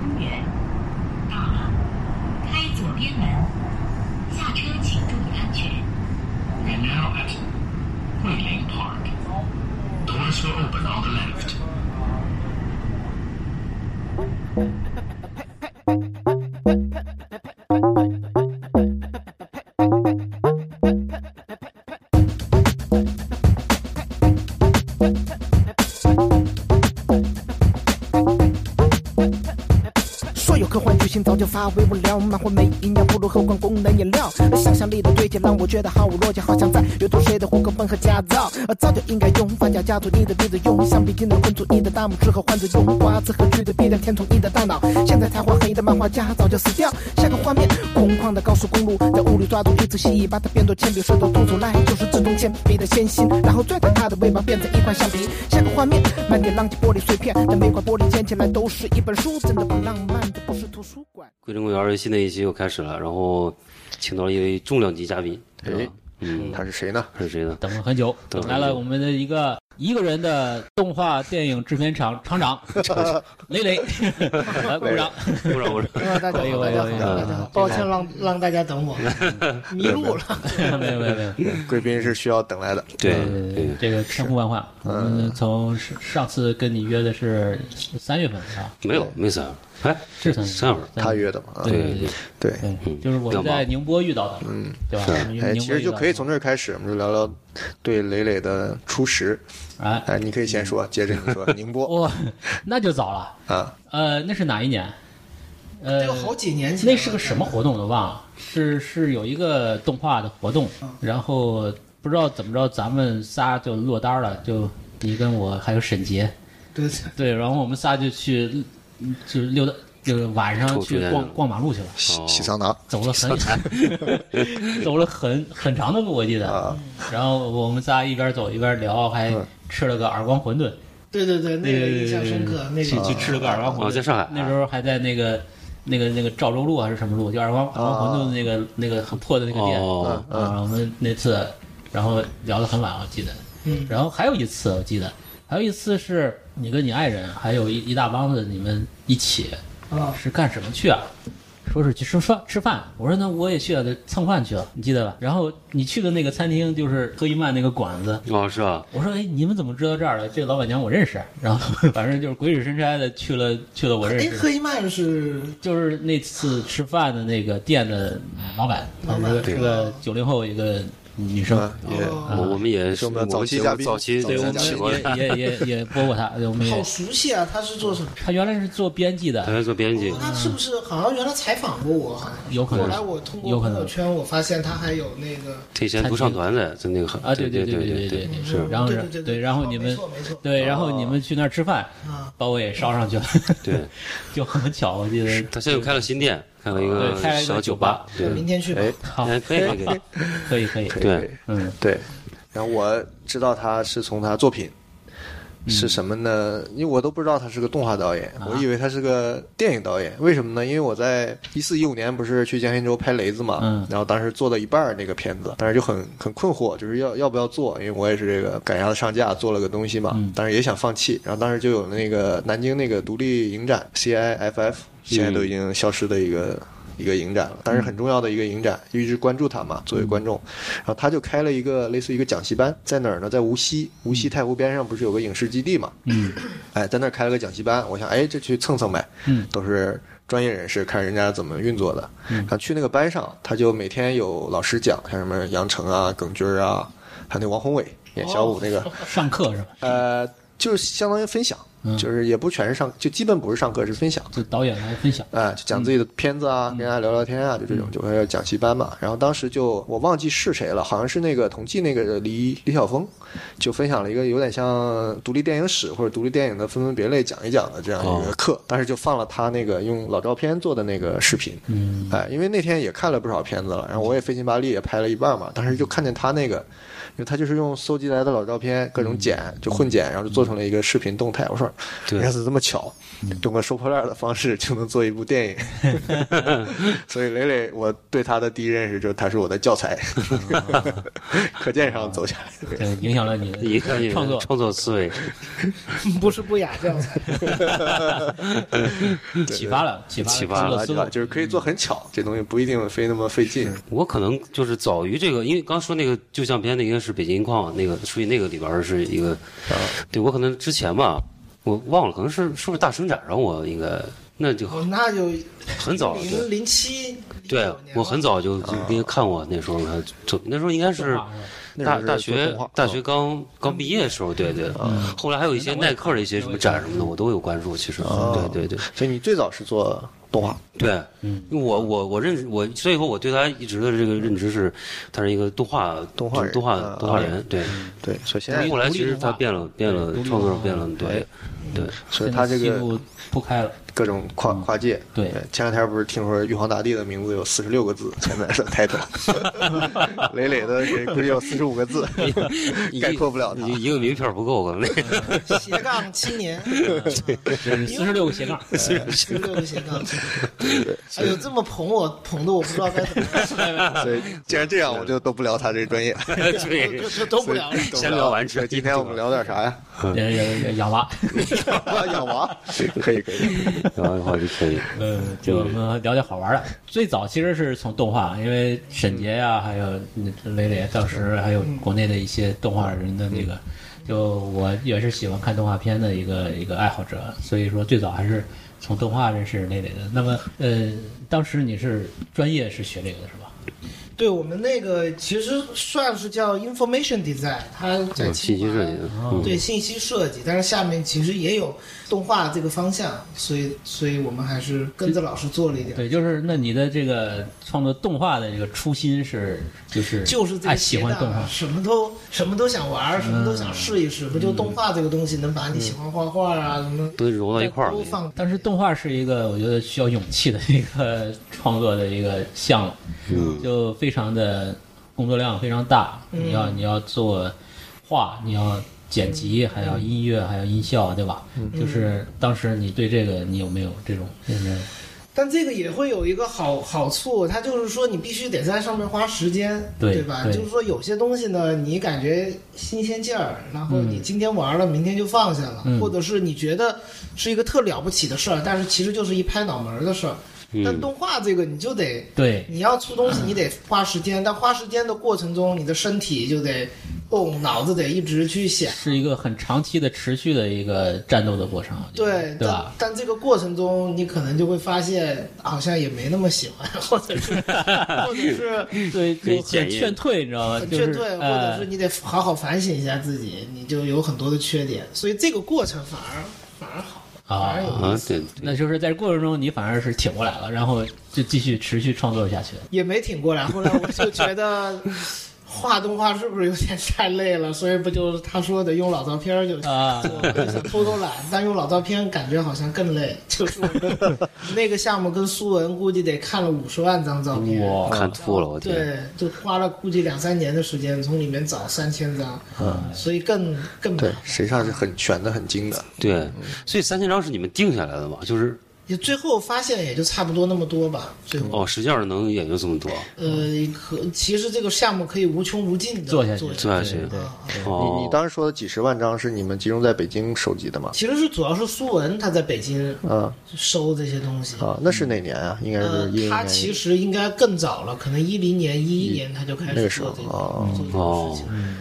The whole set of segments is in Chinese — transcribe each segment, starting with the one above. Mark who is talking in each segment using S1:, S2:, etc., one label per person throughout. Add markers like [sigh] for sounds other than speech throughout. S1: 公园。到了，开左边门，下车请注意安全。
S2: We are now at Guilin Park. Doors will open on the left.
S3: 说有科幻剧情早就发挥不了，漫画没营养，不如喝罐功能饮料。而想象力的堆积让我觉得毫无逻辑，好像在阅读谁的户口本和驾照。而呃早就应该用发夹夹住你的鼻子用，橡皮筋能困住你的大拇指和换着用，瓜子和橘子必然填充你的大脑。现在才画黑的漫画家早就死掉。下个画面，空旷的高速公路，在雾里抓住一只蜥蜴，把它变作铅笔，舌头吐出来就是自动铅笔的铅芯，然后拽着它的尾巴变成一块橡皮。下个画面，满地浪迹玻璃碎片，但每块玻璃捡起来都是一本书，真的不浪漫，这不是图书馆。
S4: 桂林公园新的一期又开始了，然后请到了一位重量级嘉宾，
S5: 哎
S4: 对吧？嗯，
S5: 他是谁呢？ [laughs]
S4: 他是谁呢？
S6: 等了很久
S4: 等，了很久
S6: 来了我们的一个一个人的动画电影制片厂厂长雷雷，来鼓掌。 [laughs]
S4: 鼓掌鼓掌！
S7: 啊，大家
S6: 哎呦
S7: 好，大
S6: 哎
S7: 家
S6: 呦
S7: 好，
S6: 哎呦
S7: 大家好，
S4: 嗯
S6: 啊
S7: 抱歉让让大家等我，
S6: 呃
S7: 迷路了。
S6: 没有没有没有，
S5: 贵宾是需要等来的。
S4: 对
S6: 呃
S4: 对，
S6: 这个千呼万唤，我们从上上次跟你约的是三月份啊，
S4: 没有没三哎，
S6: 是三月份
S4: 三会儿，
S5: 他约的嘛？啊
S6: 对对对
S5: 对，
S6: 对对，
S4: 嗯
S6: 就是我们
S4: 比较
S6: 在
S4: 忙
S6: 宁波遇到的，嗯，对吧？我们
S5: 哎，
S6: 宁
S5: 其
S6: 波
S5: 实
S6: 遇
S5: 就
S6: 到
S5: 可以
S6: 的
S5: 从这儿开始，我们就聊聊对磊磊的初识。
S6: 哎，
S5: 哎，你可以先说，接着你说，宁波
S6: 哇，那就早了，
S5: 啊，
S6: 呃，那是哪一年？呃，
S7: 这个好几年前了，
S6: 那是个什么活动我都忘了，是是有一个动画的活动，然后不知道怎么着，咱们仨就落单了，就你跟我还有沈杰，
S7: 对？
S6: 对，然后我们仨就去，嗯就是溜达，就是晚上
S4: 抽出
S6: 去
S4: 来
S6: 逛
S4: 了
S6: 逛马路去了，
S5: 喜
S4: 哦
S5: 喜桑拿
S6: 走了很远，走了很很长的路，我记得。
S5: 啊，
S6: 然后我们仨一边走一边聊，还
S4: 嗯
S6: 吃了个耳光馄饨，
S7: 对对对，那个
S6: 对对对
S7: 印象深刻，那
S6: 去去
S7: 个
S6: 吃了个耳光馄
S4: 哦，
S6: 饨
S4: 在。上海
S6: 那时候还在那个那个那个赵州路还是什么路，就耳光耳光馄饨那个那个很破的那个店
S4: 哦
S6: 啊，我们那次然后聊得很晚，我记得。
S7: 嗯
S6: 然后还有一次我记得，还有一次是你跟你爱人还有一一大帮子你们一起
S7: 啊，
S6: 是干什么去啊？说是去吃饭吃饭，我说那我也去啊，蹭饭去了，你记得吧？然后你去的那个餐厅就是特一曼那个馆子，
S4: 哦是啊，
S6: 我说：“哎，你们怎么知道这儿的？这个老板娘我认识。”啊然后 [laughs] 反正就是鬼使神差的去了去了我认
S7: 哎，
S6: 识
S7: 黑曼是
S6: 就是那次吃饭的那个店的老板，
S7: 老板
S6: 是个是个九零后一个女生，
S5: 啊
S6: 哦
S5: 也
S4: 我我们也
S5: 是
S4: 是
S5: 我们的
S4: 我
S5: 早
S4: 们
S5: 期
S4: 节
S5: 嘉
S4: 目
S5: 宾
S4: 早期
S5: 早期
S4: 对我
S5: 嘉
S4: 们
S5: 宾
S4: 请过来，
S6: 也也也也播过她，我们也
S7: 好熟悉啊，他是做什么？
S6: 她原来是做编辑
S4: 他
S6: 的，
S4: 在做编辑，
S7: 他是不是好像原来采访过我？好像
S6: 有可能
S7: 后来我通
S6: 有
S7: 过
S6: 可
S7: 朋
S6: 能
S7: 友圈，我发现他还有那个
S4: 他以前独唱团的，在那个
S6: 啊，对
S4: 对
S6: 对
S4: 对
S6: 对对，
S4: 是
S6: 然后
S7: 对
S6: 是
S7: 对
S6: 对，然后你
S7: 没
S6: 们
S7: 错没错
S6: 对，然后你们去那儿吃饭，
S7: 啊，
S6: 把我也捎上去了，
S4: 对，
S6: 就很巧，我记得
S4: 他现在又开了新店，开了一个
S6: 对开了一个
S4: 小
S6: 酒
S4: 吧
S6: 吧，
S4: 对
S7: 明，天去吧。
S5: 哎
S6: [laughs] 好，
S4: 哎可以可以可以，
S6: 可以可以，
S4: 对，
S6: 嗯，
S5: 对。然后我知道他是从他作品
S6: 嗯
S5: 是什么呢？因为我都不知道他是个动画导演，
S6: 啊
S5: 我以为他是个电影导演。为什么呢？因为我在一四一五年不是去江西州拍《雷子》嘛，
S6: 嗯
S5: 然后当时做到一半儿那个片子，当时就很很困惑，就是要要不要做？因为我也是这个赶上上架做了个东西嘛，
S6: 嗯
S5: 但是也想放弃。然后当时就有那个南京那个独立影展 CIFF，现
S6: 嗯
S5: 在都已经消失的一个。一个影展了，但是很重要的一个影展，一直关注他嘛，作为
S6: 嗯
S5: 观众，然后他就开了一个类似一个讲习班，在哪儿呢？在无锡，无锡太湖边上不是有个影视基地嘛？
S6: 嗯，
S5: 哎，在那儿开了个讲习班，我想，哎，这去蹭蹭呗，
S6: 嗯，
S5: 都是专业人士，看人家怎么运作的。嗯，然后去那个班上，他就每天有老师讲，像什么杨成啊、耿军儿啊，还有那王宏伟演小五那个，
S6: 上课是吧？
S5: 呃，就是相当于分享，
S6: 嗯
S5: 就是也不全是上，就基本不是上课，是分享。
S6: 就导演来分享，
S5: 哎，就讲自己的片子啊，跟大家聊聊天啊，就这种，就会讲戏班嘛。然后当时就我忘记是谁了，好像是那个同济那个李李晓峰，就分享了一个有点像独立电影史或者独立电影的分门别类讲一讲的这样一个课。当时就放了他那个用老照片做的那个视频，
S6: 嗯，
S5: 哎，因为那天也看了不少片子了，然后我也费心巴力也拍了一半嘛，当时就看见他那个，因为他就是用搜集来的老照片各种剪，就混剪，然后就做成了一个视频动态。我说，儿，
S4: 对
S5: 看似这么巧，通过收破烂的方式就能做一部电影。所以磊磊，我对他的第一认识就是他是我的教材，课件上走下来的。
S6: 对，影响了你的
S4: 一个
S6: 创作。
S4: 创作思维，
S7: 不是不雅教材。
S6: 启发了，启发了
S4: 启发了
S6: 创作
S5: 啊
S6: 思
S5: 对
S6: 路
S5: 吧？就是可以做很巧，这东西不一定非那么费劲。
S4: 我可能就是早于这个，因为刚说那个旧相片，那应该是北京矿那个，属于那个里边儿是一个，
S5: 啊
S4: 对我可能之前吧，我忘了，可能是是不是大生展让我应该那就 [laughs]
S7: 哦，那就
S4: 很早了，
S7: 零
S4: 对
S7: 零七，
S4: 对啊
S7: 09年，
S4: 我很
S7: 了
S4: 早就就因为看过那时候看，就那时候应该是
S6: 动画是吧
S4: 大
S5: 那时候是
S4: 大
S5: 做
S4: 学
S5: 啊动画啊嗯
S4: 大学刚刚毕业的时候，对对，后来还有一些耐克的一些什么展什么的，我都有关注，其实
S5: 啊
S4: 对对对。
S5: 所以你最早是做动画，
S4: 对，嗯，我我我认识我，所以说我对他一直的这个认知是，他是一个动画
S5: 动画人
S4: 动画
S5: 啊
S4: 动画人，对。
S5: 对，所以现在
S4: 后来其实他变了，变了
S6: 独立
S4: 创作上
S6: 动
S4: 变
S6: 画
S4: 了，对对，
S5: 所以他这
S6: 现
S5: 个
S6: 在戏路铺开了，
S5: 各种跨跨界。
S6: 对
S5: 前两天不是听说玉皇大帝的名字有四十六个字，前面的 title，磊 [laughs] 磊的这估计有四十五个字，概括不了他
S4: 你。就一个名片不够，可能那个
S7: 斜杠
S4: [laughs]
S7: 青年，
S6: 四十六个斜杠，
S7: 四六个斜杠青年。哎呦，这么捧我，捧的我不知道该怎么办，
S5: 所以既然这样，我就都不聊他这专业，
S4: 对
S7: 就，就都不聊了。
S5: 都不
S4: 先聊完这
S5: 今天我们聊点啥呀？
S6: 也也也养娃。
S5: 养娃， [laughs] 可以可以。
S4: 然后的话就可以，
S6: 呃，
S7: 嗯
S6: 就我们聊点好玩的。最早其实是从动画，因为沈杰呀、还有嗯磊磊，当时还有国内的一些动画人的那个，
S7: 嗯
S6: 就我也是喜欢看动画片的一个一个爱好者，所以说最早还是从动画认识磊磊的。那么，呃，当时你是专业是学这个的是吧？
S7: 对我们那个其实算是叫 information design，它在
S4: 有嗯信息
S7: 清华
S4: 设计的，嗯
S7: 对信息设计，但是下面其实也有动画这个方向，所以所以我们还是跟着老师做了一点。
S6: 对，就是那你的这个创作动画的这个初心是就是
S7: 就是这
S6: 爱
S7: 个
S6: 喜
S7: 斜
S6: 欢动
S7: 杠
S6: 画
S7: 啊，，什么都什么都想玩儿，什么都
S4: 嗯
S7: 想试一试。不就动画这个东西能把你喜欢画画啊什么
S4: 都嗯揉到一块儿了
S7: 都。放
S6: 但是动画是一个我觉得需要勇气的一个创作的一个项目，就非常的工作量非常大，
S7: 嗯
S6: 你要你要做画，你要剪辑，
S7: 嗯
S6: 还要音乐，还要音效，对吧？就是当时你对这个你有没有这种嗯有没有？
S7: 但这个也会有一个好好处，它就是说你必须得在上面花时间，
S6: 对
S7: 吧？
S6: 对
S7: 就是说有些东西呢，你感觉新鲜劲儿，然后你今天玩了，明天就放下了，
S6: 嗯
S7: 或者是你觉得是一个特了不起的事儿，但是其实就是一拍脑门儿的事儿。
S6: 嗯
S4: 嗯
S7: 但动画这个你就得
S6: 对，
S7: 你要出东西，你得花时间，但花时间的过程中，你的身体就得动，脑子得一直去想。
S6: 是一个很长期的持续的一个战斗的过程，我觉得
S7: 对，
S6: 对吧？
S7: 但但这个过程中，你可能就会发现，好像也没那么喜欢， [laughs] 或者是，或
S6: [laughs]
S7: 者是
S6: 对，
S4: 可以
S6: 就
S4: 检
S6: 很
S4: 验
S6: 劝退，你知道吗？
S7: 很
S6: 就
S7: 劝
S6: 是
S7: 退，或者
S6: 呃
S7: 是你得好好反省一下自己，你就有很多的缺点，所以这个过程反而反而好，反而有
S4: 啊，对，
S6: 那就是在过程中你反而是挺过来了，然后就继续持续创作下去。
S7: 也没挺过来。后来我就
S6: [laughs]
S7: 觉得画动画是不是有点太累了？所以不就是他说的用老照片儿就
S6: 啊
S7: 我就想偷偷懒，但用老照片感觉好像更累。就是
S6: [laughs]
S7: 我那个项目跟苏文估计得看了五十万张照片。
S6: 哇
S4: 看吐了，我天，
S7: 对，就花了估计两三年的时间，从里面找三千张，所以更更
S5: 嗯对
S7: 难。，
S5: 实际上是很全的、很精的。
S4: 对，所以三千张是你们定下来的嘛？就是
S7: 也最后发现也就差不多那么多吧。最后，
S4: 哦，实际上能也就这么多，
S5: 嗯
S7: 呃，可其实这个项目可以无穷无尽的
S6: 做下去，
S4: 做下去
S6: 对对
S5: 你你
S4: 哦，
S5: 当时说的几十万张是你们集中在北京收集的吗？
S7: 其实是主要是苏文他在北京
S4: 嗯
S5: 啊
S7: 收这些东西。
S5: 啊，那是哪年啊？应该
S7: 呃
S5: 是一零，
S7: 他
S5: 年。
S7: 其实应该更早了，可能一零年、一一年他就开
S5: 那
S7: 始
S5: 个时
S7: 做
S5: 候
S7: 这个
S5: 哦
S7: 做这个事情。嗯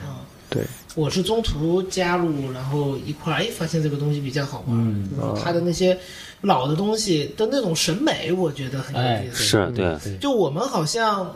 S5: 对，
S7: 我是中途加入，然后一块儿哎发现这个东西比较好玩，
S4: 嗯啊
S7: 就是他的那些老的东西的那种审美，我觉得很
S6: 哎
S7: 有意思。
S4: 是哎对，
S7: 就我们好像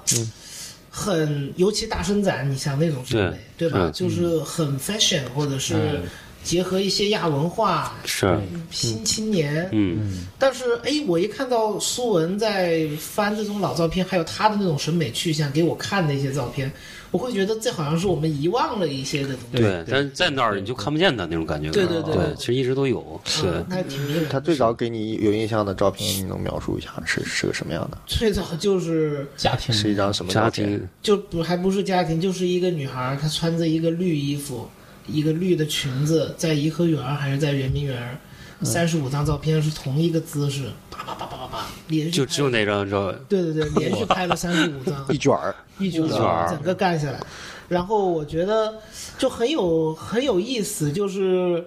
S7: 很，尤其大伸展，你像那种审美，对吧？
S4: 嗯哎
S7: 就是很 fashion，或者是
S6: 嗯
S7: 结合一些亚文化、
S4: 是，
S7: 新青年。
S4: 嗯，
S7: 但是哎，我一看到苏文在翻这种老照片，还有他的那种审美去向，给我看的一些照片，我会觉得这好像是我们遗忘了一些的东西。
S4: 对，但是在那儿你就看不见他那种感觉，
S7: 对对对
S4: 对，其实一直都有，对
S7: 嗯，，那挺厉害的。
S5: 他最早给你有印象的照片，你能描述一下是是个什么样的？
S7: 最早就是
S6: 家庭
S5: 是一张什么
S4: 家
S5: 照片？
S4: 庭
S7: 就不还不是家庭，就是一个女孩儿，她穿着一个绿衣服，一个绿的裙子，在颐和园儿还是在圆明园儿，
S4: 嗯
S7: 三十五张照片是同一个姿势，叭叭叭叭叭叭，连续
S4: 就
S7: 拍
S4: 只有那张照，
S7: 对对对，连续拍了三十五张，
S5: 一卷儿，
S7: 一卷
S4: 卷儿
S7: 整个干下来。然后我觉得就很有很有意思，就是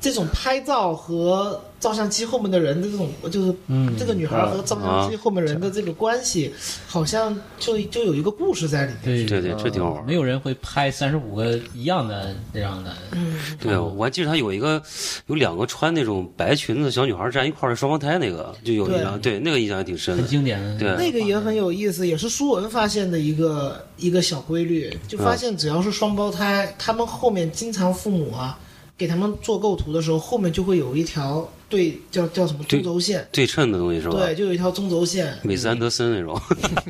S7: 这种拍照和照相机后面的人的这种，就是
S6: 嗯
S7: 这个女孩和照相机后面人的这个关系，好像就就有一个故事在里面。
S6: 对
S4: 对对，这挺好玩
S6: 没。有人会拍三十五个一样的这样的，
S4: 嗯
S6: 嗯
S4: 对，我还记得他有一个，有两个穿那种白裙子的小女孩站一块儿的双胞胎那个，就有一张，对那个印象还挺深
S6: 很
S4: 的。
S6: 经典的。
S4: 对
S7: 那个也很有意思，也是舒文发现的一个一个小规律，就发现只要是双胞胎，他们后面经常父母啊给他们做构图的时候，后面就会有一条对叫叫什么
S4: 对
S7: 中轴线，
S4: 对称的东西是吧？
S7: 对，就有一条中轴线，
S4: 美斯安德森那种，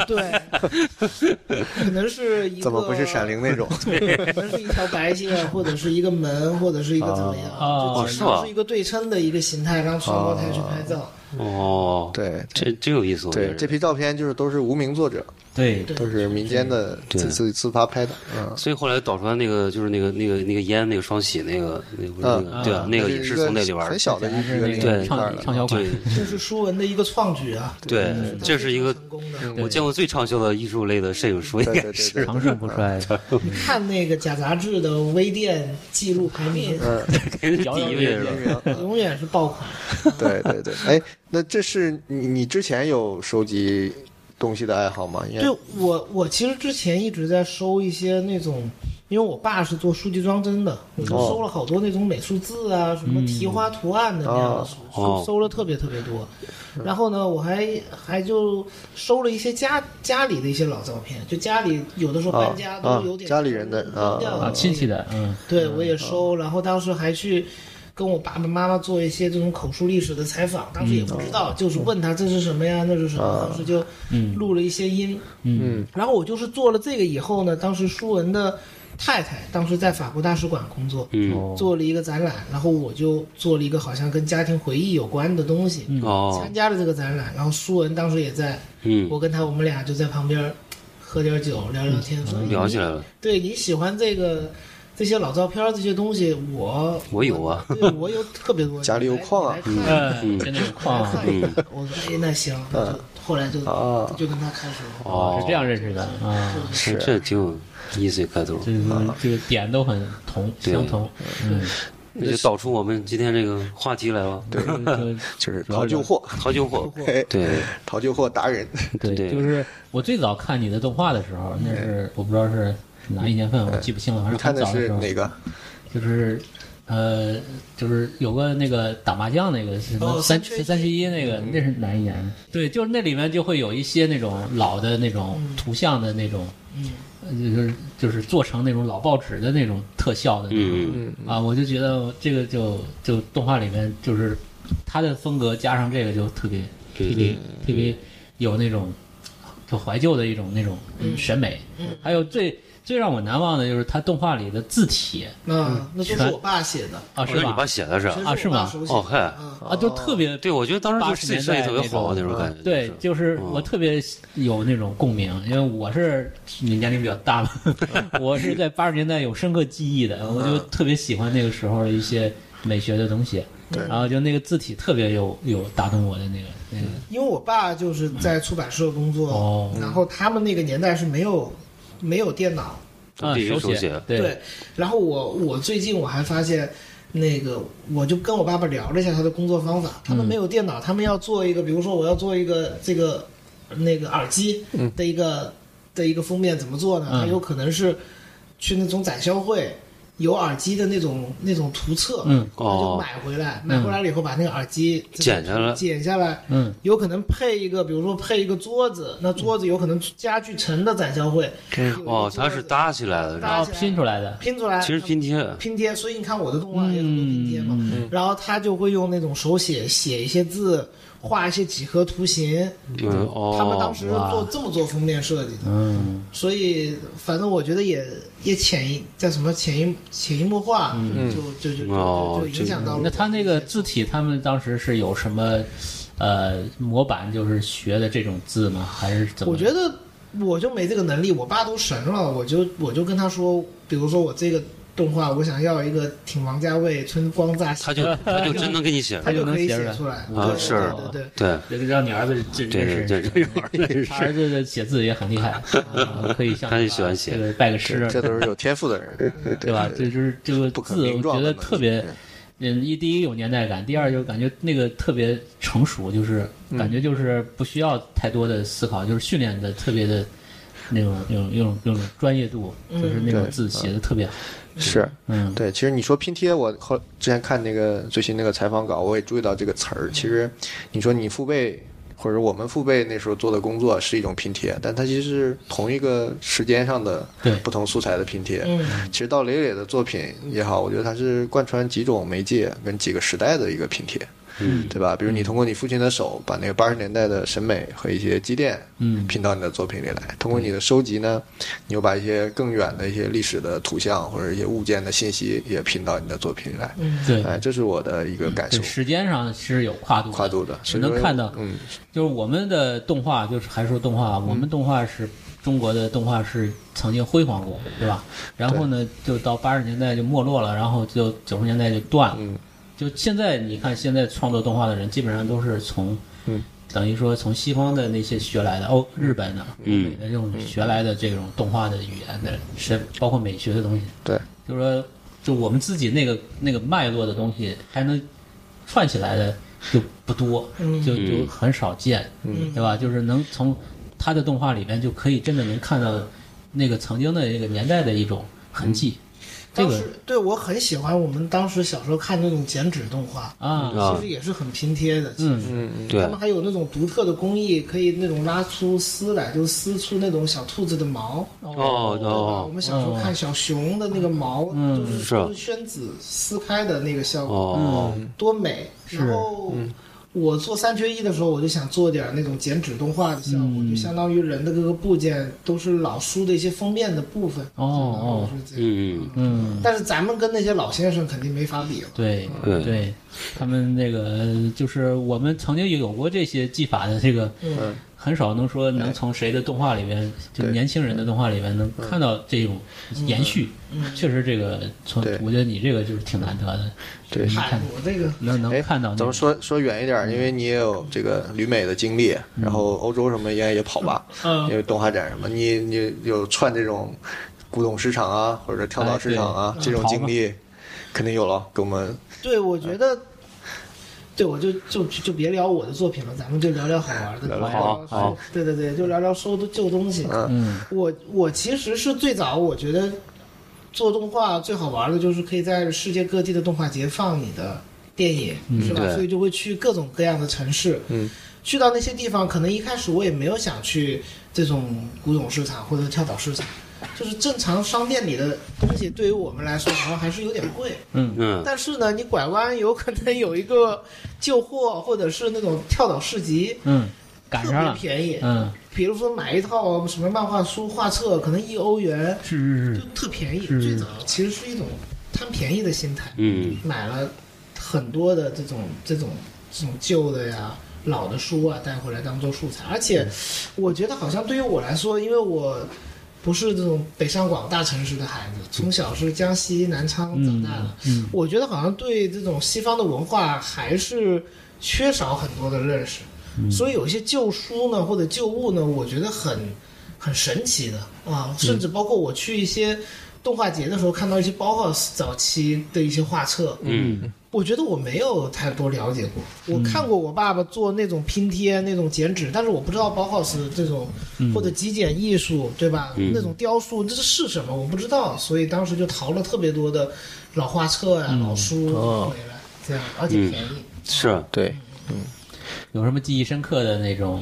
S7: 对，可能是一个
S5: 怎么不是闪？灵
S4: [laughs]
S5: 那种？
S7: 可能是一条白线，或者是一个门，或者是一个怎么样？
S5: 啊
S6: 哦
S7: 就只
S4: 是吧
S7: 能是一个对称的一个形态，让双胞胎去拍
S5: 啊
S7: 照。
S4: [laughs] 哦，，
S5: 对
S4: 这真有意思，我觉
S5: 对，
S4: 得
S5: 这批照片就是都是无名作者，
S6: 对
S7: 对
S5: 都是民间的
S4: 对
S5: 自自己自发拍的，嗯。
S4: 所以后来导出来那个就是那个那个那个烟那个双喜那个那个那
S6: 嗯
S4: 个对啊
S6: 嗯
S4: 那个
S5: 就
S4: 也是
S5: 一
S4: 从那里玩儿
S5: 很小的
S6: 还
S5: 一
S6: 是
S5: 个
S6: 那
S4: 对
S6: 个畅畅销款
S4: 对。
S7: 这是舒文的一个创举啊！
S4: 对，这是一个
S7: 成功的。
S4: 我见过最畅销的艺术类的摄影书，应
S5: 对对
S4: 该
S5: 对
S4: 是
S5: 对，
S6: 长盛不衰，
S7: 你看那个假杂志的微店记录排名，
S5: 嗯，
S4: 肯定是
S6: 遥
S4: [laughs] 第
S6: 遥
S4: 一
S6: 领
S4: 位
S6: 先
S4: 了。
S7: 永远是爆款。
S5: [laughs] 对对对，哎，那这是你你之前有收集东西的爱好吗？应该
S7: 对我，我其实之前一直在收一些那种，因为我爸是做书籍装帧的，我
S5: 哦
S7: 就收了好多那种美术字啊、什
S6: 嗯
S7: 么题花图案的那样的书，
S4: 哦
S7: 收收了特别特别多。
S5: 嗯
S7: 然后呢，我还还就收了一些家家里的一些老照片，就家里有的时候搬家
S5: 啊
S7: 都有点、
S5: 啊家哦里人的
S7: 扔掉了
S6: 啊，亲戚的，嗯，
S7: 对，我也收。然后当时还去跟我爸爸妈妈做一些这种口述历史的采访，当时也
S5: 嗯
S7: 不知道，就是问他这是什么呀，那是什么，
S5: 哦
S7: 当时就录了一些音。
S6: 嗯，
S7: 然后我就是做了这个以后呢，当时舒文的太太当时在法国大使馆工作。
S6: 哦
S4: 嗯，
S7: 做了一个展览，然后我就做了一个好像跟家庭回忆有关的东西，
S4: 哦
S7: 参，加了这个展览。然后舒文当时也在，
S4: 嗯
S7: 我，跟他我们俩就在旁边喝点酒聊聊天，说
S4: 嗯聊起来了，
S7: 对你喜欢这个这些老照片儿这些东西，我
S4: 我有啊，
S7: 对我有特别多，
S5: 家里有矿啊
S7: 你来看
S6: 嗯，真的有矿啊，
S7: 你来看 [laughs] 我说哎那行，那就后来就
S5: 嗯啊
S7: 就跟他开始了，
S6: 哦，是这样认识的啊，
S4: 是这挺有意思的开头，
S6: 这个这个点都很同
S4: 对
S6: 相同，嗯，
S4: 那就导出我们今天这个话题来了，
S6: 对
S5: 就是
S6: 主要
S5: 淘
S6: 是
S5: 旧货，
S6: [laughs]
S4: 淘旧货，
S5: 嘿
S4: 对，
S5: [laughs] 淘旧货达人，
S6: 对
S4: 对
S6: 就是我最早看你的动画的时候，那是我不知道是哪一年份，我记不清了，反
S5: 你
S6: 正
S5: 看
S6: 很
S5: 的
S6: 早
S5: 是
S6: 时候，
S5: 哪个？
S6: 就是呃，就是有个那个打麻将那个什么
S7: 哦
S6: 三
S7: 三缺一
S6: 三十一那
S5: 嗯
S6: 个，那是哪一年？对，就是那里面就会有一些那种老的那种
S5: 嗯
S6: 图像的那种，呃就是就是做成那种老报纸的那种特效的那种，
S4: 嗯，
S6: 啊，我就觉得这个就就动画里面就是他的风格加上这个就特别特
S4: 嗯
S6: 别特别有那种就怀旧的一种那种审美，还有最最让我难忘的就是他动画里的字体
S7: 啊那那都是
S6: 全
S7: 我爸写的，
S6: 啊，
S4: 哦，
S6: 是
S4: 是你爸
S6: 吧？
S4: 写的是吧？
S6: 嗯
S7: 全
S6: 啊
S7: 是
S6: 是
S7: 我爸
S6: 吗
S7: 手写
S4: 哦，
S7: 的，
S4: 嗨，
S7: 嗯
S6: 啊，就特别
S4: 对，我觉得当时就自己设计特别好那种感觉，
S6: 对，就是哦我特别有那种共鸣，因为我是你年龄比较大嘛， [laughs] 我是在八十年代有深刻记忆的，我就特别喜欢那个时候的一些美学的东西，
S5: 对
S6: 然后就那个字体特别有有打动我的那个那个，
S7: 因为我爸就是在出版社工作，
S6: 哦
S7: 然后他们那个年代是没有没有电脑，
S6: 啊，
S4: 必须
S6: 手
S4: 手写
S6: 写，
S7: 对，然后我我最近我还发现，那个我就跟我爸爸聊了一下他的工作方法，他
S6: 嗯
S7: 们没有电脑，他们要做一个，比如说我要做一个这个那个耳机
S4: 嗯
S7: 的一个、的一个封面怎么做呢？
S6: 嗯
S7: 他有可能是去那种展销会。有耳机的那种那种图册，
S6: 嗯
S7: 他就
S4: 哦
S7: 买回来，买回来了以后把那个耳机这个
S4: 剪下来
S7: 剪下来，
S6: 嗯，
S7: 有可能配一个，比如说配一个桌子，那桌子有可能家具城的展销会，
S4: 哦，它是搭起来的，是
S7: 搭
S4: 吧
S6: 然后拼出来的，
S7: 拼出来，
S4: 其实拼贴，嗯
S7: 拼贴，所以你看我的动画也很多拼贴嘛。
S6: 嗯
S7: 然后他就会用那种手写写一些字，画一些几何图形。
S4: 嗯，哦，
S7: 他们当时是做这么做封面设计的，
S6: 嗯，
S7: 所以反正我觉得也也潜移叫什么潜移潜移默化，就就就就
S4: 嗯哦
S7: 就影响到了。
S6: 那他那个字体，他们当时是有什么呃模板，就是学的这种字吗？还是怎么？
S7: 我觉得我就没这个能力，我爸都神了，我就我就跟他说，比如说我这个动画，我想要一个挺王家卫、春光乍泄，
S4: 他就他就真能给你写出
S7: [laughs] 他
S4: 来。
S7: 就可以
S6: 他就能
S7: 写
S6: 写
S7: 出
S6: 出
S7: 来。
S6: 来
S7: 对
S4: 啊是啊
S7: 对对对。
S4: 对
S6: 这个让你儿子真
S4: 对
S6: 真
S4: 对
S6: 是
S4: 对，这玩意儿真
S6: [laughs] 他
S4: 是
S6: 儿子的写字也很厉害，
S4: [laughs]
S6: 嗯可以像
S4: 他就喜欢写
S6: 这个拜个师，
S5: 这都是有天赋的人，
S6: 对吧？这就是这个
S5: 不可
S6: 字，
S5: 名
S6: 我
S5: 状
S6: 觉
S5: 的
S6: 得
S5: 能力
S6: 特别，嗯，一第一有年代感，第二就感觉那个特别成熟，就是
S5: 嗯
S6: 感觉就是不需要太多的思考，就是训练的特别的那种、那种、那种、那种专业度，就是那种
S5: 嗯对
S6: 字写的特别好。
S5: 是。
S6: 嗯，
S5: 对，其实你说拼贴，我后之前看那个最新那个采访稿，我也注意到这个词儿。其实你说你父辈或者我们父辈那时候做的工作是一种拼贴，但它其实是同一个时间上的
S6: 对
S5: 不同素材的拼贴。
S7: 嗯，
S5: [laughs] 其实到磊磊的作品也好，我觉得它是贯穿几种媒介跟几个时代的一个拼贴。
S4: 嗯
S5: 对吧？比如你通过你父亲的手，把那个八十年代的审美和一些积淀，
S6: 嗯
S5: 拼到你的作品里来。通过你的收集呢，你又把一些更远的一些历史的图像或者一些物件的信息也拼到你的作品里来。
S6: 对。
S5: 哎，这是我的一个感
S6: 对
S5: 受，
S6: 时间上嗯是有跨度的，
S5: 跨度的，
S6: 是
S5: 所以
S6: 能
S5: 说
S6: 看到。
S5: 嗯，
S6: 就是我们的动画，就是还说动画，我们动画是中国的动画是曾经辉煌过，对吧？然后呢，就到八十年代就没落了，然后就九十年代就断了。
S5: 嗯
S6: 就现在你看，现在创作动画的人基本上都是从，
S5: 嗯
S6: 等于说从西方的那些学来的，欧日本的、
S4: 嗯
S6: 欧美的这种学来的这种动画的语言的，是包括美学的东西。
S5: 对，
S6: 就是说，就我们自己那个那个脉络的东西，还能串起来的就不多，
S5: 嗯
S6: 就就很少见，对吧？就是能从他的动画里边就可以真的能看到那个曾经的那个年代的一种痕迹，
S5: 嗯
S6: 这
S7: 当
S6: 个
S7: 时对我很喜欢我们当时小时候看那种剪纸动画，
S6: 啊，
S4: 啊
S7: 其实也是很拼贴的。
S6: 嗯
S4: 对
S7: 他们还有那种独特的工艺，可以那种拉出丝来，就撕出那种小兔子的毛。
S4: 哦
S7: 对吧我
S4: 哦
S7: 们小时候看小熊的那个毛，
S6: 嗯
S7: 就是是宣纸撕开的那个效果，
S4: 哦，
S7: 多美！然后我做三缺一的时候，我就想做点那种剪纸动画的效果，就相当于人的各个部件都是老书的一些封面的部分。
S6: 哦哦，
S7: 是这样。
S4: 嗯，
S6: 嗯，
S7: 但是咱们跟那些老先生肯定没法比了。
S6: 对
S5: 嗯
S4: 对
S6: 对，他们那个就是我们曾经有过这些技法的这个，
S7: 嗯
S6: 很少能说能从谁的动画里边，就
S5: 对
S6: 年轻人的动画里边能看到这种延续。
S7: 嗯
S6: 确实，这个从
S5: 对
S6: 我觉得你这个就是挺难得的，
S5: 对
S6: 你
S7: 嗨
S6: 看，
S7: 我这个
S6: 能能
S5: 哎
S6: 看到那嗯
S5: 咱们
S6: 种。
S5: 说说远一点，因为你也有这个旅美的经历，然后
S6: 嗯
S5: 欧洲什么也也跑吧，
S7: 嗯
S5: 因为动画展什么，你你有串这种古董市场啊，或者跳蚤市场啊
S6: 哎对
S5: 这种
S6: 淘嘛
S5: 经历，肯定有了，给我们
S7: [laughs] 对，我觉得，对，我就就就别聊我的作品了，咱们就聊聊好玩的。
S5: 聊聊
S4: 好好
S7: 对对对，就聊聊收的旧东西。
S5: 嗯
S6: 嗯
S7: 我我其实是最早，我觉得做动画最好玩的就是可以在世界各地的动画节放你的电影，是吧？
S4: 嗯对
S7: 所以就会去各种各样的城市。
S5: 嗯，
S7: 去到那些地方，可能一开始我也没有想去这种古董市场或者跳蚤市场，就是正常商店里的东西，对于我们来说好像还是有点贵。
S6: 嗯
S4: 嗯
S7: 但是呢，你拐弯有可能有一个旧货，或者是那种跳蚤市集，
S6: 嗯，赶
S7: 特
S6: 上
S7: 别
S6: 了，
S7: 便宜。
S6: 嗯，
S7: 比如说买一套什么漫画书、画册，可能一欧元
S6: 是是，
S7: 就是特便宜。
S6: 是
S7: 最早其实是一种贪便宜的心态，
S4: 嗯
S7: 买了很多的这种这种这种旧的呀。老的书啊，带回来当做素材，而且我觉得好像对于我来说，因为我不是这种北上广大城市的孩子，从小是江西南昌长
S6: 嗯
S7: 大的，
S6: 嗯
S7: 我觉得好像对这种西方的文化还是缺少很多的认识，所以有一些旧书呢或者旧物呢，我觉得很很神奇的啊，甚至包括我去一些动画节的时候，看到一些包 h o u s 早期的一些画册，
S4: 嗯
S7: 我觉得我没有太多了解过。我看过我爸爸做那种拼贴、那种剪纸，但是我不知道包 h o u s 这种或者极简艺术，对吧？
S4: 嗯
S7: 那种雕塑这是什么？我不知道，所以当时就淘了特别多的老画册呀、老书
S5: 哦
S7: 回来，这样而且便宜。
S4: 嗯是
S5: 对
S6: 有什么记忆深刻的那种？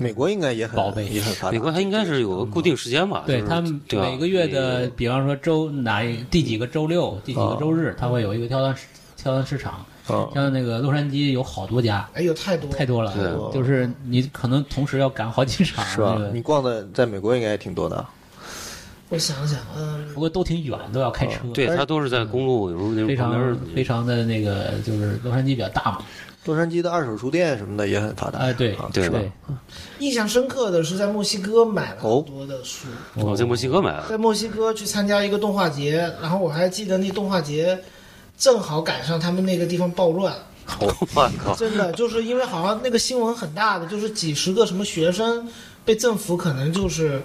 S5: 美国应该也很
S6: 宝贝
S5: 也很发达。
S4: 美国它应该是有个固定时间吧？
S6: 对
S4: 就是
S6: 他们
S4: 对吧啊
S6: 每个月的，比方说周哪一第几个周六、第几个周日，他会有一个跳蚤市跳蚤市场。
S5: 嗯
S6: 像那个洛杉矶有好多家，
S7: 哎呦，太多
S6: 太多了
S4: 对，
S6: 就是你可能同时要赶好几场，
S4: 啊
S5: 是吧
S6: 那？个
S5: 你逛的在美国应该也挺多的，
S7: 我想想，嗯
S6: 不，过都挺远，都要开车。
S4: 对，它都是在公路，有时候那
S6: 非
S4: 旁边儿
S6: 常非常的那个，就是洛杉矶比较大嘛。
S5: 洛杉矶的二手书店什么的也很发达。
S6: 哎，对
S5: 啊
S4: 对
S5: 是吧
S6: 对，
S7: 印象深刻的是在墨西哥买了很多的书，
S4: 我在墨西哥买的。
S7: 在墨西哥去参加一个动画节，然后我还记得那动画节正好赶上他们那个地方暴乱，
S4: 我靠！
S7: 真的就是因为好像那个新闻很大的，就是几十个什么学生被政府可能就是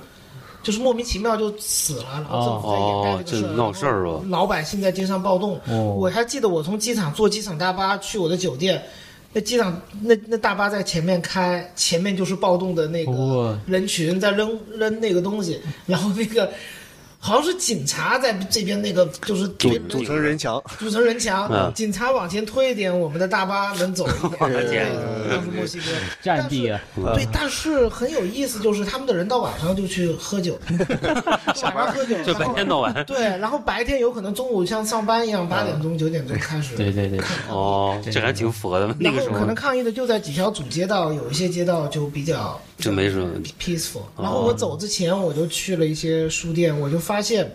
S7: 就是莫名其妙就死了，然后政府在掩盖这个事
S4: 哦
S7: 儿，
S4: 这闹事儿吧
S7: 然后老百姓在街上暴动。
S6: 哦
S7: 我还记得我从机场坐机场大巴去我的酒店。那机场那那大巴在前面开，前面就是暴动的那
S6: 哦
S7: 个人群在扔扔那个东西，然后那个好像是警察在这边那个就是
S5: 组
S7: 对
S5: 组成人墙，
S7: 组成人墙，
S4: 嗯
S7: 警察往前推一点，我们的大巴能走一点。对当时墨西哥
S6: 战地啊，
S7: 但是 [laughs] 对，但是很有意思，就是他们的人到晚上就去喝酒，晚上喝酒，
S4: 这
S7: 然
S4: 白
S7: 后
S4: 天到晚。
S7: 对，然后白天有可能中午像上班一样，八点钟九点钟开始，
S6: 对对对，
S4: 哦，这还挺符合的。那
S7: 然
S4: 个时
S7: 后可
S4: 候
S7: 能抗议的就在几条主街道，有一些街道就比较
S4: 就没什么。
S7: peaceful。然
S4: 哦
S7: 后我走之前，我就去了一些书店，我就发现，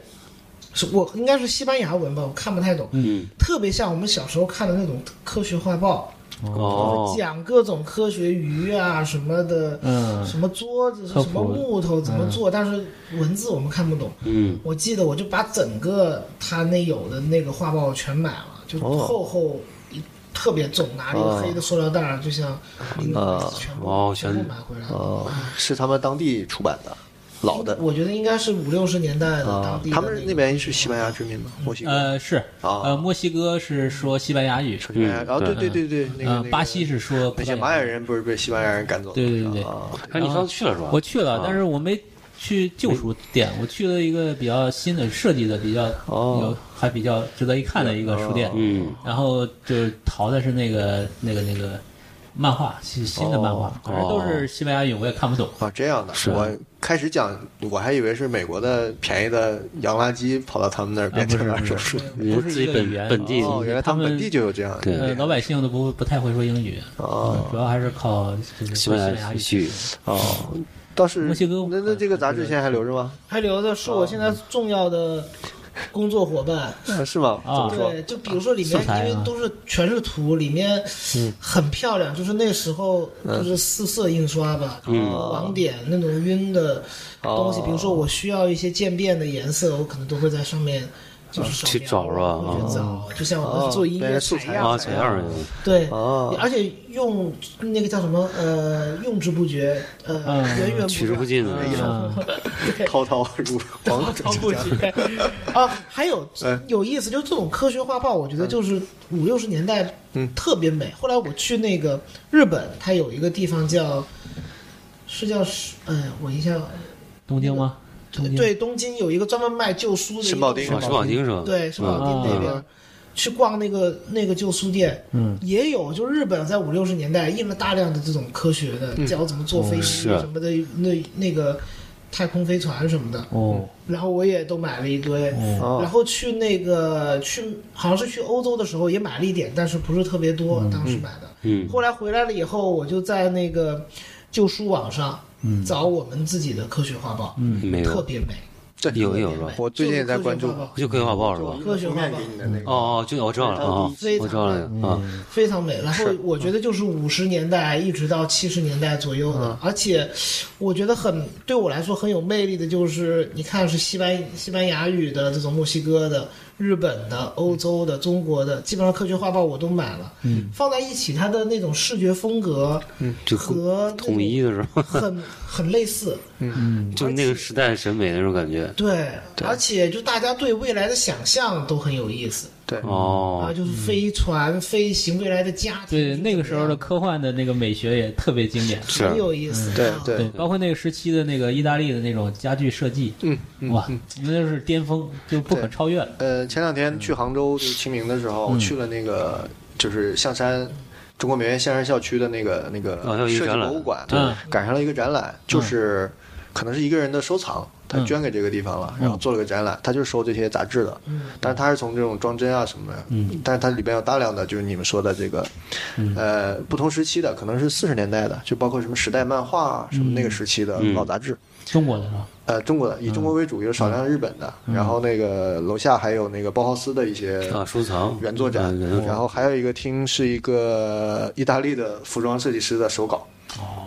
S7: 是我应该是西班牙文吧，我看不太懂，
S4: 嗯，
S7: 特别像我们小时候看的那种科学画报，
S4: 哦，
S7: 讲各种科学鱼啊什么的，
S6: 嗯
S7: 什么桌子、
S6: 科
S7: 什
S6: 普
S7: 么木头怎么做，但是文字我们看不懂。
S4: 嗯，
S7: 我记得我就把整个他那有的那个画报全买了，就是
S5: 哦
S7: 厚厚一特别重，拿了一个黑的塑料袋儿，就像拎着全部、
S4: 哦
S7: 全部
S4: 全
S7: 买回来。
S5: 哦，是他们当地出版的，老的
S7: 我觉得应该是五六十年代的
S5: 啊
S7: 当地、。
S5: 他们那边是西班牙殖民吗？墨西哥
S6: 呃是，
S5: 啊
S6: 呃墨西哥是说西班牙语，
S5: 西班牙，然后对对对对，那个
S6: 呃
S5: 那个
S6: 巴西是说葡
S5: 那
S6: 萄
S5: 些
S6: 牙
S5: 玛雅人不是被西班牙人赶走的？
S6: 对对对对
S5: 啊，
S4: 哎，你上次去了是吧？
S6: 我去了，但是我没去旧书店，我去了一个比较新的设计的、比较
S5: 哦
S6: 有还比较值得一看的一个书店。
S4: 嗯，
S6: 然后就是淘的是那个那个那个漫画，新新的漫画，
S5: 哦
S6: 反正都是西班牙语，我也看不懂。
S5: 啊，这样的，我开始讲，我还以为是美国的便宜的洋垃圾跑到他们那儿变成
S6: 啊
S5: 二
S6: 不
S5: 手
S6: 是不
S5: 书。
S6: 是
S4: 人
S6: 不
S4: 自
S6: 是
S4: 己
S6: 一个
S4: 本
S6: 语言
S4: 本地
S5: 哦，原来
S6: 他
S5: 他
S6: 们
S5: 们本地就有这样的。
S4: 对
S6: 呃，老百姓都不不太会说英语，
S5: 哦
S6: 主要还是靠就是
S4: 西
S6: 西
S4: 班牙
S6: 牙
S4: 语
S6: 语。
S4: 区，
S5: 哦，倒是
S6: 嗯墨西哥
S5: 那那这个杂志现在还留着吗？
S7: 还留着是我现
S5: 哦
S7: 在重要的工作伙伴。
S5: 啊是吗？怎
S6: 啊
S5: 么说？
S7: 对，就比如说里
S6: 素
S7: 面，
S6: 材啊
S7: 因为都是全是图，里面很漂亮，就是那时候就是四色印刷吧，网点那种晕的东西。
S5: 哦
S7: 比如说我需要一些渐变的颜色，我可能都会在上面就是扫描
S4: 去找是吧
S7: 会去找，就像我们做音
S5: 哦那
S7: 乐
S5: 是素材
S7: 采
S5: 啊
S7: 样
S4: 啊，采样儿
S7: 对，
S5: 哦
S7: 而且用那个叫什么呃，用之不觉，呃，
S6: 嗯
S7: 源源
S4: 取之
S7: 不
S4: 不
S7: 断。
S4: 尽啊的。
S5: 哎
S6: 嗯，
S5: 滔滔
S7: [laughs]
S5: 如黄土
S7: 超
S5: [laughs]
S7: 不绝 [laughs] 啊！还有
S5: 哎
S7: 有意思，就是这种科学画报，我觉得就是五六十年代，
S5: 嗯
S7: 特别美。后来我去那个日本，它有一个地方叫，是叫是，哎，我一下，
S6: 东京吗？东京
S7: 对，东京有一个专门卖旧书的一个
S5: 神保町
S7: 地方
S4: 啊，是网经是吧？
S7: 对，是保
S6: 嗯
S7: 町那边。去逛那个那个旧书店，
S6: 嗯，
S7: 也有，就日本在五六十年代印了大量的这种科学的，
S5: 嗯
S7: 教怎么做
S6: 嗯
S7: 飞行
S6: 啊
S4: 是
S7: 什么的，那那个太空飞船什么的，
S6: 哦，
S7: 然后我也都买了一堆，
S5: 哦
S7: 然后去那个去好像是去欧洲的时候也买了一点，但是不是特别多，当时买的。
S4: 嗯，
S7: 后来回来了以后，我就在那个旧书网上找我们自己的科学画报，
S4: 嗯没
S7: 特
S4: 有，
S7: 别美。
S5: 对，
S4: 有有是吧？
S5: 我最近也在关注
S7: 就是科学画报
S4: 就科学画报是吧？
S7: 科学画报
S5: 给你的那个
S4: 哦哦，就我知道了啊，
S7: 非常
S4: 我知道了啊。
S6: 嗯
S7: 非常美。然后我觉得就是五十年代一直到七十年代左右的，而且我觉得很对我来说很有魅力的就是，你看是西班西班牙语的这种墨西哥的。日本的、欧洲的、中国的，基本上科学画报我都买了。嗯，放在一起，它的那种视觉风格，嗯，
S4: 就
S7: 和那
S4: 统一的是吧？
S7: 很很类似。
S6: 嗯
S4: [laughs] 就是那个时代审美那种感觉。
S7: 对，而且就大家对未来的想象都很有意思
S5: 对
S7: 啊，
S4: 哦，
S7: 就是飞船、飞行、未来的家庭。
S6: 对，那个时候的科幻的那个美学也特别经典。
S4: 是
S7: 很有意思。
S5: 对
S7: 啊
S5: [laughs] 对
S6: 对，包括那个时期的那个意大利的那种家具设计，嗯，哇，那就是巅峰，就不可
S5: 对
S6: 超越了。
S5: 呃，前两天去杭州，就是清明的时候，
S4: 嗯
S5: 我去了那个就是象山中国美院象山校区的那个那个
S4: 哦还有一个
S5: 设计
S4: 展览嗯
S5: 博物馆，
S6: 嗯
S5: 赶上了一个展览，就是可能是一个人的收藏，他捐给这个地方
S4: 嗯
S5: 了，然后做了个展览，他就收这些杂志的，但是他是从这种装帧啊什么的，
S4: 嗯
S5: 但是它里边有大量的就是你们说的这个，呃，不同时期的，
S4: 嗯
S5: 可能是四十年代的，就包括什么时代漫画啊，什么那个时期的老杂志，
S6: 中国的是吧？
S5: 呃，中国的以中
S6: 嗯
S5: 国为主，有少量日本的，然后那个楼下还有那个包豪斯的一些
S4: 啊，收藏
S5: 原作展
S4: 嗯原作，
S5: 然后还有一个厅是一个意大利的服装设计师的手稿。
S6: 哦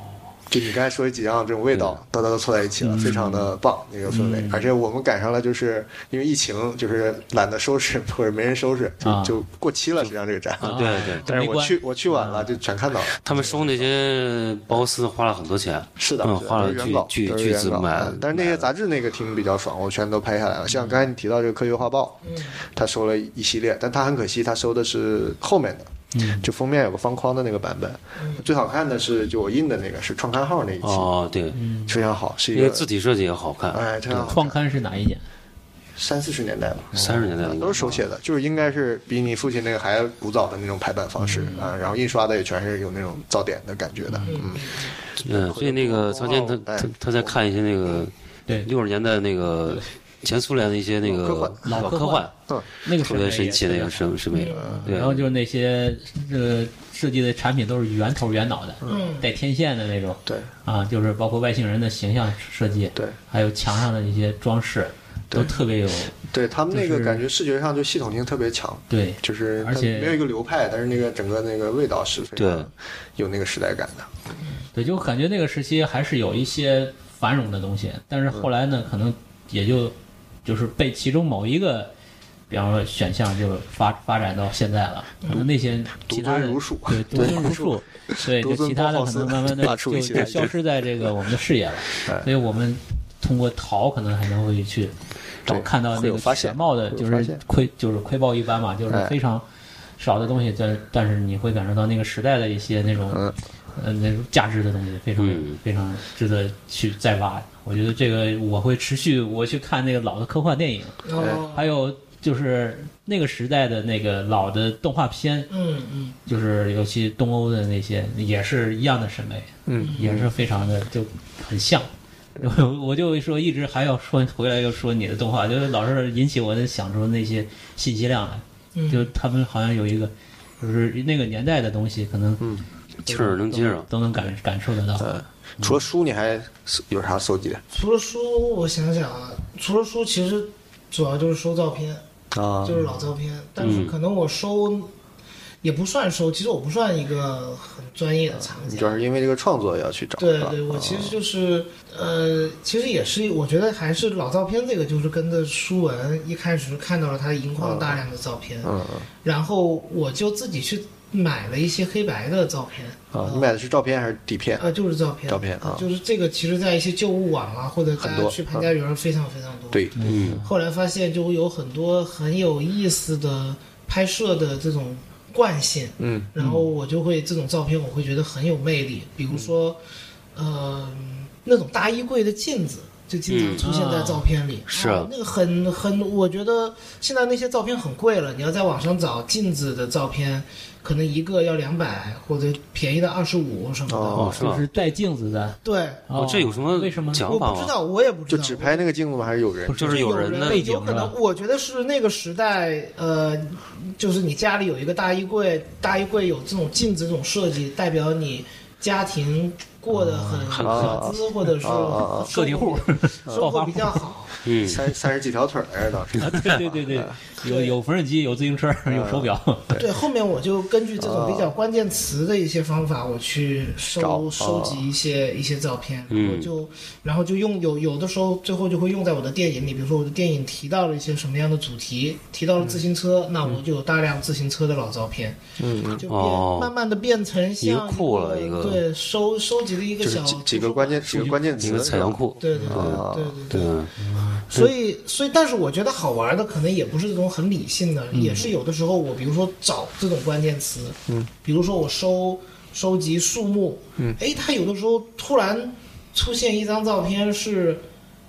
S5: 就你刚才说的几样这种味道，都都凑在一起
S6: 嗯
S5: 了，非常的棒那个氛围。而且我们赶上了，就是因为疫情，就是懒得收拾或者没人收拾，就
S6: 啊
S5: 就过期了。实际上这个展，
S4: 啊，对对，
S5: 但
S6: 没
S5: 是我
S6: 关啊
S5: 去我去晚了，就全看到了。
S4: 他们收那些包丝花了很多钱，
S5: 是的，
S4: 嗯，
S5: 是的
S4: 花
S5: 都
S4: 了
S5: 是原稿，
S4: 巨
S5: 都
S4: 巨
S5: 是
S4: 巨
S5: 原
S4: 资
S5: 稿
S4: 买
S5: 嗯，但是那些杂志那个厅比较爽，我全都拍下来了。像刚才你提到这个《科学画报》，他收了一系列，但他很可惜，他收的是后面的。
S4: 嗯
S5: 就封面有个方框的那个版本，最好看的是就我印的那个是创刊号那一期，
S4: 哦，对，
S5: 非常好，是一
S4: 那
S5: 嗯个
S4: 个字体设计也好看，
S5: 哎，这样
S6: 创刊是哪一年？
S5: 三四十年代吧，
S4: 三十年代的
S5: 哦都是手写的，就是应该是比你父亲那个还古早的那种排版方
S4: 嗯
S5: 式啊，然后印刷的也全是有那种噪点的感觉的，嗯，
S4: 嗯，所以那个曹健他
S5: 哎
S4: 他他在看一些那个
S6: 对，
S4: 六十年代那个前苏联的一些那
S5: 老科
S4: 个
S5: 幻
S4: 老
S6: 老科
S4: 科幻，
S6: 那个
S4: 特别
S6: 审美
S4: 神
S6: 也
S4: 奇的一
S6: 特
S4: 个
S6: 别
S4: 审审美，
S5: 嗯
S4: 对
S6: 然后就是那些呃设计的产品都是圆头圆脑的，带天线的那种，
S5: 嗯对
S6: 啊，就是包括外星人的形象设计，
S5: 对，
S6: 还有墙上的一些装饰，都特别有
S5: 对他们那
S6: 就
S5: 个
S6: 是
S5: 感觉视觉上就系统性特别强，
S6: 对，
S5: 就是它
S6: 而且
S5: 没有一个流派，但是那个整个那个味道是非
S4: 对
S5: 常有那个时代感的。
S6: 对，就感觉那个时期还是有一些繁荣的东西，但是后来呢，可能也就就是被其中某一个。比方说选项就发发展到现在了，可能那些其
S5: 独
S6: 他的
S5: 尊儒术 [laughs]
S6: 对独尊儒术，对
S5: 独
S6: 就
S5: 尊
S6: 其他
S5: 包
S6: 的
S5: 豪
S6: 可
S5: 斯
S6: 能
S5: [laughs]
S6: 慢慢的
S5: 罢黜
S6: 就
S5: 一切
S6: 就消失在这个我们的视野了
S5: [laughs] 哎，
S6: 所以我们通过淘可能还能会去找
S5: 对
S6: 看到
S5: 会
S6: 那
S5: 有
S6: 个
S5: 发现
S6: 全貌的，
S5: 会有
S6: 就
S5: 发
S6: 是
S5: 现
S6: 窥就是窥豹一斑嘛，就是
S5: 哎
S6: 非常少的东西，但但是你会感受到那个时代的一些那种
S5: 嗯
S6: 呃那种价值的东西，非常、
S4: 嗯
S6: 非常值得去再挖。我觉得这个我会持续我去看那个老的科幻电影，
S7: 哦，
S6: 还有就是那个时代的那个老的动画片，
S7: 嗯嗯，
S6: 就是尤其东欧的那些也是一样的审美，
S5: 嗯，
S6: 也是非常的就很像。我就说一直还要说回来又说你的动画，就是老是引起我的想出那些信息量来，就他们好像有一个就是那个年代的东西，可能
S4: 气儿能接上。
S6: 都能感感受得到。
S5: 呃，除了书，你还搜有啥搜集的
S7: 除了书，我想想啊，除了书，其实主要就是收照片，
S5: 啊？
S7: 就是老照片，但是
S4: 嗯
S7: 可能我收也不算收，其实我不算一个很专业的藏
S5: 嗯你啊主
S7: 家
S5: 要。是因为这个创作要去找，
S7: 对
S5: 是吧
S7: 对，我其实就是，呃，其实也是，我觉得还是老照片这个，就是跟着舒文一开始看到了他银矿大量的照片，
S5: 嗯
S7: 然后我就自己去买了一些黑白的照片，
S5: 啊，你买的是照片还是底片？
S7: 呃，就是照片，
S5: 照片啊
S7: 就是这个，其实，在一些旧物网啊，或者大
S5: 很
S7: 家
S5: 多嗯
S7: 去潘家园非常非常多。，
S5: 对，
S4: 嗯，
S7: 后来发现就有很多很有意思的拍摄的这种惯性，
S5: 嗯，嗯
S7: 然后我就会这种照片，我会觉得很有魅力。比如说，呃，那种大衣柜的镜子。就经常出现在照片里，
S4: 是
S7: 啊那个很很，我觉得现在那些照片很贵了，你要在网上找镜子的照片，可能一个要两百或者便宜的二十五什么的。
S5: 哦
S4: 哦，是
S6: 就
S4: 吧
S6: 是？带镜子的，
S7: 对，
S4: 哦，这有什么
S6: 为什么？
S4: 讲
S7: 我
S4: 法
S7: 不知
S4: 吗？
S7: 道，我也不知
S5: 就
S7: 道。
S5: 只拍那个镜子吗？还是有人？
S4: 就是有人的
S6: 背景
S7: 有可能
S6: 是吧，
S7: 我觉得是那个时代，呃，就是你家里有一个大衣柜，大衣柜有这种镜子这种设计，代表你家庭过得很
S4: 很
S6: 哦
S7: 合资，或者
S5: 啊啊啊啊
S7: 说
S6: 个体哦户，
S7: 生
S6: [laughs]
S7: 活比较好。
S4: 嗯，
S5: 三三十几条腿儿当时
S6: 啊， [laughs] 对对对对，有
S7: 对
S6: 有缝纫机，有自行车，有手表， [laughs]
S7: 对，后面我就根据这种比较关键词的一些方法，我去收
S5: 找哦
S7: 收集一些一些照片，然
S4: 嗯
S7: 后就然后就用有有的时候最后就会用在我的电影里，比如说我的电影提到了一些什么样的主题，提到了自行车，那我就有大量自行车的老照片，
S5: 嗯，
S7: 就
S4: 哦
S7: 变慢慢的变成像
S4: 一个库了一个
S7: 对收收集的一个
S5: 就是
S7: 小
S5: 几几个关键几个关键词，
S4: 一个采样库，
S7: 对对对
S5: 啊
S7: 对对对。
S4: 嗯，
S7: 所以，所以，但是我觉得好玩的可能也不是这种很理性的，也是有的时候我比如说找这种关键词，嗯，比如说我收收集树木，嗯，哎，它有的时候突然出现一张照片是，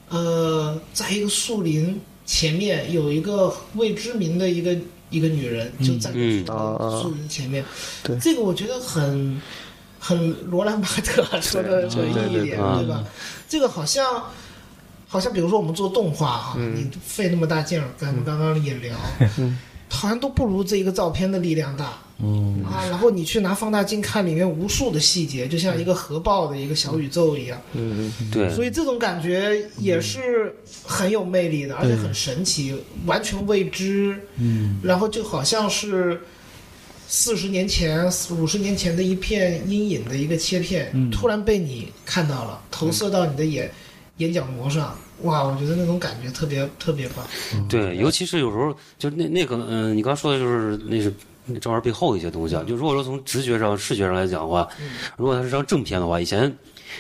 S7: 呃，在一个树林前面有一个未知名的一个一个女人就站在
S4: 嗯
S7: 树
S5: 啊啊
S7: 树林前面，
S5: 对
S7: 这个我觉得很很罗兰巴特说的文艺一
S5: 对对对
S7: 点，
S6: 嗯
S4: 对
S7: 对吧？这个好像。好像比如说我们做动画哈，你费那么大劲儿，咱们刚刚也聊，好像都不如这一个照片的力量大。
S6: 嗯
S7: 啊，然后你去拿放大镜看里面无数的细节，就像一个核爆的一个小宇宙一样，
S4: 对，
S5: 嗯
S7: 所以这种感觉也是很有魅力的，而且很神奇，完全未知，
S6: 嗯，
S7: 然后就好像是四十年前、五十年前的一片阴影的一个切片，
S6: 嗯
S7: 突然被你看到了，投射到你的眼、
S4: 嗯
S7: 眼角膜上，哇，我觉得那种感觉特别特别棒，
S4: 对，尤其是有时候就那那个，嗯、你刚说的就是那是那照片背后一些东西啊。就如果说从直觉上、视觉上来讲的话，如果它是张正片的话，以前因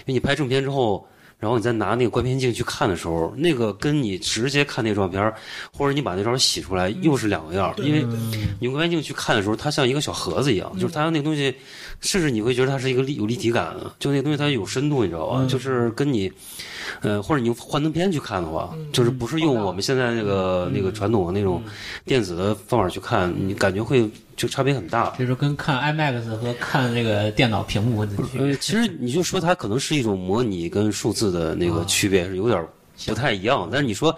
S4: 为你拍正片之后，然后你再拿那个观片镜去看的时候，那个跟你直接看那照片儿，或者你把那照片洗出来，又是两个样儿。因为你用观片镜去看的时候，它像一个小盒子一样，就是它那个东西，甚至你会觉得它是一个立有立体感的，就那个东西它有深度，你知道吧？就是跟你。呃，或者你用幻灯片去看的话，就是不是用我们现在那个、那个传统的那种电子的方法去看，你感觉会就差别很大。
S6: 这就跟看 IMAX 和看那个电脑屏幕的区别
S4: 呃，其实你就说它可能是一种模拟跟数字的那
S5: 啊
S4: 个区别是有点不太一样，但是你说。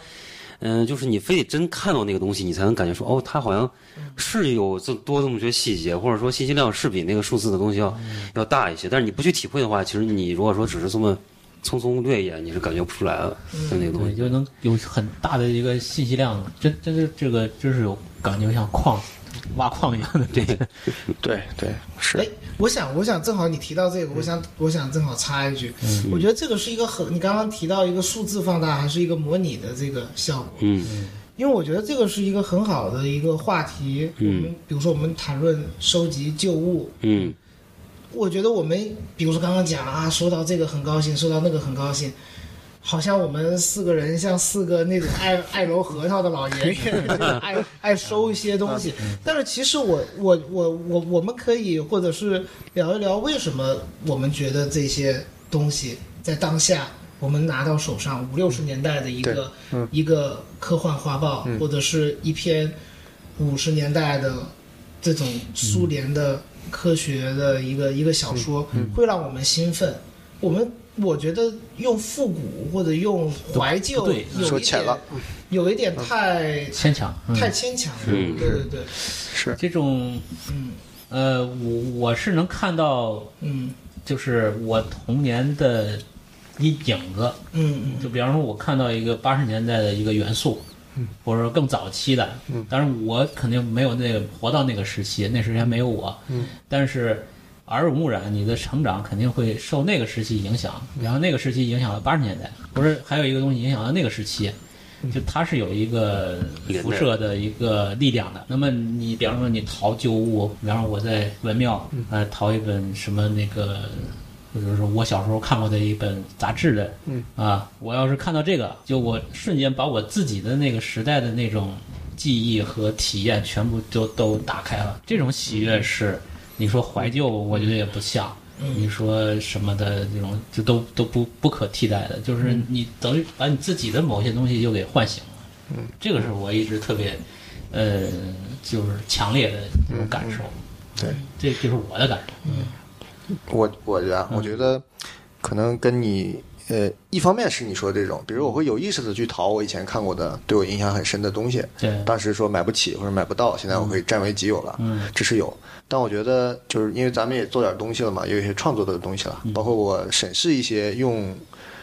S4: 嗯、就是你非得真看到那个东西，你才能感觉说，哦，它好像
S5: 嗯
S4: 是有这多这么些细节，或者说信息量是比那个数字的东西要、
S5: 嗯
S4: 要大一些。但是你不去体会的话，其实你如果说只是这么匆匆略一眼，你是感觉不出来的，
S5: 嗯
S4: 就那个东
S6: 对，
S4: 西。
S6: 就能有很大的一个信息量，真真是这个真是有感觉像矿挖矿一样的，对，
S5: 对对是
S7: 哎，我想，我想正好你提到
S4: 嗯
S7: 这个，我想，我想正好插一句，我觉得这个是一个很，你刚刚提到一个数字放大还是一个模拟的这个效果，
S4: 嗯，
S7: 因为我觉得这个是一个很好的一个话题。
S4: 嗯
S7: 我们比如说我们谈论收集旧物，
S4: 嗯，
S7: 我觉得我们比如说刚刚讲了啊，说到这个很高兴，说到那个很高兴。好像我们四个人像四个那种爱爱揉核桃的老爷爷，爱爱收一些东西。但是其实我我我我我们可以或者是聊一聊为什么我们觉得这些东西在当下我们拿到手上五六十年代的一个、
S6: 嗯
S7: 一个科幻画报、或者是一篇五十年代的这种苏联的科学的一
S6: 嗯
S7: 个、一个小说、会让我们兴奋。我们我觉得用复古或者用怀旧，
S6: 不对
S7: 有一
S5: 说
S7: 点
S5: 浅了，
S7: 有一点太、
S6: 牵强，嗯、
S7: 太牵强了。
S4: 嗯
S7: 对对对，
S5: 是
S6: 这种，
S7: 嗯
S6: 呃，我我是能看到，
S7: 嗯
S6: 就是我童年的一影子，
S7: 嗯
S6: 就比方说，我看到一个八十年代的一个元素，或者说更早期的，当然我肯定没有那个活到那个时期，那时间没有我，但是耳濡目染，你的成长肯定会受那个时期影响，然后那个时期影响了八十年代，不是还有一个东西影响了那个时期，就它是有一个辐射的一个力量的。那么你比方说你淘旧物，比方说我在文庙呃淘一本什么那个。或者说我小时候看过的一本杂志的，嗯啊，我要是看到这个，就我瞬间把我自己的那个时代的那种记忆和体验全部都都打开了。这种喜悦是，你说怀旧，我觉得也不像。
S7: 嗯
S6: 你说什么的这种，这都都不不可替代的，就是
S7: 嗯
S6: 你等于把你自己的某些东西就给唤醒了。嗯，这个是我一直特别，呃，就是强烈的这种感受。
S7: 嗯
S5: 嗯对，
S6: 这就是我的感受。嗯，
S5: 我我觉得啊，我觉得可能跟你呃，一方面是你说的这种，比如我会有意识的去淘我以前看过的对我影响很深的东西，
S6: 对
S5: 当时说买不起或者买不到，现在我会占为己有了，
S6: 嗯，
S5: 这是有。但我觉得就是因为咱们也做点东西了嘛，有一些创作的东西了，
S6: 嗯
S5: 包括我审视一些用。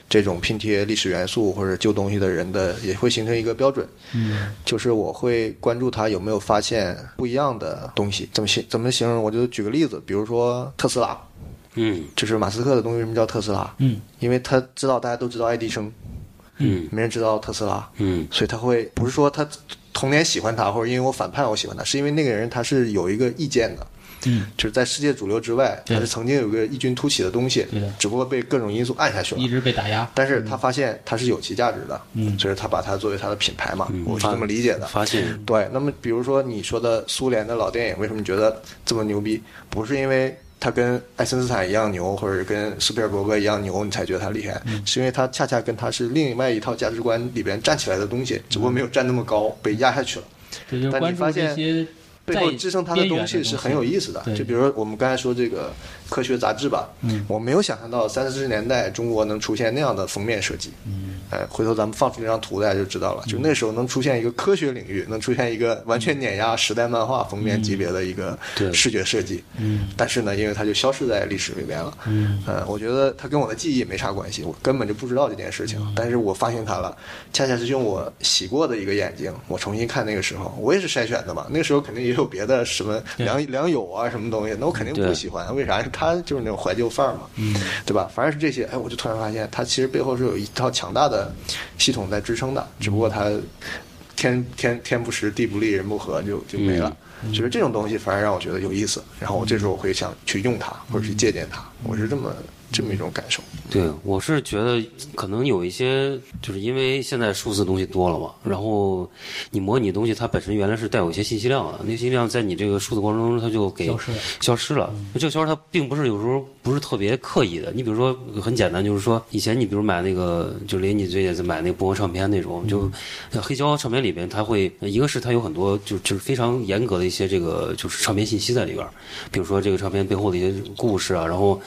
S5: 这种拼贴历史元素或者旧东西的人的，也会形成一个标准。
S6: 嗯，
S5: 就是我会关注他有没有发现不一样的东西。怎么形怎么形容？我就举个例子，比如说特斯拉，
S4: 嗯
S5: 就是马斯克的东西为什么叫特斯拉？
S6: 嗯，
S5: 因为他知道大家都知道爱迪生，
S4: 嗯
S5: 没人知道特斯拉，
S4: 嗯
S5: 所以他会不是说他童年喜欢他，或者因为我反叛我喜欢他，是因为那个人他是有一个意见的，
S6: 嗯，
S5: 就是在世界主流之外，
S6: 对
S5: 他是曾经有一个异军突起的东西
S6: 对的，
S5: 只不过被各种因素按下去了
S6: 一。直被打压。
S5: 但是他发现它是有其价值的，
S6: 嗯
S5: 所以他把它作为他的品牌嘛，我是这么理解的。
S4: 发现
S5: 对，那么比如说你说的苏联的老电影，为什么你觉得这么牛逼？不是因为它跟爱因斯坦一样牛，或者跟斯皮尔伯格一样牛，你才觉得它厉害，
S6: 嗯
S5: 是因为它恰恰跟它是另外一套价值观里边站起来的东西，只不过没有站那么高，被压下去了。
S6: 对，就是
S5: 但你
S6: 关注
S5: 发
S6: 这
S5: 现
S6: 些
S5: 背后支撑它
S6: 在
S5: 的
S6: 边缘的
S5: 东西是很有意思的
S6: 东。西对
S5: 就比如说我们刚才说这个科学杂志吧，
S6: 嗯
S5: 我没有想象到三四十年代中国能出现那样的封面设计。嗯，哎，回头咱们放出那张图大家就知道了。就那时候能出现一个科学领域，能出现一个完全碾压时代漫画封面级别的一个
S4: 对
S5: 视觉设计。
S6: 嗯，
S5: 但是呢，因为它就消失在历史里边了。
S6: 嗯，
S5: 呃，我觉得它跟我的记忆也没啥关系，我根本就不知道这件事情。但是我发现它了，恰恰是用我洗过的一个眼睛，我重新看那个时候，我也是筛选的嘛。那个时候肯定也有别的什么良良友啊什么东西，那我肯定不
S4: 对
S5: 喜欢。为啥？它就是那种怀旧范儿嘛，嗯，对吧？反而是这些，哎，我就突然发现，它其实背后是有一套强大的系统在支撑
S6: 嗯
S5: 的，只不过它天天天不时，地不利，人不和，就就没了。
S6: 嗯
S5: 就是这种东西反而让我觉得有意思，然后我这时候会想去用它或者去借鉴它，
S6: 嗯
S5: 我是这么这么一种感受。
S4: 对，我是觉得可能有一些，就是因为现在数字东西多了嘛，然后你模拟的东西，它本身原来是带有一些信息量的，那个信息量在你这个数字过程中，它就给
S6: 消失了嗯
S4: 消失了。这个消失它并不是有时候不是特别刻意的，你比如说很简单，就是说以前你比如买那个，就连你最近在买那个薄荷唱片那
S6: 嗯
S4: 种，就黑胶唱片里边，它会一个是它有很多就就是非常严格的一些这个就是唱片信息在里边儿，比如说这个唱片背后的一些故事啊，然后。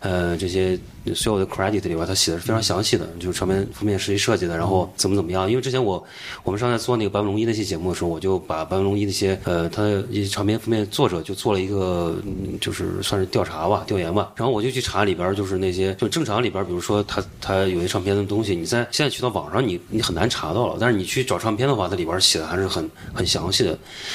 S4: 呃，这些所有的 credit 里边，他写的是非常详细的，就是上面封面是谁设计的，然后怎么怎么样。因为之前我我们上次做那个坂本龙一那期节目的时候，我就把坂本龙一那些呃他的一些唱片封面作者就做了一个、嗯就是算是调查吧，调研吧。然后我就去查里边，就是那些就正常里边，比如说他他有些唱片的东西，你在现在去到网上你你很难查到了，但是你去找唱片的话，它里边写的还是很很详细的。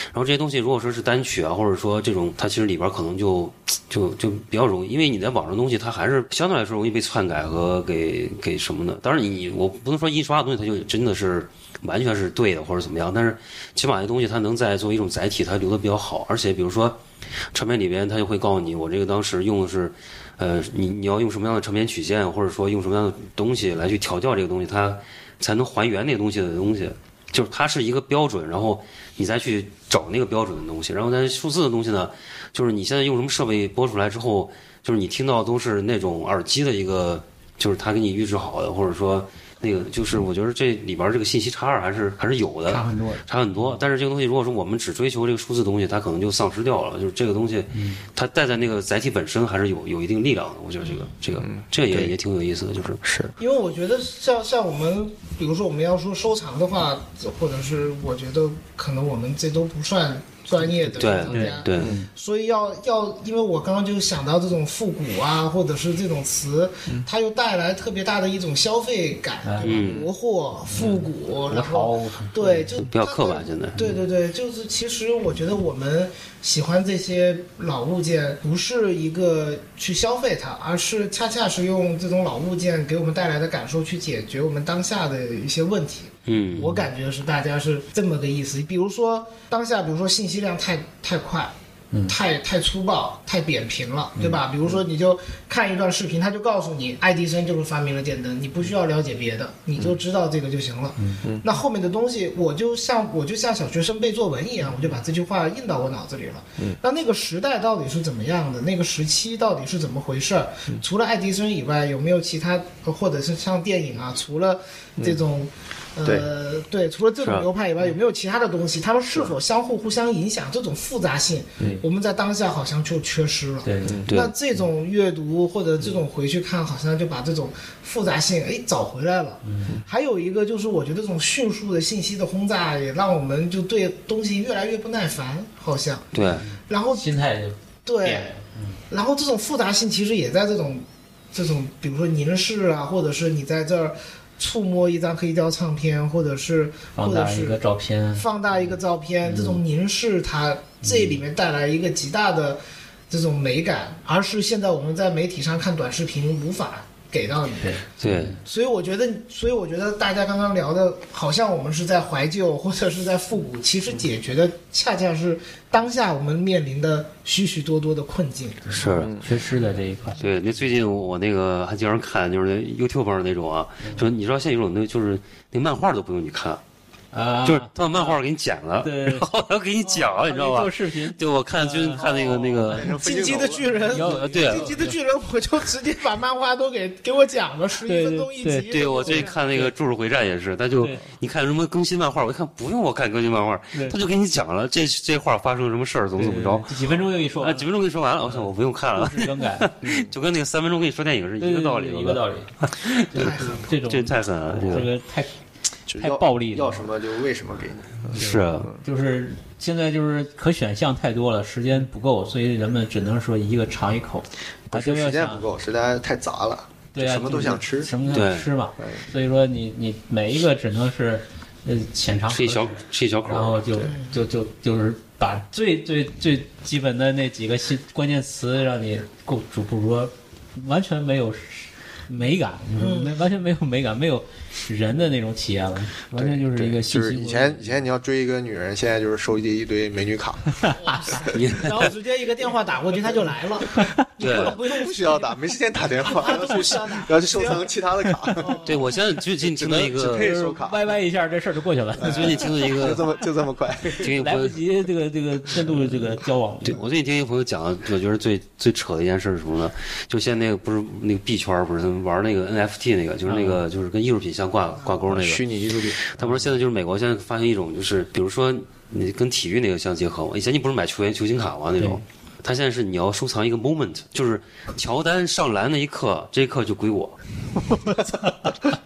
S4: 然后这些东西如果说是单曲啊，或者说这种，它其实里边可能就就就比较容易，因为你在网上的东西，它还是相对来说容易被篡改和给给什么的。当然你，你我不能说印刷的东西它就真的是完全是对的或者怎么样，但是起码这东西它能在作为一种载体，它留的比较好。而且比如说唱片里边，它就会告诉你，我这个当时用的是。呃，你你要用什么样的唱片曲线，或者说用什么样的东西来去调教这个东西，它才能还原那个东西的东西。就是它是一个标准，然后你再去找那个标准的东西。然后但是数字的东西呢，就是你现在用什么设备播出来之后，就是你听到都是那种耳机的一个，就是它给你预制好的，或者说那个，就是我觉得这里边这个信息差还是还是有的，
S6: 差很多的
S4: 差很多。但是这个东西，如果说我们只追求这个数字东西，它可能就丧失掉了。就是这个东西，
S6: 嗯
S4: 它带在那个载体本身还是有有一定力量的。我觉得这
S6: 嗯
S4: 个这个这个也也挺有意思的，就是
S5: 是，
S7: 因为我觉得像像我们，比如说我们要说收藏的话，或者是我觉得可能我们这都不算专业的收
S4: 对
S7: 藏
S4: 对
S7: 家，
S4: 对
S6: 嗯
S7: 所以要要，因为我刚刚就想到这种复古啊，或者是这种词，它又带来特别大的一种消费感，
S4: 嗯
S7: 国货、复古，然后
S6: 国潮
S7: 对，就
S4: 比较刻板现在嗯
S7: 对对对，就是其实我觉得我们喜欢这些老物件，不是一个去消费它，而是恰恰是用这种老物件给我们带来的感受去解决我们当下的一些问题。
S4: 嗯，
S7: 我感觉是大家是这么个意思。比如说当下，比如说信息量太太快。太太粗暴、太扁平了，对吧？比如说，你就看一段视频，他就告诉你，爱迪生就是发明了电灯，你不需要了解别的，你就知道这个就行了。那后面的东西，我就像我就像小学生背作文一样，我就把这句话印到我脑子里了。那那个时代到底是怎么样的？那个时期到底是怎么回事儿？除了爱迪生以外，有没有其他，呃或者是像电影啊，除了这种。呃，对，除了这种
S4: 是
S7: 流派以外，有没有其他的东西？他们是否相互互相影响？这种复杂性，我们在当下好像就缺失了。
S6: 对，对
S4: 对
S7: 那这种阅读或者这种回去看，好像就把这种复杂性哎找回来了。嗯，还有一个就是，我觉得这种迅速的信息的轰炸，也让我们就对东西越来越不耐烦，好像。
S4: 对
S7: 然后
S6: 心态就
S7: 对
S6: 变，了。
S7: 然后这种复杂性其实也在这种这种，比如说凝视啊，或者是你在这儿触摸一张黑胶唱片，或者是
S6: 放
S7: 或者
S6: 大一个嗯
S7: 是
S6: 照片，
S7: 放大一个照片，这种凝视它这里面带来一个极大的这种美感，而是现在我们在媒体上看短视频无法给到你。
S6: 对
S4: 对
S7: 所以我觉得，所以我觉得大家刚刚聊的，好像我们是在怀旧或者是在复古，其实解决的恰恰是当下我们面临的许许多多的困境。
S4: 是。
S6: 缺失的这一块，
S4: 对，那最近我那个还经常看，就是那 YouTube 上那种啊，就是你知道现在有种那就是那漫画都不用你看，
S6: 啊，
S4: 就是他把漫画给你剪了，
S6: 对啊
S4: 然后他给你讲了，你知道吧
S6: 做？视频
S4: 就我看就是看那个那个，
S7: 进击的巨人，
S6: 有
S4: 对
S7: 进击的巨人，我就直接把漫画都给给我讲了，十一
S6: 对
S7: 分钟一
S6: 对
S7: 集。
S4: 对我最近看那个《咒术回战》也是，他就
S6: 对
S4: 你看什么更新漫画，我一看不用我看更新漫画
S6: 对，
S4: 他就给你讲了这这画发生什么事儿，怎么怎么着。
S6: 对呃几分钟就一说
S4: 啊，几分钟跟你说完了，我想我不用看了，
S6: 故事更改，
S4: 就跟那个三分钟跟你说电影是一个道理，
S6: 对对对一个道
S4: 理，
S6: 理。这种
S4: 这太狠了，这
S6: 这
S4: 个
S6: 个太
S5: 就
S6: 太
S5: 要
S6: 暴力了
S5: 要什么就为什么给你。
S4: 是啊
S6: 就是现在就是可选项太多了，时间不够，所以人们只能说一个尝一口，
S5: 不
S6: 啊，
S5: 是
S6: 就
S5: 时
S6: 要
S5: 间不
S6: 想
S5: 够，是大家太杂了，
S6: 对啊，
S5: 什么都想吃
S6: 就是什么都想吃嘛。所以说你你每一个只能是呃浅尝
S4: 吃一小
S6: 辄止
S4: 吃一小口
S6: 然
S4: 儿，
S6: 后就就就就是把最最最基本的那几个新关键词让你够主捕捉，完全没有美感，没完全没有美感，没有人的那种体验了，完全就是一个
S5: 对
S6: 信
S5: 就
S6: 息
S5: 是
S6: 过
S5: 以前以前你要追一个女人，现在就是收集一堆美女卡，
S4: 你
S7: 然后直接一个电话打过去，他就来了。
S4: 对
S7: 不用
S5: 不需要 [laughs] 打，没时间打电哦话，要去
S7: 要打
S5: 要去收藏其他的卡，
S4: 对我现在最近听到一
S5: 只
S4: 个，
S5: 配
S6: 就是
S5: 收卡，
S6: 歪歪一下，这事儿就过去了。
S4: 最近听到一
S5: [laughs] 就 [laughs]
S4: 个
S5: 这么就这么快。
S4: 听一个
S6: 来
S4: 朋友
S6: 不及这个这个深度这
S5: 嗯
S6: 个交往，
S4: 对，我最近听一朋友讲，我觉得最最扯的一件事是什么呢？就现在那个不是那个币圈儿，不是他们玩那个 NFT 那个，就是那个、就是跟艺术品相挂挂钩那个。
S5: 拟艺术品，
S4: 他不是现在就是美国现在发现一种，就是比如说你跟体育那个相结合嘛，以前你不是买球员球星卡吗？那种，他现在是你要收藏一个 moment，就是乔丹上篮那一刻，这一刻就归我。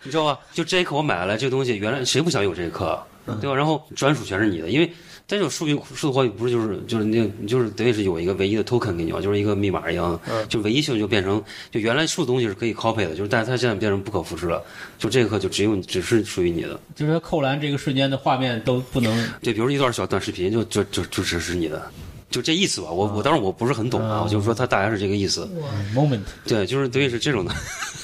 S4: 你知道吧？就这一刻我买了这个东西，原来谁不想有这一刻，对吧？然后专属全是你的，因为但这种数据数字货币不是就是就是那个就是等于是有一个唯一的 token 给你嘛，就是一个密码一样，就唯一性就变成就原来数字东西是可以 copy 的，就是但是它现在变成不可复制了，就这一刻就只有你只是属于你的。
S6: 就是他扣篮这个瞬间的画面都不能
S4: 对，比如一段小短视频就就就就只是你的。就这意思吧，我我当然我不是很懂啊，我就说它大概是这个意思，
S5: 嗯
S6: moment。
S4: 对，就是等于是这种的，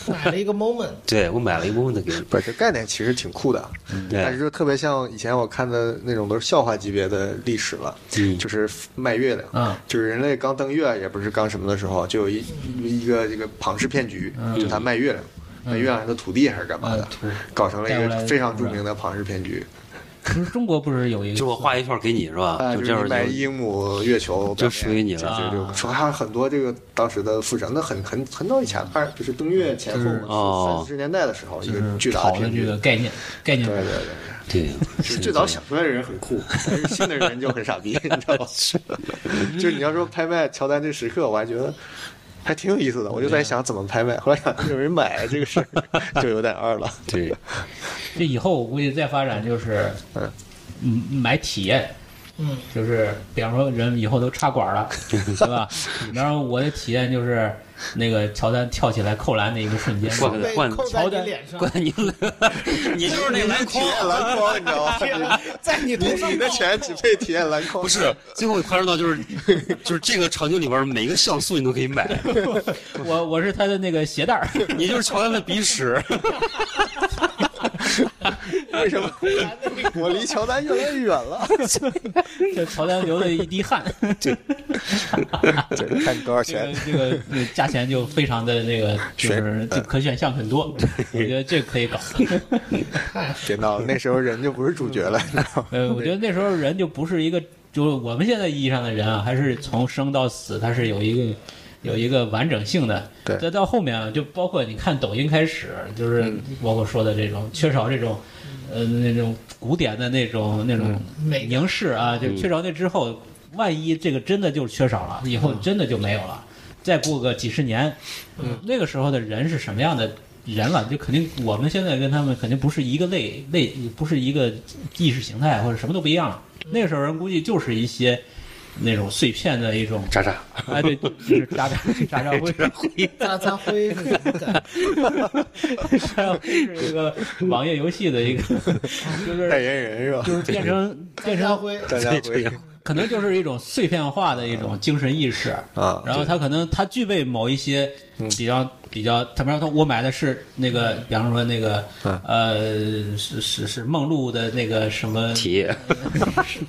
S7: 买了一个 moment，
S4: 对我买了一部分的给你，
S5: 不是这哎概念其实挺酷的，但
S4: 对，
S5: 是就特别像以前我看的那种都是笑话级别的历史了，
S4: 嗯
S5: 就是卖月亮，
S6: 嗯
S5: 就是人类刚登月也不是刚什么的时候，就有一一个这个庞氏骗局，就他卖月亮，卖月亮的嗯土地还是干嘛的，搞成了一个非常著名的嗯庞氏骗局，
S6: 不是中国不是有一个
S4: 就我画一片给你是吧？
S5: 啊，
S4: 就这
S5: 就是
S4: 样就
S5: 你买一亩月球
S4: 就属于你了
S5: 就就说还有很多这个当时的富商，那很很很早以前，二就是登月前后
S6: 就是
S4: 哦
S5: 嘛三四十年代的时候，一
S6: 就
S5: 个
S6: 是
S5: 巨大
S6: 炒的
S5: 骗
S6: 这
S5: 局。
S6: 个概念概念
S5: 对对对，
S4: 对，
S5: 就是最早想出来的人很酷，但是信的人就很傻逼，你知道吗？ [laughs] 就是你要说拍卖乔丹这时刻，我还觉得还挺有意思的，我就在想怎么拍卖，后来想有人买这个事儿就有点二了。
S4: 对，
S6: 这以后我估计再发展就是，
S5: 嗯
S6: 嗯，买体验，
S7: 嗯，
S6: 就是比方说人以后都插
S5: [laughs]
S6: 管了，对吧？然后我的体验就是那个乔丹跳起来扣篮的一个瞬间，
S4: 换 [laughs]
S7: 被
S4: 换
S7: 扣在你脸上，
S4: 关你，
S5: [laughs]
S4: 你就是那篮筐。
S5: 篮筐，你知道吗？
S7: 在你头
S5: 你
S7: 上
S5: 你的钱只配体验篮筐，
S4: 不是，最后我夸张到就是，就是这个场景里边每一个像素你都可以买，
S6: 我我是他的那个鞋
S5: [laughs]
S6: 带儿，
S4: 你就是乔丹的鼻屎，
S5: 为什么？我离乔丹越来越远了。
S6: 就乔丹流的一滴
S5: [laughs]
S6: 汗，
S5: 对，看多少 [laughs]
S6: 这个这个这个价钱就非常的那个，就是
S5: 嗯
S6: 就可选项很多，我觉得这可以搞。
S5: 别闹了，那时候人就不是主角了，你知道吗？
S6: 呃，我觉得那时候人就不是一个，就是我们现在意义上的人啊，还是从生到死，它是有一个有一个完整性的。
S5: 对
S6: 再到后面啊，就包括你看抖音开始，就是包括说的这种缺少这种，呃，那种古典的那种那种
S7: 美感
S6: 凝视啊，就缺少那之后，万一这个真的就是缺少了，以后真的就没有了。再过个几十年，那个时候的人是什么样的人了？就肯定我们现在跟他们肯定不是一个类类，不是一个意识形态或者什么都不一样了。那个时候人估计就是一些那种碎片的一种，
S4: 渣渣，
S6: 哎，对，就是渣渣渣渣灰， [laughs]
S7: 砸砸灰是什么感觉？
S6: 还有是一个网页游戏的一个，就 [laughs]
S5: 代
S6: 是
S5: 言人是吧？
S6: [laughs] 就是变成变
S7: 砸
S6: 成
S7: 灰，
S5: 大
S4: 嗯
S5: 家
S4: 对，这
S5: 回
S4: 样
S6: 可能就是一种碎片化的一种精神意识
S5: 啊
S6: 然后他可能他具备某一些比较比较，他比方说，我买的是那个，比方说那个
S5: 嗯
S6: 呃，是是是梦露的那个什么
S4: 体验，
S6: [laughs]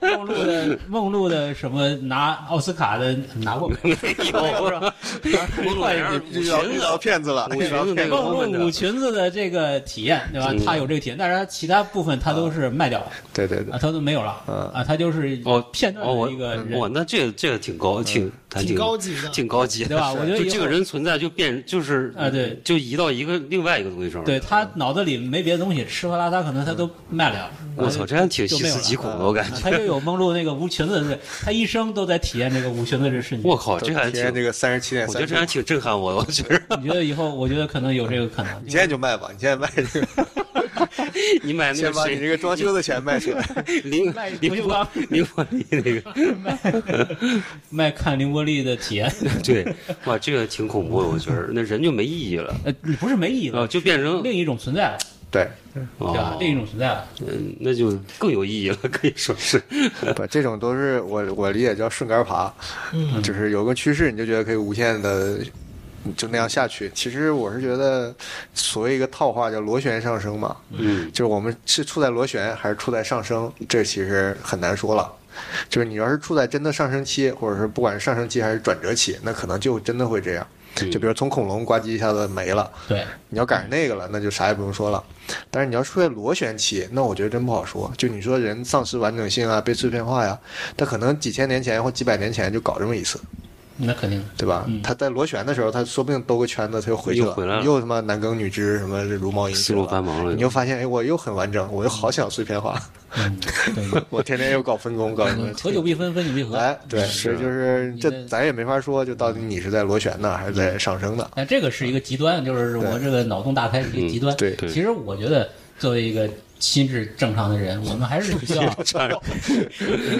S6: 梦露的梦露的什么拿奥斯卡的拿过没？
S4: 梦露
S5: [laughs]
S6: 换
S4: 裙子，
S5: 骗子了
S4: 舞裙子那个
S6: [laughs] 梦露舞裙子的这个体验，对吧？他有这个体验，但是他其他部分他都是卖掉了
S5: 对对
S6: 啊，
S5: 对，
S6: 他都没有了
S5: 嗯
S6: 啊，他就是
S4: 哦
S6: 片段
S4: 哦，我
S6: 的一个人嗯
S4: 我那这个这个挺高，挺还
S7: 挺高级的
S4: 挺高级的，[laughs]
S6: 对吧我觉得
S4: 就
S6: 以后
S4: 这个人存在就变就是嗯
S6: 啊对
S4: 就移到一个另外一个东西上。
S6: 对，他脑子里没别的东西，吃喝拉撒可能他都卖了。
S4: 嗯我操，这还挺细思极恐的，我感
S6: 啊
S4: 觉。
S6: 他就有梦露那个无裙子的，他一生都在体验这个无裙子这事情。
S4: 我靠，这还挺，
S5: 个三十七点
S4: 我觉得这还挺震撼我的，我觉
S6: [laughs]
S4: 得。
S6: 你觉得以后，我觉得可能有这个可能
S5: 你。现在就卖吧，你现在卖 [laughs] 这个，
S4: 你买嗯那
S5: 先
S4: 个
S5: 把
S4: 谁
S5: 你这个装修的钱卖出
S4: [laughs]
S5: 来。
S4: 林
S6: 卖不
S4: 林
S6: 锈
S4: 波
S6: 钢
S4: 林波丽那
S6: [laughs]
S4: 个，
S6: 卖看凌波丽的体验，
S4: 对，哇，这个挺恐怖的，我觉得那人就没意义
S6: [laughs]
S4: 了
S6: 呃，不是没意义
S4: 啊，
S6: 了，
S4: 就变成
S6: 另一种存在了，
S5: 对，
S6: 对吧
S4: 哦？
S6: 另一种存在了。
S4: 嗯，那就更有意义了，可以说是。
S5: 不，这种都是我我理解叫顺杆爬，
S7: 嗯
S5: 就是有个趋势，你就觉得可以无限的就那样下去。其实我是觉得，所谓一个套话叫螺旋上升嘛，
S4: 嗯，
S5: 就是我们是处在螺旋还是处在上升，这其实很难说了。就是你要是处在真的上升期，或者是不管是上升期还是转折期，那可能就真的会这样。
S4: 嗯
S5: 就比如从恐龙呱唧一下子没了，
S6: 对，
S5: 你要赶上那个了，那就啥也不用说了。但是你要出现螺旋期，那我觉得真不好说。就你说人丧失完整性啊，被碎片化呀，他可能几千年前或几百年前就搞这么一次，
S6: 那肯定。
S5: 对吧？
S6: 嗯
S5: 他在螺旋的时候，他说不定兜个圈子，他又回去
S4: 又回来了
S5: 又他妈男耕女织，什么茹毛饮
S4: 思
S5: 血
S4: 路繁忙了又
S5: 你又发现，哎，我又很完整，我又好想碎片化， [laughs]
S6: 嗯，
S4: [laughs]
S6: 对，？
S5: 我天天又搞分工，搞什么
S6: 合久必分，分久必合。
S5: 哎，对，所以就是
S6: 啊你
S5: 这
S6: 的
S5: 咱也没法说，就到底你是在螺旋呢，还是在上升呢？
S6: 但这个是一个极端，就是我这个脑洞大开是一个极端。
S5: 嗯对
S4: 对
S6: 其实我觉得作为一个心智正常的人，我们还是需要， [laughs]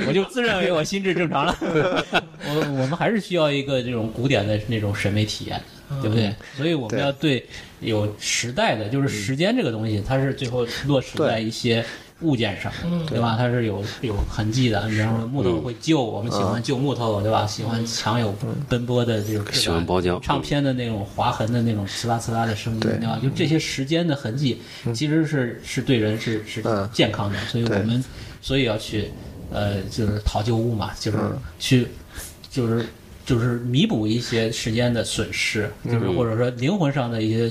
S6: 我就自认为我心智
S5: [laughs]
S6: 正常了。我我们还是需要一个这种古典的那种审美体验，对不对？所以我们
S5: 对嗯
S6: 要对有时代的，就是时间这个东西，它是最后落实在一些。物件上，对吧？它是有有痕迹的，比方说木头
S5: 嗯
S6: 会旧，我们喜欢旧木头，对吧？喜欢墙有奔波的这种质感，
S4: 喜欢包浆
S6: 唱片。片的那种划痕的那种呲啦呲啦的声音，
S5: 嗯对
S6: 对吧？就这些时间的痕迹，其实是是对人是是
S5: 嗯
S6: 健康的，所以
S5: 对
S6: 我们所以要去呃，就是淘旧物嘛，就是
S5: 嗯
S6: 去就是。就是弥补一些时间的损失，就是
S5: 嗯
S6: 或者说灵魂上的一些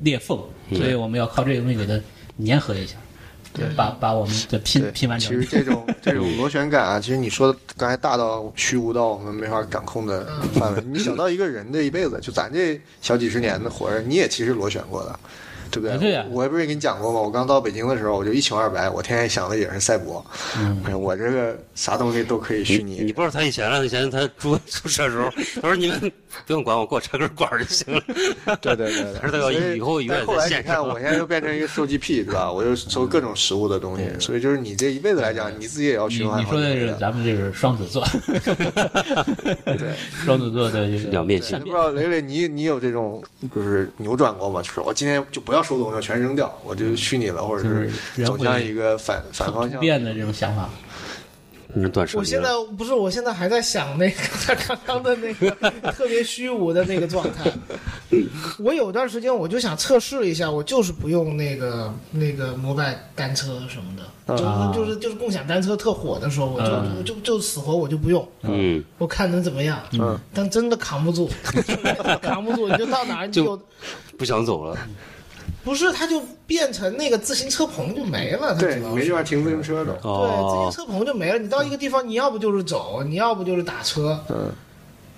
S6: 裂缝，所以我们要靠这个东西给它粘合一下，对，把把我们的拼
S5: 对，
S6: 拼完
S5: 其
S6: 整。
S5: 实这种这种螺旋感啊，其实你说的刚才大到虚无到我们没法感控的
S6: 嗯
S5: 范围，你想到一个人这一辈子，就咱这小几十年的活着，你也其实螺旋过的。对不对？
S6: 啊对呀
S5: 我不是也跟你讲过吗？我刚到北京的时候，我就一穷二白，我天天想的也是赛博。
S6: 嗯
S5: 哎呀我这个啥东西都可以虚
S4: 你
S5: 拟。
S4: 不知道他以前了，以前他住 [laughs] 宿舍的时候，他说你们不用管我，给我插根管儿就行了。
S5: 对对对对。
S4: 他说他要
S5: 所
S4: 以后永
S5: 但
S4: 远
S5: 后
S4: 在
S5: 来你
S4: 线上
S5: 看，。我现在又变成一个收集癖，对吧？我就收各种食物的东西。所以就是你这一辈子来讲，你自己也要
S6: 你
S5: 循环
S6: 你
S5: 好
S6: 说
S5: 几
S6: 的
S5: 遍
S6: 是
S5: 的。
S6: 咱们这是双子座， [laughs] 双子座的这个
S4: 两面性
S5: 对，不知道雷雷，你你有这种就是扭转过吗？就是我今天就不要收东西，我全扔掉，我就虚拟了，或者
S6: 就
S5: 是
S6: 是人
S5: 走
S6: 会
S5: 向一个反反方向。
S6: 变的这种想法。
S4: 嗯，断舍
S7: 我
S4: 离
S7: 现在
S4: 了。
S7: 不是，我现在还在想那个他刚刚的那个特别虚无的那个状
S5: [laughs]
S7: 态。我有段时间我就想测试一下，我就是不用那个那个摩拜单车什么的，
S6: 啊
S7: 就是就是就是共享单车特火的时候，我
S5: 啊
S7: 就、
S6: 嗯
S7: 我就就死活我就不用，
S4: 嗯，
S7: 我看能怎么样。
S5: 嗯，
S7: 但真的扛不住， [laughs] 扛不住，你就到哪儿你
S4: 就
S7: 有
S4: 不想走了。
S7: 不是，它就变成那个自行车棚就没了，它
S5: 对，
S7: 主
S5: 你
S7: 要
S5: 没
S7: 是
S5: 地方停自行车的。
S7: 对，自行
S4: 哦，
S7: 车棚就没了。你到一个地方，你要不就是走，你要不就是打车。
S5: 嗯，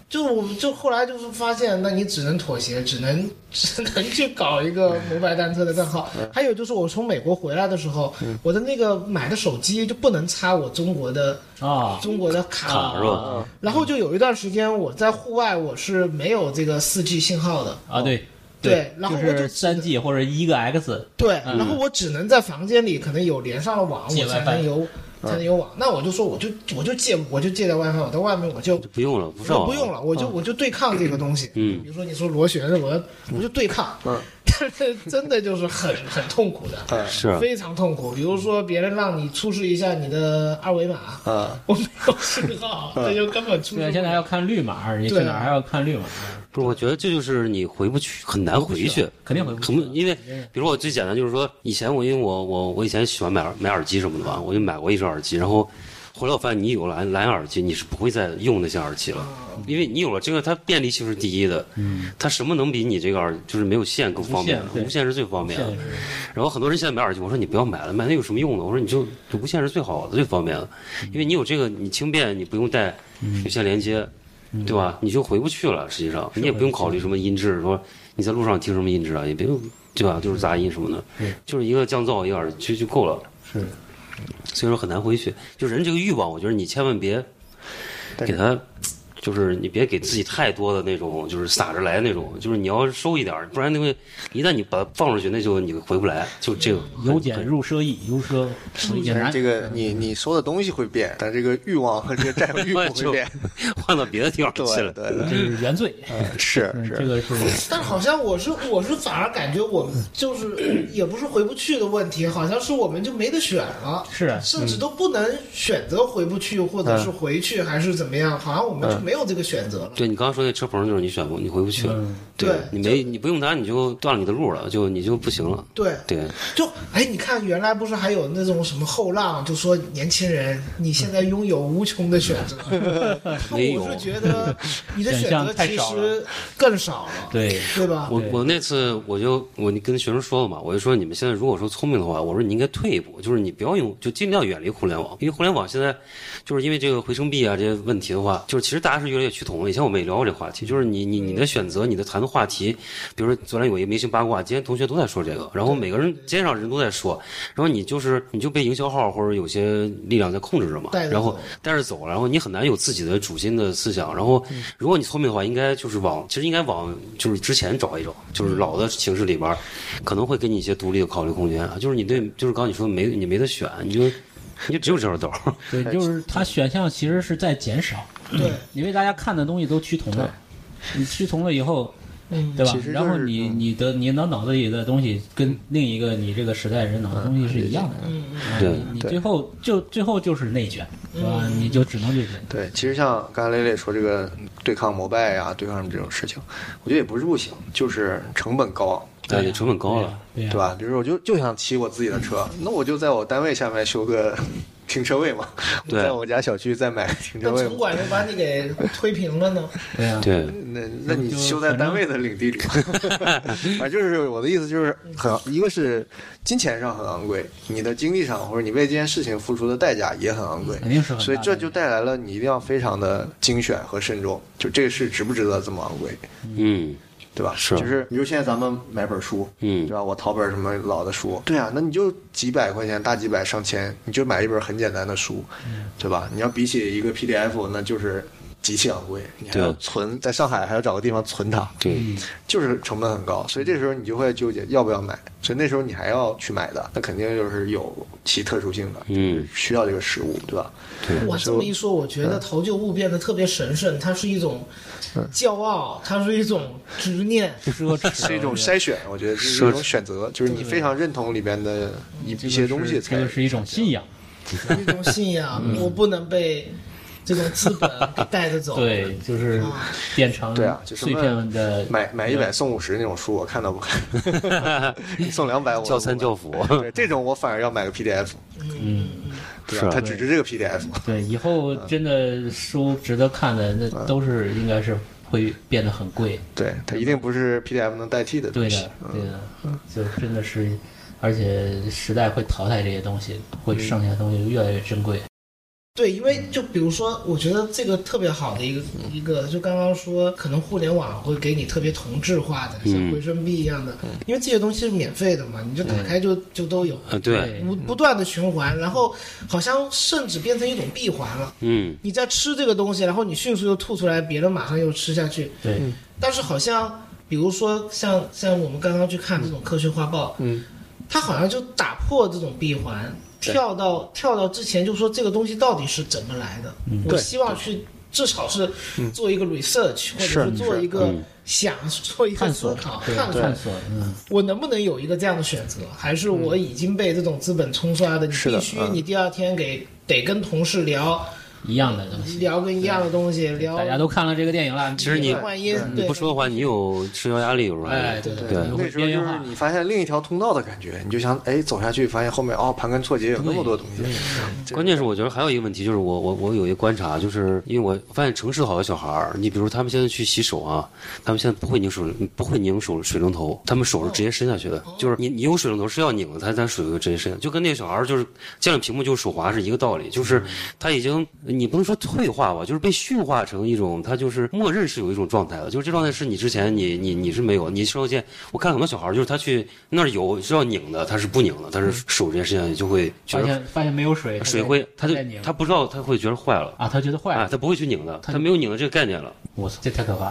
S7: 就我们就后来就是发现，那你只能妥协，只能 [laughs] 只能去搞一个摩拜单车的账号。还有就是我从美国回来的时候，
S6: 嗯
S7: 我的那个买的手机就不能插我中国的
S6: 啊，
S7: 中国的卡。
S4: 卡是吧？
S7: 然后就有一段时间我在户外我是没有这个四 G 信号的。
S6: 啊，对
S7: 嗯对然后
S6: 就
S7: 我就是
S6: 三 G 或者一个 X，
S7: 对，然后我只能在房间里可能有连上了网，
S6: 嗯借嗯
S7: 我才
S6: WiFi
S7: 能有才能有网。那我就说，我就我就借我就借在 WiFi，我在外面我就
S4: 不用了，不
S7: 我
S4: 上
S7: 说
S4: 网
S7: 不用了，我就我就对抗这个东西。
S4: 嗯
S7: 比如说你说螺旋的，我要我就对抗。 [laughs]
S5: 嗯，
S7: 真的就是很很痛苦的，
S5: 嗯
S4: 是啊
S7: 非常痛苦。比如说别人让你出示一下你的二维码， [laughs]
S5: 啊，
S7: 我没有信号，
S4: 嗯
S7: 这就根本出示
S6: 对，
S7: 不
S6: 现在还
S7: 了。
S6: 要看绿码，你去
S7: 对啊
S6: 哪儿还要看绿码。
S4: 不是，我觉得这就是你回不去，很难回去，
S6: 肯定回不去啊嗯
S4: 很因为比如我最简单就是说，以前我因为我我我以前喜欢买耳买耳机什么的吧，我就买过一只耳机，然后后来我发现你有了蓝蓝牙耳机，你是不会再用那些耳机了，
S6: 嗯
S4: 因为你有了这个，它便利性是第一的，嗯，它什么能比你这个耳就是没有线更方便
S6: 无线？对
S4: 无线是最方便的
S6: 无线是。
S4: 然后很多人现在买耳机，我说你不要买了，买那有什么用呢？我说你就就无线是最好的，最方便的，因为你有这个，你轻便，你不用带有线连接。对吧？你就回不去了。实际上，你也不用考虑什么音质，说你在路上听什么音质啊，也别对吧？就是杂音什么的，就是一个降噪，一个耳机就够了。
S6: 是，
S4: 所以说很难回去。就人这个欲望，我觉得你千万别
S5: 对
S4: 给他，就是你别给自己太多的那种，就是撒着来那种。就是你要收一点儿，不然那个一旦你把它放出去，那就你回不来。就这个很
S6: 由俭入奢易，由奢也
S5: 但
S6: 难
S5: 是。
S6: 嗯
S5: 这个你你说的东西会变，但这个欲望和这个占有欲不会
S4: 就 [laughs]
S5: 变。
S4: 换到别的地方
S5: 对
S4: 去了。
S5: 对对
S6: 这，是原罪，
S5: 嗯是
S6: 嗯这
S5: 是，
S6: 个是
S7: 但好像我是我是反而感觉我们就是 [coughs] 也不是回不去的问题，好像是我们就没得选了，
S6: 是啊嗯
S7: 甚至都不能选择回不去，或者是回去还是怎么样，好像我们
S4: 嗯
S7: 就没有这个选择了。
S4: 对你刚刚说那车棚就是你选不，你回不去了。
S6: 嗯
S7: 对
S4: 你没你不用它，你就断了你的路了，就你就不行了。
S7: 对，
S4: 对，
S7: 就哎，你看原来不是还有那种什么后浪，就说年轻人你现在拥有无穷的选择，
S4: 没有
S7: 我是觉得你的选
S6: 选项
S7: 择
S6: 太
S7: 其
S6: 少
S7: 实
S6: 了
S7: 更少了，
S6: 对
S7: 啊对吧？
S4: 我
S6: 对
S4: 我那次我就我跟学生说了嘛，我就说你们现在如果说聪明的话，我说你应该退一步，就是你不要用，就尽量远离互联网，因为互联网现在就是因为这个回声壁啊这些问题的话，就是其实大家是越来越趋同了。以前我们也聊过这个话题，就是你你你的选择，你的谈的话题，比如说昨天有一个明星八卦，今天同学都在说这个，然后每个人街上人都在说，然后你就是你就被营销号或者有些力量在控制着嘛，
S7: 带着
S4: 然后
S7: 走
S4: 带着走，然后你很难有自己的主心的思想。然后，如果你聪明的话，应该就是往，其实应该往就是之前找一找，就是老的形式里边儿，可能会给你一些独立的考虑空间啊。就是你对，就是刚你说没你没得选，你就你就只有这条道儿。
S6: 对，就是它选项其实是在减少，
S7: 对，
S6: 因为大家看的东西都趋同了，你趋同了以后，
S7: 嗯，
S6: 对吧
S5: 其实？就是
S6: 然后你
S5: 嗯
S6: 你的你脑脑子里的东西跟另一个你这个时代人脑子东西是一样的，
S7: 嗯
S6: 嗯
S4: 对
S5: 嗯
S6: 你
S5: 对
S6: 最后就最后就是内卷，对吧？
S7: 嗯
S6: 你就只能这些。
S5: 对，其实像刚才磊磊说这个对抗摩拜呀、对抗什么这种事情，我觉得也不是不行，就是成本高昂。
S4: 哎，你成本高了，
S6: 对啊呀
S5: 对吧？比如说我就就想骑我自己的车，那我就在我单位下面修个 [laughs] 停车位嘛，我
S4: 对
S5: 在我家小区再买个停车
S7: 那
S5: 位
S7: 城
S5: 嘛。
S7: 管又把你给推平了呢。
S6: 对呀，
S4: 对。
S5: 那那你修在单位的领
S6: [laughs]
S5: 地里，反正就是我的意思就是很，一个是金钱上很昂贵，你的精力上或者你为这件事情付出的代价也很昂贵，
S6: 肯定是很大的
S5: 所以这就带来了你一定要非常的精选和慎重，就这个事值不值得这么昂贵。
S4: 嗯，
S5: 对吧？
S4: 是
S5: 就是比如现在咱们买本书，
S4: 嗯
S5: 对吧？我淘本什么老的书，对啊，那你就几百块钱，大几百上千，你就买一本很简单的书，对吧？你要比起一个 PDF，那就是极其昂贵，你还要
S4: 对
S5: 存，在上海还要找个地方存它，
S4: 对，
S5: 就是成本很高，所以这时候你就会纠结要不要买，所以那时候你还要去买的，那肯定就是有其特殊性的，
S4: 嗯，
S5: 需要这个实物，对吧？
S7: 哇，这么一说，我觉得陶旧物变得特别神圣，它是一种骄傲，它是一种执念。
S6: 奢侈
S5: 是一种筛选，我觉得这是一种选择，就是你非常认同里边的一一些东西
S6: 这
S5: 才
S6: 个是一种信仰。
S7: 一种信仰，我不能被这种资本给带着走。
S6: 对，就是变成
S5: 对啊就什么
S6: 碎片的
S5: 买买一百送五十那种书，我看都
S4: [laughs]
S5: 不看。你送两百，我
S4: 教参教 [laughs] 辅，
S5: 对这种我反而要买个 PDF，对
S7: 嗯
S4: 是
S5: 吧
S4: 啊？
S5: 它只值这个 PDF，
S6: 对，以后真的书值得看的，那都是应该是会变得很贵。
S5: 对它一定不是 PDF 能代替的
S6: 对
S5: 东西嗯
S6: 的。，对的，就真的是，而且时代会淘汰这些东西，会剩下的东西越来越珍贵。
S7: 对，因为就比如说，我觉得这个特别好的一个一个，就刚刚说，可能互联网会给你特别同质化的，像回声壁一样的，因为这些东西是免费的嘛，你就打开就就都有，
S4: 啊，对，
S6: 嗯
S7: 不不断的循环，然后好像甚至变成一种闭环了。
S4: 嗯，
S7: 你在吃这个东西，然后你迅速又吐出来，别人马上又吃下去。
S6: 对，
S7: 但是好像，比如说像像我们刚刚去看这种科学画报，
S5: 嗯，
S7: 它好像就打破这种闭环，跳到跳到之前就说这个东西到底是怎么来的。我希望去至少是做一个 research，、或者
S5: 是
S7: 是做一个
S4: 嗯
S7: 想、做一个
S6: 探
S7: 思
S6: 索
S7: 考，
S6: 对
S7: 看看
S6: 探索，嗯，
S7: 我能不能有一个这样的选择，还是我已经被这种资本冲刷的，你
S5: 是的
S7: 必须
S5: 嗯
S7: 你第二天给得跟同事聊
S6: 一样的东西。
S7: 聊跟一样的东西，聊
S6: 大家都看了这个电影了，
S4: 其实你
S7: 换音，
S4: 你
S7: 对
S4: 不说的话，你有社交压力，有时候还
S6: 哎，对
S4: 对
S6: 你
S5: 那
S6: 会
S5: 时候就
S6: 边缘
S5: 是
S6: 化。
S5: 你发现另一条通道的感觉，你就想哎走下去，发现后面哦盘根错节有那么多东西，这
S4: 关键是我觉得还有一个问题，就是我我我有一个观察，就是因为我发现城市好多小孩儿，你比如他们现在去洗手啊，他们现在不会拧手，不会拧手水龙头，他们手是直接伸下去的，就是你你用水龙头是要拧的，他他手就直接伸，就跟那个小孩儿就是见了屏幕就手滑是一个道理，就是他已经你不能说退化吧，就是被驯化成一种他就是默认是有一种状态的，就是这状态是你之前你你你是没有，你生活间我看很多小孩儿就是他去那儿有是要拧的，他是不拧的，他是手直接伸下去就会觉
S6: 发
S4: 得
S6: 现发现没有水，它在
S4: 水会，他就
S6: 在拧
S4: 他不知道，他会觉得坏了。
S6: 啊，他觉得坏
S4: 啊，
S6: 了，
S4: 他不会去拧的，他没有拧的这个概念了，
S6: 我操，这太可怕。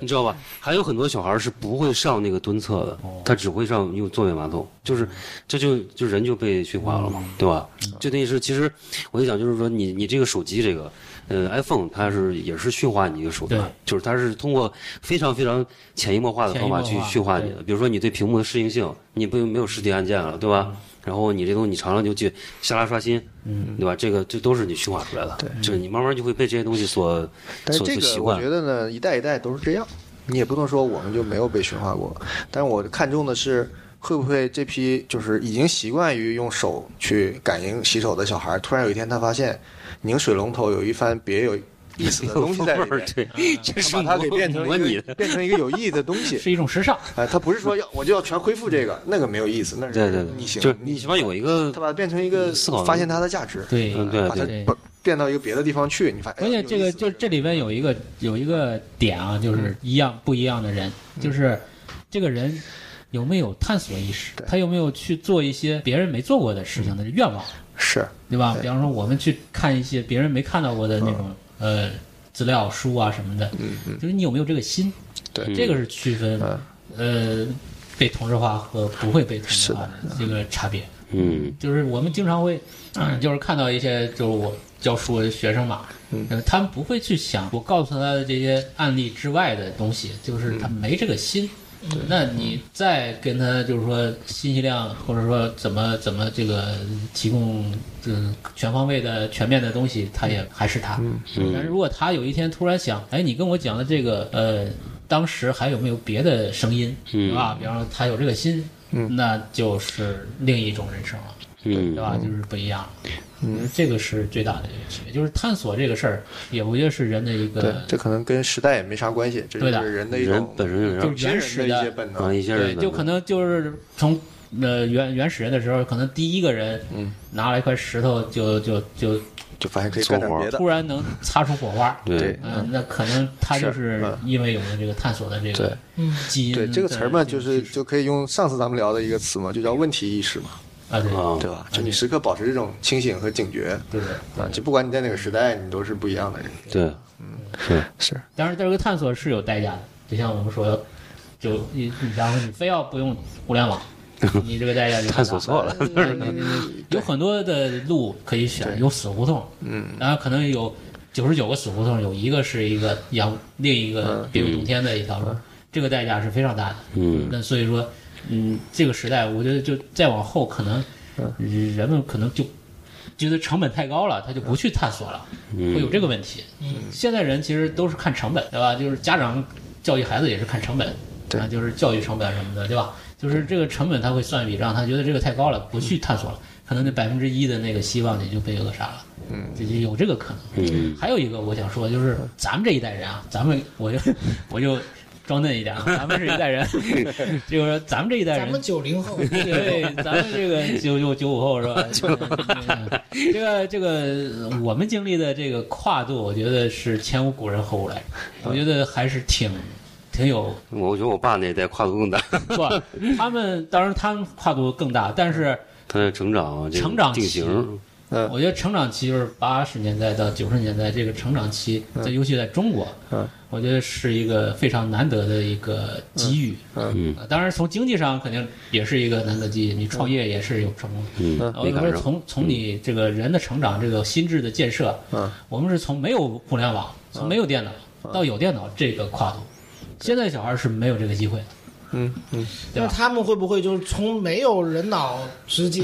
S4: 你知道吧？还有很多小孩是不会上那个蹲厕的，
S6: 哦
S4: 他只会上用坐便马桶，
S6: 嗯
S4: 就是这就就人就被驯化了嘛，对吧？就等于是，其实我就讲，就是说你你这个手机这个，呃，iPhone 它是也是驯化你的手段
S6: 对，
S4: 就是它是通过非常非常潜移默化的方法
S6: 潜移
S4: 去
S6: 默化
S4: 驯化你的，比如说你对屏幕的适应性，你不没有实体按键了，对
S6: 嗯
S4: 吧？然后你这东西你尝尝就去下拉刷新，嗯，对吧？这个这都是你驯化出来的，对，就是你慢慢就会被这些东西所
S5: 但是
S4: 所
S5: 这
S4: 所习
S5: 个我
S4: 惯
S5: 觉。得呢，一代一代都是这样，你也不能说我们就没有被驯化过。但我看重的是，会不会这批就是已经习惯于用手去感应洗手的小孩，突然有一天他发现拧水龙头有一番别有意思
S4: [laughs]
S5: 的东西在里面，
S4: 对，这是
S5: 把它给
S4: 模
S5: 变成
S4: 模拟
S5: 一
S4: 的
S5: 个，变成一个有意义的东
S4: [laughs]
S5: 西。
S6: [laughs] 是一种时尚，
S5: 哎，他不是说要我就要全恢复这个，那个没有意思，那是
S4: 对对对，
S5: 逆行，
S4: 就是嗯你起码有一个
S5: 他把它变成一个
S4: 思考能力
S5: 发现它的价值，
S6: 对
S4: 嗯对
S5: 把它
S6: 对
S5: 不变到一个别的地方去，你发现
S6: 关
S5: 哎
S6: 键这个
S5: 有意思嗯
S6: 就是这里边有一个有一个点啊，就是一样不一样的人，就是这个人有没有探索意识，
S5: 对
S6: 他有没有去做一些别人没做过的事情的愿望，
S5: 是
S6: 对吧？
S5: 对
S6: 比方说我们去看一些别人没看到过的那种
S5: 嗯
S6: 呃资料书啊什么的，就是你有没有这个心，
S5: 对
S6: 这个是区分
S5: 嗯
S6: 呃被同质化和不会被同质化的这个差别。
S4: 嗯
S6: 就是我们经常会，嗯就是看到一些就是我教书的学生嘛，呃他们不会去想我告诉他的这些案例之外的东西，就是他没这个心。那你再跟他就是说信息量，或者说怎么怎么这个提供这全方位的全面的东西，他也还是他。但是如果他有一天突然想，哎，你跟我讲的这个呃，当时还有没有别的声音，
S4: 嗯
S6: 对吧？比方说他有这个心，那就是另一种人生了。
S4: 嗯
S6: 对，吧？就是不一样。嗯，这个是最大的一个区别，就是探索这个事儿，也我觉得是人的一
S5: 对
S6: 个，
S5: 这可能跟时代也没啥关系，这就
S6: 对的
S5: 是人的一
S4: 人
S5: 种
S4: 本身
S6: 就
S4: 人
S6: 是原始
S5: 人的一些
S6: 的，
S5: 本
S4: 啊，
S5: 能。
S4: 一些
S6: 对，
S4: 人
S6: 就可能就是从呃原原始人的时候，可能第一个人
S5: 嗯
S6: 拿了一块石头就，就就
S5: 就发现可以干点别的
S6: 突。然能擦出火花。
S4: 对
S6: 嗯，那可能他就是是
S5: 嗯
S6: 因为有了这个探索的这
S5: 对
S6: 个基因的
S5: 对
S6: 种趋势。
S5: 这个词儿嘛，就是就可以用上次咱们聊的一个词嘛，就叫问题意识嘛，
S6: 啊，对
S4: 啊，
S5: 对吧？就你时刻保持这种清醒和警觉
S6: 对的。
S5: 啊，就不管你在哪个时代，你都是不一样的人。
S4: 对，是
S5: 是
S6: 当然，这个探索是有代价的，就像我们说，就你你假如你非要不用
S5: [laughs]
S6: 互联网，你这个代价就很大
S4: 探索错 [laughs] 了，
S6: 嗯有很多的路可以选，
S5: 对
S6: 有死胡同，嗯，然后可能有九十九个死胡同，有一个是一个阳，另一个别有洞天的一条路，这个代价是非常大的。
S4: 嗯
S6: 那所以说，嗯，这个时代，我觉得就再往后，可能人们可能就觉得成本太高了，他就不去探索了，会有这个问题。嗯，现在人其实都是看成本，对吧？就是家长教育孩子也是看成本，
S5: 对
S6: 啊，就是教育成本什么的，对吧？就是这个成本他会算一笔账，他觉得这个太高了，不去探索了，可能那百分之一的那个希望也就被扼杀了。嗯，就有这个可能。
S4: 嗯，
S6: 还有一个我想说，就是咱们这一代人啊，咱们我就我就装嫩一点，啊，咱们是一代 [laughs] 人，就是说咱们这一代人，
S7: 咱们九零后，
S6: 对，咱们这个 [laughs] 九九 [laughs] 九五后是吧？这个这个，我们经历的这个跨度，我觉得是前无古人后无来，我觉得还是挺挺 [laughs] 有
S4: 我我觉得我爸那一代跨度更大，
S6: 不，他们当然他们跨度更大，但是
S4: [laughs] 他的成长这个
S6: 成长
S4: 定
S6: 期
S4: 型，
S5: 嗯
S6: 我觉得成长期就是八十年代到九十年代这个成长期，在尤其在中国，
S5: 嗯
S6: 我觉得是一个非常难得的一个机遇。
S4: 嗯
S6: 呃当然从经济上肯定也是一个难得机遇，你
S5: 嗯
S6: 创业也是有成功。
S4: 嗯，
S6: 我
S4: 没
S6: 们
S4: 赶
S6: 说
S4: 上。
S6: 从从你这个人的成长，这个心智的建设，
S5: 嗯
S6: 我们是从没有互联网，从没有电脑到有电脑这个跨度，现在小孩是没有这个机会的。
S5: 嗯嗯，
S6: 对
S7: 那
S6: 吧
S7: 他们会不会就是从没有人脑
S6: [laughs]
S7: 直接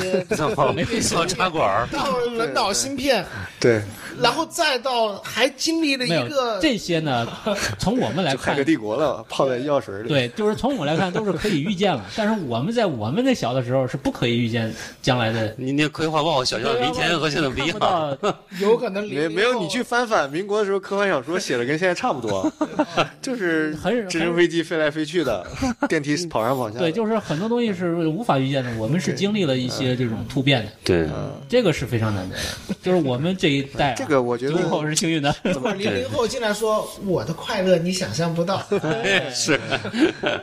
S4: 放插管儿，
S7: 到人脑芯片，
S5: [laughs] 对，
S7: 然后再到还经历了
S6: 没有
S7: 一个
S6: 这些
S7: [laughs]
S6: 呢，从我们来
S5: 就
S6: 看
S5: 海，克帝国了，泡在药水里。
S6: 对，就是从我们来看都是可以预见了，但是我们在我们那小的时候是不可以预见将来的。
S4: [laughs]
S5: 嗯
S4: 你那科幻把我想象
S5: 啊
S4: 的明天和现在不一
S6: 看不
S4: 样。
S6: 到
S7: 有可能
S5: 没没有，你去翻翻民国的时候科幻小说写的跟现在差不
S6: [laughs]
S5: 多，就是
S6: 很
S5: 直升飞机飞来飞去的，电梯跑上跑下的。
S6: 对，就是很多东西是无法预见的，我们是经历了一
S5: 嗯
S6: 些这种突变的，
S4: 对，
S6: 这个是非常难得的。就是我们这一代啊，
S5: 这个我觉得
S6: 九五后是幸
S5: [laughs]
S6: 运的，
S7: 这会儿零零后进来说我的快乐你想象不到，
S4: [laughs]
S5: [laughs]
S4: 是，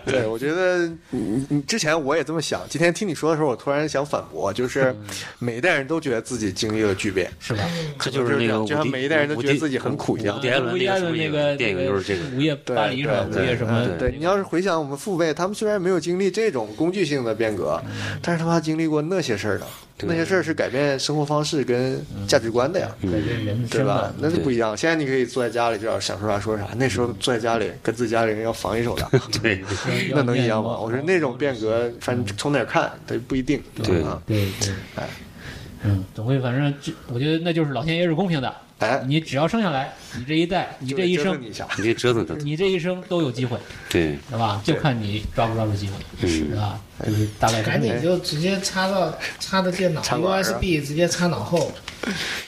S5: 对，我觉得你你之前我也这么想，今天听你说的时候，我突然想反驳，就是每一代人都觉得自己经历了巨变，
S6: 是吧？
S4: 这
S5: 就
S4: 就是是
S5: 那
S4: 那
S5: 个
S4: 个
S5: 伍迪就像每一代人都觉得自己很苦一样
S4: 伍迪艾伦
S6: 无
S4: 那
S6: 业
S4: 个是
S6: 的
S4: 不是
S6: 那
S4: 有
S6: 个
S4: 电影就是这个，
S6: 午夜
S5: 对
S6: 巴黎是吧？午
S5: 对
S6: 夜什么？
S4: 对
S5: 对，你要是回想我们父辈，他们虽然没有经历这种工具性的变革，但是他妈经历过那些事儿呢。
S4: 对
S5: 那些事儿是改变生活方式跟价值观的呀，
S6: 改变人
S5: 嗯对
S6: 生啊
S5: 吧
S6: 吧？？
S5: 那就不一样。现在你可以坐在家里就要想说啥说啥，那时候坐在家里跟自己家里人要防一手 [laughs] 的，
S4: 对， [laughs]
S5: 那能一样吗？我说那种变革，反正从哪儿看，它不一定。
S4: 对
S5: 啊，
S6: 对对，
S5: 哎
S6: 嗯，总会反正这，我觉得那就是老天爷是公平的，
S5: 哎，
S6: 你只要生下来，你这一代，你
S5: 就
S6: 这一
S5: 折腾
S6: 生
S5: 你，一下，
S4: 你得折腾折腾。
S6: 你这一生都有机会，
S4: 对，
S6: 是吧？就看你抓不抓住机
S4: 嗯
S6: 会，是吧？就是大概
S7: 赶
S6: 是
S7: 紧就直接插到插到电脑
S5: 插管儿啊
S7: USB 直接插脑后，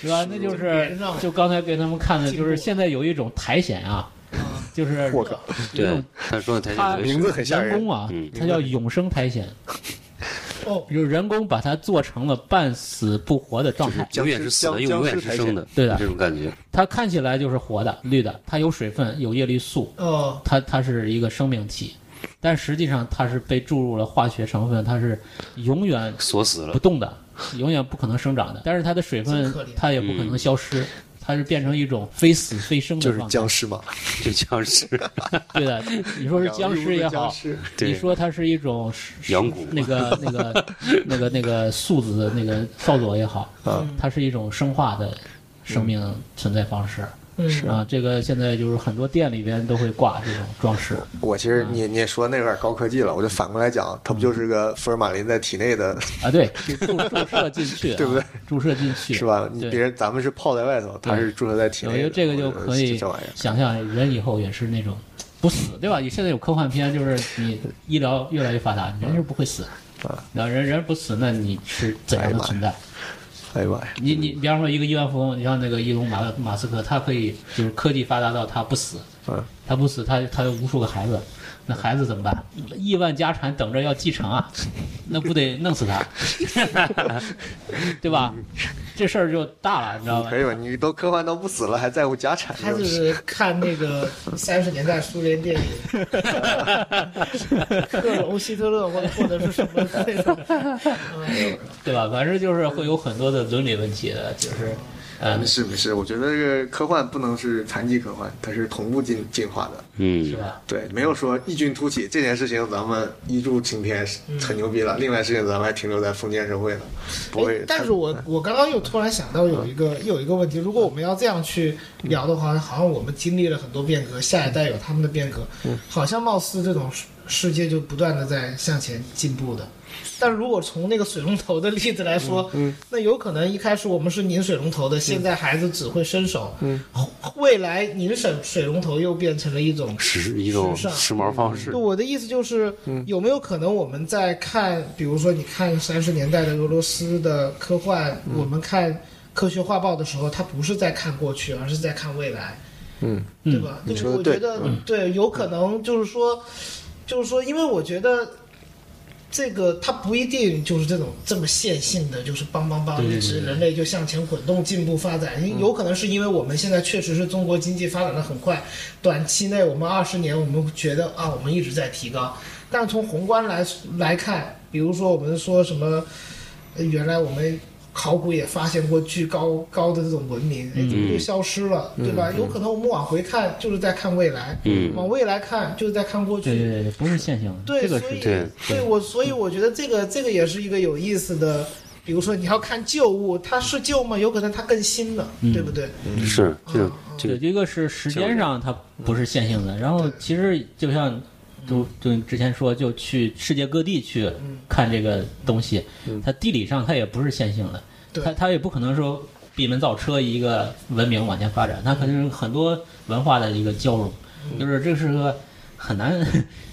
S6: 是吧？那就是就刚才给他们看的，就是现在有一种苔藓啊，就是
S5: 我靠，
S4: 对， [laughs] 他说的
S6: 他
S4: 太
S5: 名字很吓
S6: 人
S5: 人
S6: 工。啊
S4: 嗯，
S6: 它叫永生苔藓，
S7: 哦，
S6: 就是人工把它做成了半死不活的状态。
S4: 永远是死的，永远是生的，
S6: [laughs] 对啊的
S4: 这种感觉。
S6: 它看起来就是活的、绿的，它有水分、有叶绿素，
S7: 哦，
S6: 它它是一个生命体，但实际上它是被注入了化学成分，它是永远
S4: 锁死
S6: 不 [laughs]
S4: 了，
S6: 动的，永远不可能生长的。但是它的水分
S7: 真可怜，
S6: 它也不可能消失，它是变成一种非死非生
S5: 就
S6: 的
S5: 是
S6: 状态。
S5: 僵尸嘛，
S4: 就像是
S6: 对的，你说是僵
S5: [laughs]
S6: 尸也
S5: 僵
S6: 好，
S5: 尸
S4: 对
S6: 你说它是一种是
S4: 羊骨
S6: 那个
S5: [laughs]
S6: 那个那个那个素子那个扫帚也好，它是一种生化的生命存在方式。
S7: 嗯
S6: 啊，这个现在就是很多店里边都会挂这种装饰。
S5: 我其实你你也说那有点高科技了，我就反过来讲，它不就是个福尔马林在体内的，
S6: 啊，对，注注射
S5: [laughs]
S6: 进去、啊
S5: 对不对？
S6: 注射进去
S5: 是吧？你
S6: 对
S5: 别人咱们是泡在外头，它是注射在体
S6: 我
S5: 内
S6: 觉
S5: 的。
S6: 得这个就
S5: 我觉得
S6: 可以
S5: 这玩意儿，
S6: 想象，人以后也是那种不死，对吧？你现在有科幻片，就是你医疗越来越发达，人是不会死
S5: 啊。
S6: 那人人不死，那你是怎样的存在？
S5: 哎呀妈呀，
S6: 你你比方说一个亿万富翁，你像那个伊隆马马斯克，他可以就是科技发达到他不死，
S5: 嗯，
S6: 他不死，他他有无数个孩子，那孩子怎么办？亿万家产等着要继承啊，那不得弄死他， [laughs] 对吧？这事儿就大了，你知道吧
S5: 可？以吧？你都科幻到不死了，还在乎家产
S7: 他
S5: 这
S7: 就
S5: 种事？
S7: 是看那个三十年代苏联电
S5: [laughs]
S7: 影， [laughs] 克隆希特勒或者或者是什么那
S5: [laughs]
S7: 种，嗯
S6: 对吧？反正就是会有很多的伦理问题的，就是，呃
S5: 不，是不是，我觉得这个科幻不能是残疾科幻，它是同步进进化的。
S4: [laughs] 嗯
S6: 是，吧？
S5: 对，没有说异军突起这件事情，咱们一柱擎天是
S6: 嗯
S5: 很牛逼了。另外事情，咱们还停留在封建社会呢，不会嗯
S7: 哎。但是我我刚刚又突然想到有一个又有一个问题，如果我们要这样去
S5: 嗯
S7: 聊的话，好像我们经历了很多变革，下一代有他们的变革，
S5: 嗯
S7: 好像貌似这种世世界就不断的在向前进步的。但如果从那个水龙头的例子来说，
S5: 嗯
S7: 那有可能一开始我们是拧水龙头的，现在孩子只会伸手，
S5: 嗯
S7: 后未来拧水水龙头又变成了一种
S4: 是一种
S7: 时尚
S4: 时髦方式
S7: 对，。我的意思就是，
S5: 嗯
S7: 有没有可能我们在看，比如说你看三十年代的俄罗斯的科幻，
S5: 嗯
S7: 我们看科学画报的时候，它不是在看过去，而是在看未来，
S5: 嗯，
S7: 对吧？
S5: 你
S7: 对
S5: 说得
S7: 我
S5: 对嗯
S7: 觉得对，有可能就是说，就是说，因为我觉得。这个它不一定就是这种这么线性的，就是梆梆梆，
S6: 对
S7: 一直人类就向前滚动进步发展。
S5: 嗯
S7: 有可能是因为我们现在确实是中国经济发展的很快，短期内我们二十年我们觉得啊我们一直在提高，但是从宏观来来看，比如说我们说什么，呃原来我们考古也发现过巨高高的这种文明，哎，怎么就消失了，对吧？有可能我们往回看就是在看未来，
S4: 嗯
S7: 往未来看就是在看过去，
S6: 对对对，不是线性的，
S7: 对，
S6: 这个
S7: 所
S6: 是
S7: 以
S4: 对
S7: 对我，所以我觉得这个这个也是一个有意思的。比如说，你要看旧物，它是旧吗？有可能它更新了，对不对？
S4: 是这个
S7: 啊
S4: 这
S6: 对，
S4: 个
S6: 一个是时间上它不是线性的，然后
S7: 对
S6: 其实就像就
S4: 嗯
S6: 就之前说，就去世界各地去看这个东西，
S4: 嗯
S6: 它地理上它也不是线性的，
S7: 对
S6: 它它也不可能说闭门造车一个文明往前发展，它可能是很多文化的一个交融，
S4: 嗯
S6: 就是这是个很难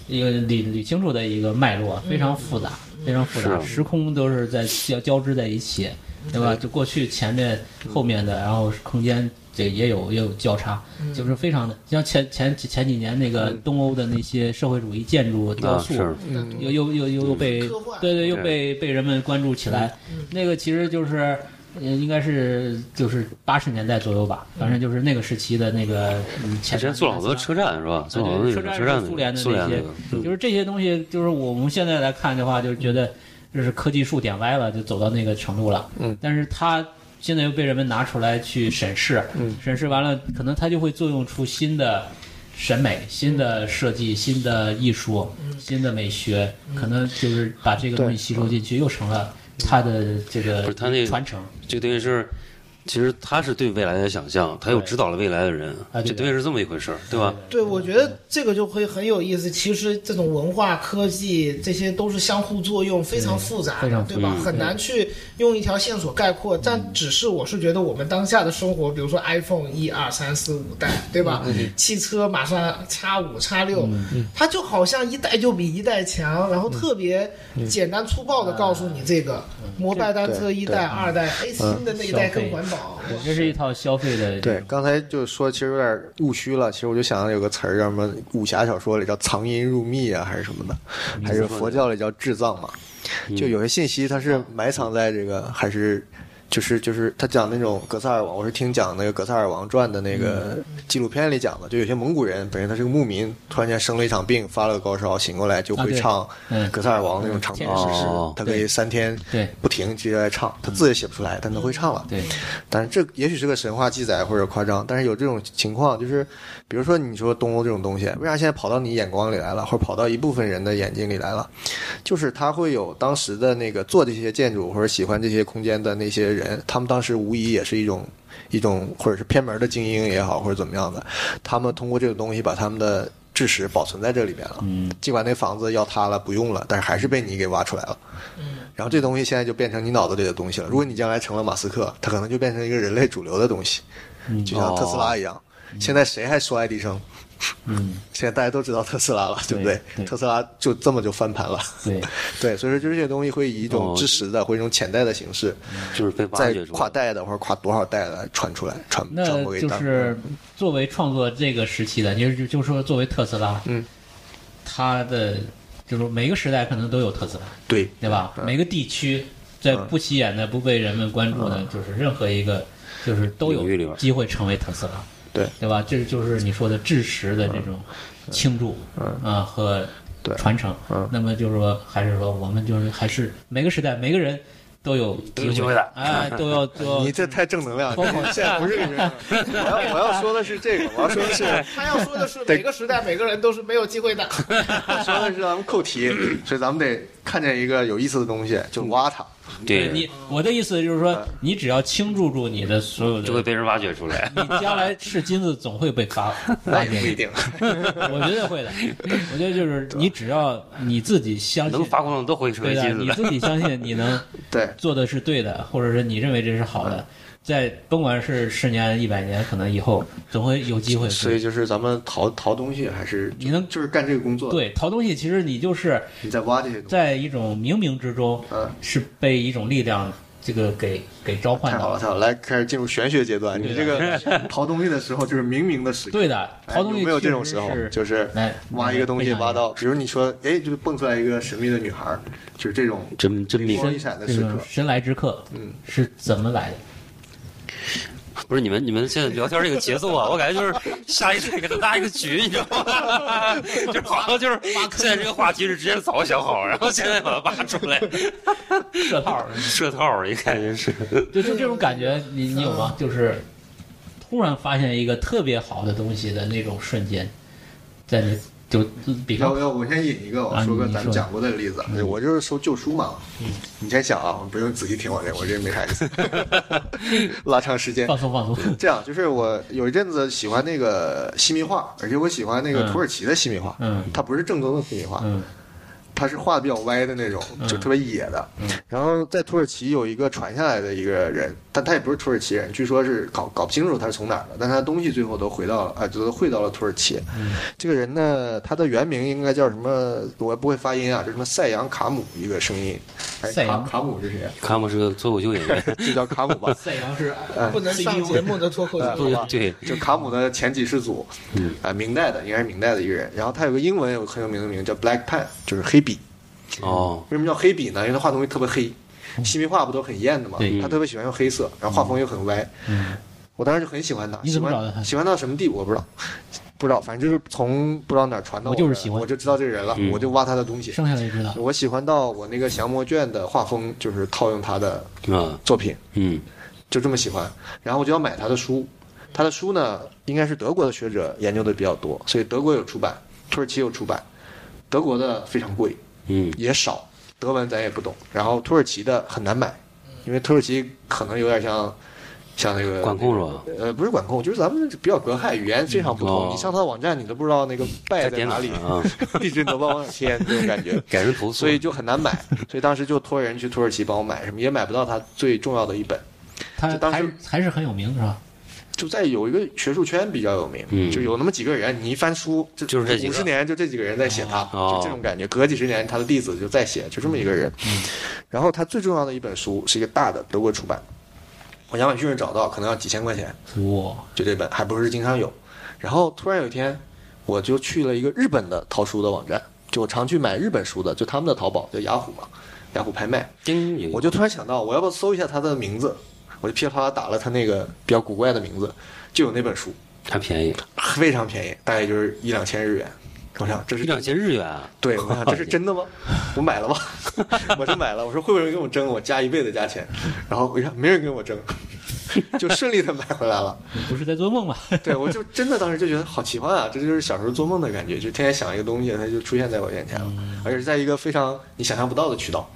S6: 一个捋捋清楚的一个脉络，非常复杂，非常复杂，
S4: 嗯是
S6: 时空都是在交交织在一起。对
S4: 嗯
S6: 吧？就过去前面、后面的，然后空间这也有也有交叉，
S4: 嗯
S6: 就是非常的像前前前几年那个东欧的那些社会主义建筑雕
S4: 啊
S6: 塑，
S4: 是嗯
S6: 又又又又又被
S7: 科幻
S6: 对对又
S4: 对嗯
S6: 被被人们关注起来，那个其实就是。呃应该是就是八十年代左右吧，反正就是那个时期的那个嗯前
S4: 之前做了好多车站是吧？
S6: 啊
S4: 做
S6: 对
S4: 了好多那
S6: 车
S4: 个
S6: 站
S4: 车站
S6: 是
S4: 那
S6: 苏联
S4: 个
S6: 的
S4: 苏联嗯
S6: 那
S4: 那
S6: 些嗯
S4: 个，
S6: 就是这些东西，就是我们现在来看的话，就是觉得就是科技树点歪了，就走到那个程度了。
S5: 嗯，
S6: 但是它现在又被人们拿出来去审视，
S5: 嗯，
S6: 审视完了，可能它就会作用出新的审美、新的设计、新的艺术、
S4: 嗯
S6: 新的美学，可能就是把这个东西吸收进去，又成了它的这
S4: 不
S6: 个
S4: 是它那个
S6: 传承。
S4: 这等于是，其实他是对未来的想象，他又指导了未来的人，
S6: 啊对
S4: 这等于是这么一回事儿，对吧？
S7: 对，我觉
S6: 嗯
S7: 得这个就会很有意思。其实这种文化、科技这些都是相互作用，非常复杂
S6: 嗯非
S7: 的，
S6: 常
S7: 对吧
S6: 复？杂
S7: 很难去用一条线索概括。但只是我是觉得我们当下的生活，比如说 iPhone 一二三四五代，对吧？
S6: 嗯
S7: 汽车马上叉五叉六，它就好像一代就比一代强，然后特别简单粗暴的告诉你这个
S6: 嗯
S7: 摩拜单车一代、二代，哎，新的那一代更环保。
S6: 对，这是一套消费的
S5: 对，刚才就说其实有点务虚了，其实我就想到有个词儿叫什么武侠小说里叫藏阴入密啊，还是什么的，
S6: 嗯
S5: 还是佛教里叫智藏嘛。就有些信息它是埋藏在这个，还是就是就是他讲那种格萨尔王，我是听讲那个《格萨尔王传》的那个
S6: 嗯
S5: 纪录片里讲的，就有些蒙古人本身他是个牧民，突然间生了一场病，发了个高烧，醒过来就
S6: 啊
S5: 会
S6: 对
S5: 唱
S6: 嗯
S5: 格萨尔王那种长篇史诗
S4: 哦，
S5: 他可以三天
S6: 对嗯
S5: 不停接着来唱，他字也写不出来，但他会唱了。
S6: 对
S5: 但是这也许是个神话记载或者夸张，但是有这种情况，就是比如说你说东欧这种东西，为啥现在跑到你眼光里来了，或者跑到一部分人的眼睛里来了？就是他会有当时的那个做这些建筑或者喜欢这些空间的那些人，他们当时无疑也是一种一种或者是偏门的精英也好，或者怎么样的，他们通过这个东西把他们的知识保存在这里边了。嗯，尽管那房子要塌了不用了，但是还是被你给挖出来了。然后这东西现在就变成你脑子里的东西了。如果你将来成了马斯克，他可能就变成一个人类主流的东西，就像特斯拉一样。现在谁还说爱迪生？
S6: 嗯，
S5: [laughs] 现在大家都知道特斯拉了，对不对？
S6: 对
S5: 特斯拉就这么就翻盘了。
S6: 对，
S5: 对，所以说就是这些东西会以一种
S4: 哦
S5: 知识的或一种潜在的形式，
S4: 就是被挖
S5: 在
S4: 掘出
S5: 跨
S4: 来。
S5: 代的或者跨多少代的传出来，传传播给嗯
S6: 那就
S5: 大家。
S6: 是
S4: 嗯
S6: 作为创作这个时期的，就是就说作为特斯拉，
S5: 嗯，
S6: 它的就是每个时代可能都有特斯拉，
S5: 对，
S6: 对吧？
S4: 嗯
S6: 每个地区在不起眼的、不被人们关注的，就是任何一个就是都
S4: 嗯领域里
S6: 有
S4: 边
S6: 机会成为特斯拉，
S5: 对
S6: 对吧？这就是你说的知识的这种
S4: 嗯
S6: 倾注啊和
S5: 对
S6: 传承。
S4: 嗯
S6: 那么就是说，还是说我们就是还是每个时代每个人都有
S4: 有
S6: 机
S4: 机会的
S6: 哎，都要
S4: [laughs]
S6: 都要
S5: 你这太正能量了，你现在不是个
S6: [laughs]
S5: 人。我要我要说的是这个，我要说的是。
S7: 他要说的是，每个时代每个人都是没有机会的。
S5: 说的是咱们扣题，所以咱们得看见一个有意思的东西就挖它。
S4: 对，嗯
S6: 你我的意思就是说，你只要倾注住你的所有的，
S4: 就会被人挖掘出来。
S6: 你将来是金子总会被
S4: [laughs]
S6: 发
S4: 哎
S6: 发嗯掘的。
S5: 定，
S6: 我觉得会的，我觉得就是你只要你自己相信
S4: 能，发光的都会成为
S6: 对的，啊
S4: 金子
S6: 你
S4: 的。
S6: 自己相信你能
S5: [laughs] 对
S6: 做的是对的，或者是你认为这是好
S4: 嗯
S6: 的，在甭管是十年、一百年，可能以后总会有机会。
S5: 所以就是咱们淘淘东西还是
S6: 你能
S5: 就是干这个工作，，
S6: 对淘东西，其实你就是
S5: 你在挖这些东西，
S6: 在一种冥冥之中
S5: 嗯，
S6: 是被一种力量这个给给召唤
S5: 太
S6: 到
S5: 好
S6: 的
S5: 了，。太好了，来开始进入玄学阶段。你这个
S6: [laughs]
S5: 淘东西的时候就是冥冥的时刻。
S6: 对的，
S5: 哎
S6: 淘东西
S5: 有没有这种
S6: 确
S5: 时
S6: 实
S5: 候，
S6: 是
S5: 就是哎
S6: 来
S5: 挖一个东西
S6: 来
S5: 挖到，比如你说，哎，就蹦出来一个神秘的女孩儿，就是这种
S4: [laughs] 真真
S5: 灵
S4: 命
S5: 光一闪的
S6: 这
S5: 时
S6: 种
S5: 刻。
S6: 神来之客，嗯，是怎么来的？
S4: 不是你们，你们现在聊天这个节奏啊，我感觉就是下一代给他拉一个局，你知道吗？就是好像就是现在这个话题是之前早想好，然后现在把它挖出来，
S6: 设套儿，
S4: 设套儿，也感觉是。
S6: [laughs] 就就这种感觉，你你有吗？就是突然发现一个特别好的东西的那种瞬间，在你就比
S5: 要
S6: 方
S5: 不要我先引一个，我说嗯个
S6: 啊你
S5: 咱们
S6: 说
S5: 讲过的例子，哎我就是说旧书嘛。你先想啊，不用仔细听我这，我这没啥意 [laughs] 思，拉长时间
S6: 放。松放松，
S5: 这样就是我有一阵子喜欢那个西密画，而且我喜欢那个
S6: 嗯
S5: 土耳其的西密画，
S6: 嗯
S5: 它不是正宗的西密画，
S6: 嗯
S5: 它是画的比较歪的那种，就特别野的。然后在土耳其有一个传下来的一个人，但他也不是土耳其人，据说是搞搞不清楚他是从哪儿的，但他东西最后都回到了，啊、就都汇到了土耳其。这个人呢，他的原名应该叫什么？我不会发音啊，叫什么塞扬卡姆一个声音。哎，
S6: 塞
S5: 卡
S6: 扬
S5: 卡姆是谁啊？
S4: 卡姆是个脱口秀演员，
S5: 就叫卡姆 [laughs] 吧。
S6: 赛扬是
S7: 不能上节目的脱口秀。
S5: 哎对吧
S4: 对，
S5: 就卡姆的前几世祖，
S4: 嗯
S5: 啊、明代的应该是明代的一个人。然后他有个英文有个很有名的名叫 Black Pen，就是黑笔。
S4: 哦，
S5: 为什么叫黑笔呢？因为他画东西特别黑，西密画不都很艳的嘛
S6: 嗯对，嗯
S5: 他特别喜欢用黑色，然后画风又很歪。我当时就很喜欢他，
S6: 你
S5: 喜
S6: 怎么找到他
S5: 欢喜欢到什么地步我不知道，不知道，反正就是从不知道哪儿传到
S6: 我就
S5: 这
S6: 是
S5: 儿
S6: 喜欢
S5: 我就知道这个人了，
S4: 嗯
S5: 我就挖他的东西。
S6: 生下来就知道，
S5: 我喜欢到我那个降魔卷的画风就是套用他的
S4: 啊，
S5: 作品，
S4: 嗯，
S5: 就这么喜欢，然后我就要买他的书。他的书呢，应该是德国的学者研究的比较多，所以德国有出版，土耳其有出版，德国的非常贵，
S4: 嗯，
S5: 也少，德文咱也不懂，然后土耳其的很难买，因为土耳其可能有点像像那个
S4: 管控是吧？
S5: 呃，不是管控，就是咱们比较隔阂，语言非常不
S4: 哦嗯
S5: 同。你上他的网站，你都不知道那个拜在
S4: 点
S5: 哪
S4: 儿
S5: 里，
S4: 啊？
S5: [laughs] 一直能往往天这种
S4: [laughs]
S5: 感觉。
S4: 给人投诉，啊
S5: 所以就很难买，所以当时就托人去土耳其帮我买，什么也买不到他最重要的一本，
S6: 他
S5: 就当
S6: 还
S5: 时
S6: 是还是很有名是吧？
S5: 就在有一个学术圈比较有名，
S4: 嗯
S5: 就有那么几个人，你一翻书，就
S4: 就是这几个
S5: 五十年就这几个人在写他，
S4: 哦
S5: 就这种感觉。隔几十年他的弟子就在写，就这么一个人。
S4: 嗯
S5: 然后他最重要的一本书是一个大的德国出版，我亚马逊上找到，可能要几千块钱，
S6: 哇，
S5: 就这本还不是经常有。然后突然有一天，我就去了一个日本的淘书的网站，就我常去买日本书的，就他们的淘宝叫雅虎嘛，雅虎拍卖。
S4: 真有
S5: 我
S4: [laughs]
S5: 就突然想到，我要不要搜一下他的名字？我就噼里啪啦打了他那个比较古怪的名字，就有那本书。
S4: 还便宜，
S5: 非常便宜，大概就是一两千日元。我想这
S4: 一
S5: 是
S4: 两千日元啊，
S5: 对，我想这是真的吗？ [laughs] 我买了吧，我就买了。我说会不会有人跟我争？我加一倍的价钱，然后我一看没人跟我争，就顺利的买回来了。
S6: 你不是在做梦吧？
S5: 对，我就真的当时就觉得好奇幻啊！这就是小时候做梦的感觉，就天天想一个东西，它就出现在我眼前了，
S4: 嗯
S5: 而且是在一个非常你想象不到的渠道，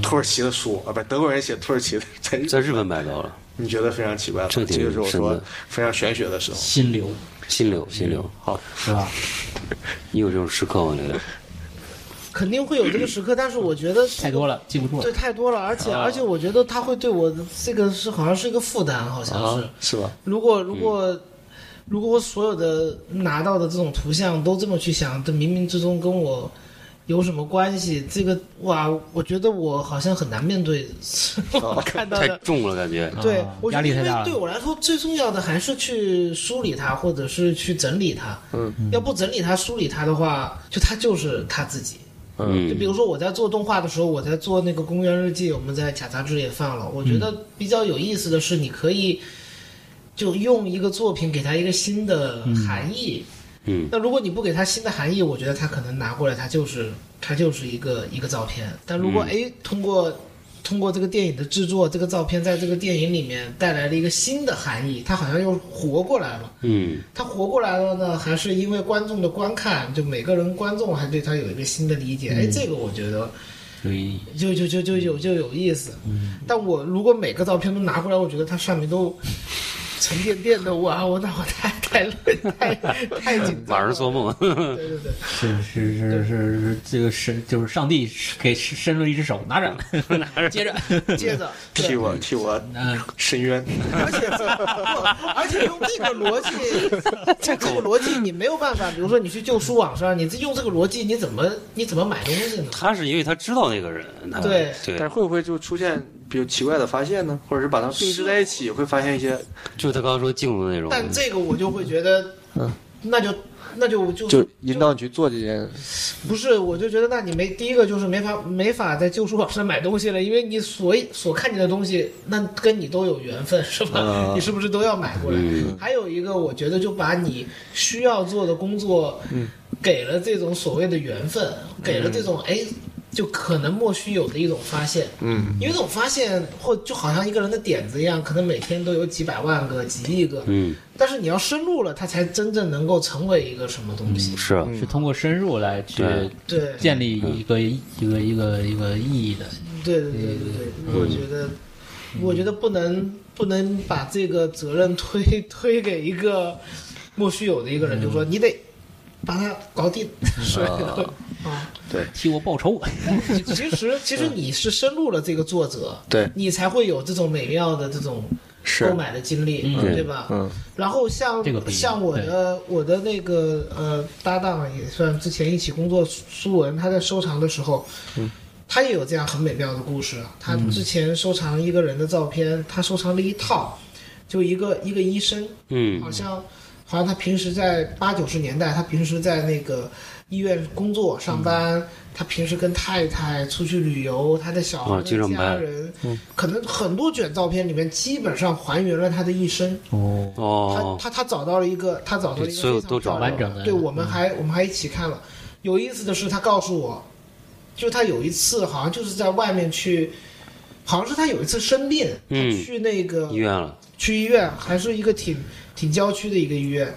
S5: 土耳其的书啊，不是德国人写土耳其的，在日
S4: 在日本买到了，
S5: 你觉得非常奇怪吧？
S4: 这
S5: 这
S4: 挺
S5: 就是我
S4: 深
S5: 说
S4: 的
S5: 非常玄学的时候。
S6: 心流
S4: 心流心流，
S5: 好，
S6: 是吧？
S4: 你有这种时刻吗？刘
S7: 肯定会有这个时刻，但是我觉得
S6: 太多了，记不住
S7: 对，
S6: 了。
S7: 太多了，而且、
S6: 啊
S7: 而且我觉得他会对我的这个是好像是一个负担，好像是。
S5: 啊，是吧？
S7: 如果如果、如果我所有的拿到的这种图像都这么去想，这冥冥之中跟我有什么关系？这个哇，我觉得我好像很难面对 [laughs] 我看到
S4: 太
S7: 的。
S4: 重了，感觉。
S7: 对
S6: 啊，
S7: 我觉
S6: 压力
S7: 得因
S6: 太大
S7: 为
S6: 了
S7: 对我来说最重要的还是去梳理它，或者是去整理它。
S5: 嗯，
S7: 要不整理它、梳理它的话，就它就是他自己。就比
S4: 嗯，
S7: 如说我在做动画的时候，我在做那个《公园日记》，我们在假杂志也放了。我觉
S4: 嗯
S7: 得比较有意思的是，你可以就用一个作品给它一个新的含义。
S4: 嗯
S7: 那如果你不给它新的含义，我觉得它可能拿过来，它就是它就是一个一个照片。但如果
S4: 嗯
S7: 哎、通过通过这个电影的制作，这个照片在这个电影里面带来了一个新的含义，它好像又活过来了。
S4: 嗯，
S7: 他活过来了呢，还是因为观众的观看，就每个人观众还对他有一个新的理解？哎，这个我觉得
S6: 有意义。
S7: 就就就就有就有意思。但我如果每个照片都拿过来，我觉得它上面都沉甸甸的，哇，我那我太太累太太紧张了。
S4: [laughs] 晚上做梦，
S7: 对对对，
S6: 是是是是是，这个神就是上帝给伸了一只手，拿着拿着，接着，
S7: 接着
S5: 替
S7: 对，
S5: 我替我
S6: 嗯，
S5: 深渊。
S7: 而且不而且用这个逻辑，这个逻辑你没有办法，比如说你去旧书网上，你这用这个逻辑，你怎么你怎么买东西呢？
S4: 他是因为他知道那个人，他
S7: 对
S4: 对
S5: 但是，会不会就出现比如奇怪的发现呢？或者是把它们并置在一起，会发现一些
S4: 就是他刚刚说镜子那种，
S7: 但这个我就会觉得，那就那就就
S5: 就引导你去做这件，
S7: 不是，我就觉得那你没第一个就是没法没法在旧书网上买东西了，因为你所以所看见的东西，那跟你都有缘分是吧？
S5: 啊
S7: 你是不是都要买过来？
S4: 嗯
S7: 还有一个，我觉得就把你需要做的工作，给了这种所谓的缘分，给了这种哎。就可能莫须有的一种发现，
S5: 嗯，
S7: 因为这种发现或就好像一个人的点子一样，可能每天都有几百万个、几亿个，
S4: 嗯，
S7: 但是你要深入了，它才真正能够成为一个什么东西。
S4: 是啊，
S6: 是嗯通过深入来去
S4: 对
S7: 对，
S6: 建立一个一个一个一个意义的。
S7: 对对对对对，我觉得，我觉得不能不能把这个责任推推给一个莫须有的一个人，就说你得把它搞定，是吧？啊，
S6: 替我报仇，
S7: 其其实其实你是深入了这个作者，
S5: 对，
S7: 你才会有这种美妙的这种
S5: 是
S7: 购，买的经历，
S6: 嗯
S7: 对吧？
S5: 嗯
S7: 然后像
S6: 这个不一样
S7: 像我的我的那个呃搭档也算之前一起工作苏苏文，他在收藏的时候，
S6: 嗯
S7: 他也有这样很美妙的故事啊。他之前收藏一个人的照片，他收藏了一套，就一个一个医生，
S4: 嗯
S7: 好像好像他平时在八九十年代，他平时在那个医院工作上班，
S6: 嗯
S7: 他平时跟太太出去旅游，他的小孩、
S6: 哦
S4: 啊经常
S7: 家
S4: 拍
S7: 人，
S6: 嗯
S7: 可能很多卷照片里面基本上还原了他的一生。
S6: 哦，
S4: 哦，
S7: 他他他找到了一个，他找到了一个
S4: 对所有
S7: 非常
S4: 都找嗯
S7: 漂
S6: 完
S7: 亮
S6: 整的
S7: 对，我们还、我们还一起看了。有意思的是，他告诉我，就他有一次好像就是在外面去，好像是他有一次生病，
S4: 嗯
S7: 他去那个
S4: 医院了，
S7: 去医院，还是一个挺挺郊区的一个医院，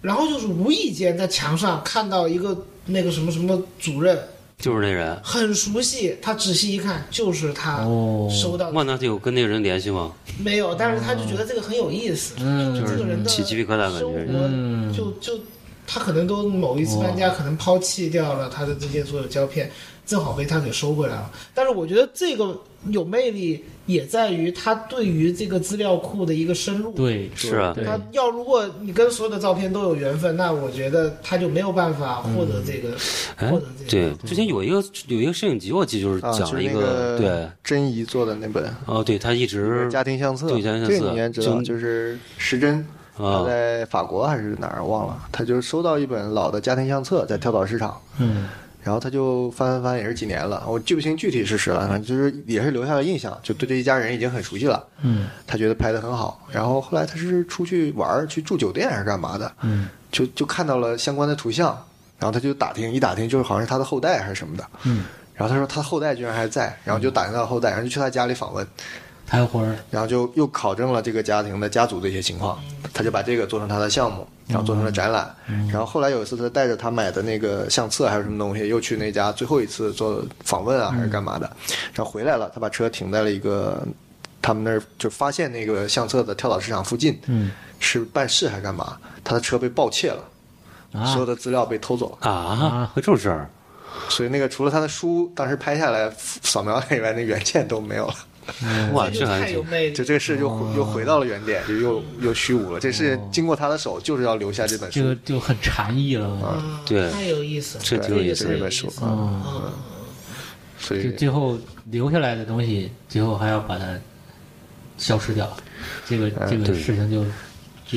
S7: 然后就是无意间在墙上看到一个那个什么什么主任，
S4: 就是那人。
S7: 很熟悉，他仔细一看就是他
S6: 哦
S7: 收到的，
S4: 万达有跟那个人联系吗？
S7: 没有，但是他就觉得这个很有意思，
S6: 嗯
S7: 就这个人的
S4: 起鸡皮疙瘩感觉
S7: 生活
S6: 嗯
S7: 就就他可能都某一次搬家，可能抛弃掉了他的这些所有胶片，正好被他给收回来了。但是我觉得这个有魅力也在于他对于这个资料库的一个深入。
S6: 对，
S4: 是啊，
S6: 对
S7: 他要如果你跟所有的照片都有缘分，那我觉得他就没有办法获得这个，
S4: 哎
S7: 获得这个。，
S4: 对，之前有一个有一个摄影集，我记得就是
S5: 啊，
S4: 讲
S5: 就
S4: 了
S5: 是
S4: 一
S5: 那个
S4: 对，
S7: 啊
S5: 珍姨做的那本
S4: 哦，对他一直
S5: 家庭相册，
S4: 对家庭相
S5: 这
S4: 册
S5: 个你应该知道，
S4: 就
S5: 就是时珍。他
S4: 啊
S5: 在法国还是哪儿忘了，他就收到一本老的家庭相册，在跳蚤市场，
S6: 嗯，
S5: 然后他就翻翻翻，也是几年了，我记不清具体是谁了，反正就是也是留下了印象，就对这一家人已经很熟悉了。
S6: 嗯，
S5: 他觉得拍的很好，然后后来他是出去玩儿，去住酒店还是干嘛的，
S6: 嗯，
S5: 就就看到了相关的图像，然后他就打听，一打听就是好像是他的后代还是什么的，
S6: 嗯，
S5: 然后他说他后代居然还在，然后就打听到后代，然后就去他家里访问，
S6: 开花儿，
S5: 然后就又考证了这个家庭的家族的一些情况，他就把这个做成他的项目，然后做成了展览。
S6: 嗯
S5: 然后后来有一次，他带着他买的那个相册还是什么东西，又去那家最后一次做访问啊，
S6: 嗯
S5: 还是干嘛的，然后回来了，他把车停在了一个他们那儿，就发现那个相册的跳蚤市场附近，
S6: 嗯
S5: 是办事还是干嘛？他的车被盗窃了，
S6: 啊
S5: 所有的资料被偷走了。
S4: 啊，会这种事儿？
S5: 所以那个除了他的书当时拍下来扫描以外，那原件都没有了。
S4: 哇，
S7: 就
S4: 这还
S7: 太有
S4: 挺
S7: 魅力
S5: 就。这个事就回又回到了原点，就又又虚无了。这事经过他的手，就是要留下这本
S6: 这个
S5: 书，
S6: 就很禅意了嘛。
S7: 啊
S4: 对
S7: 太有意思了。
S4: 这挺有意
S5: 对，
S4: 思
S5: 是
S4: 的
S5: 这本书啊。
S6: 嗯，
S5: 所
S6: 就
S5: 以
S6: 最后留下来的东西，最后还要把它消失掉，这个这个
S4: 对
S6: 事情就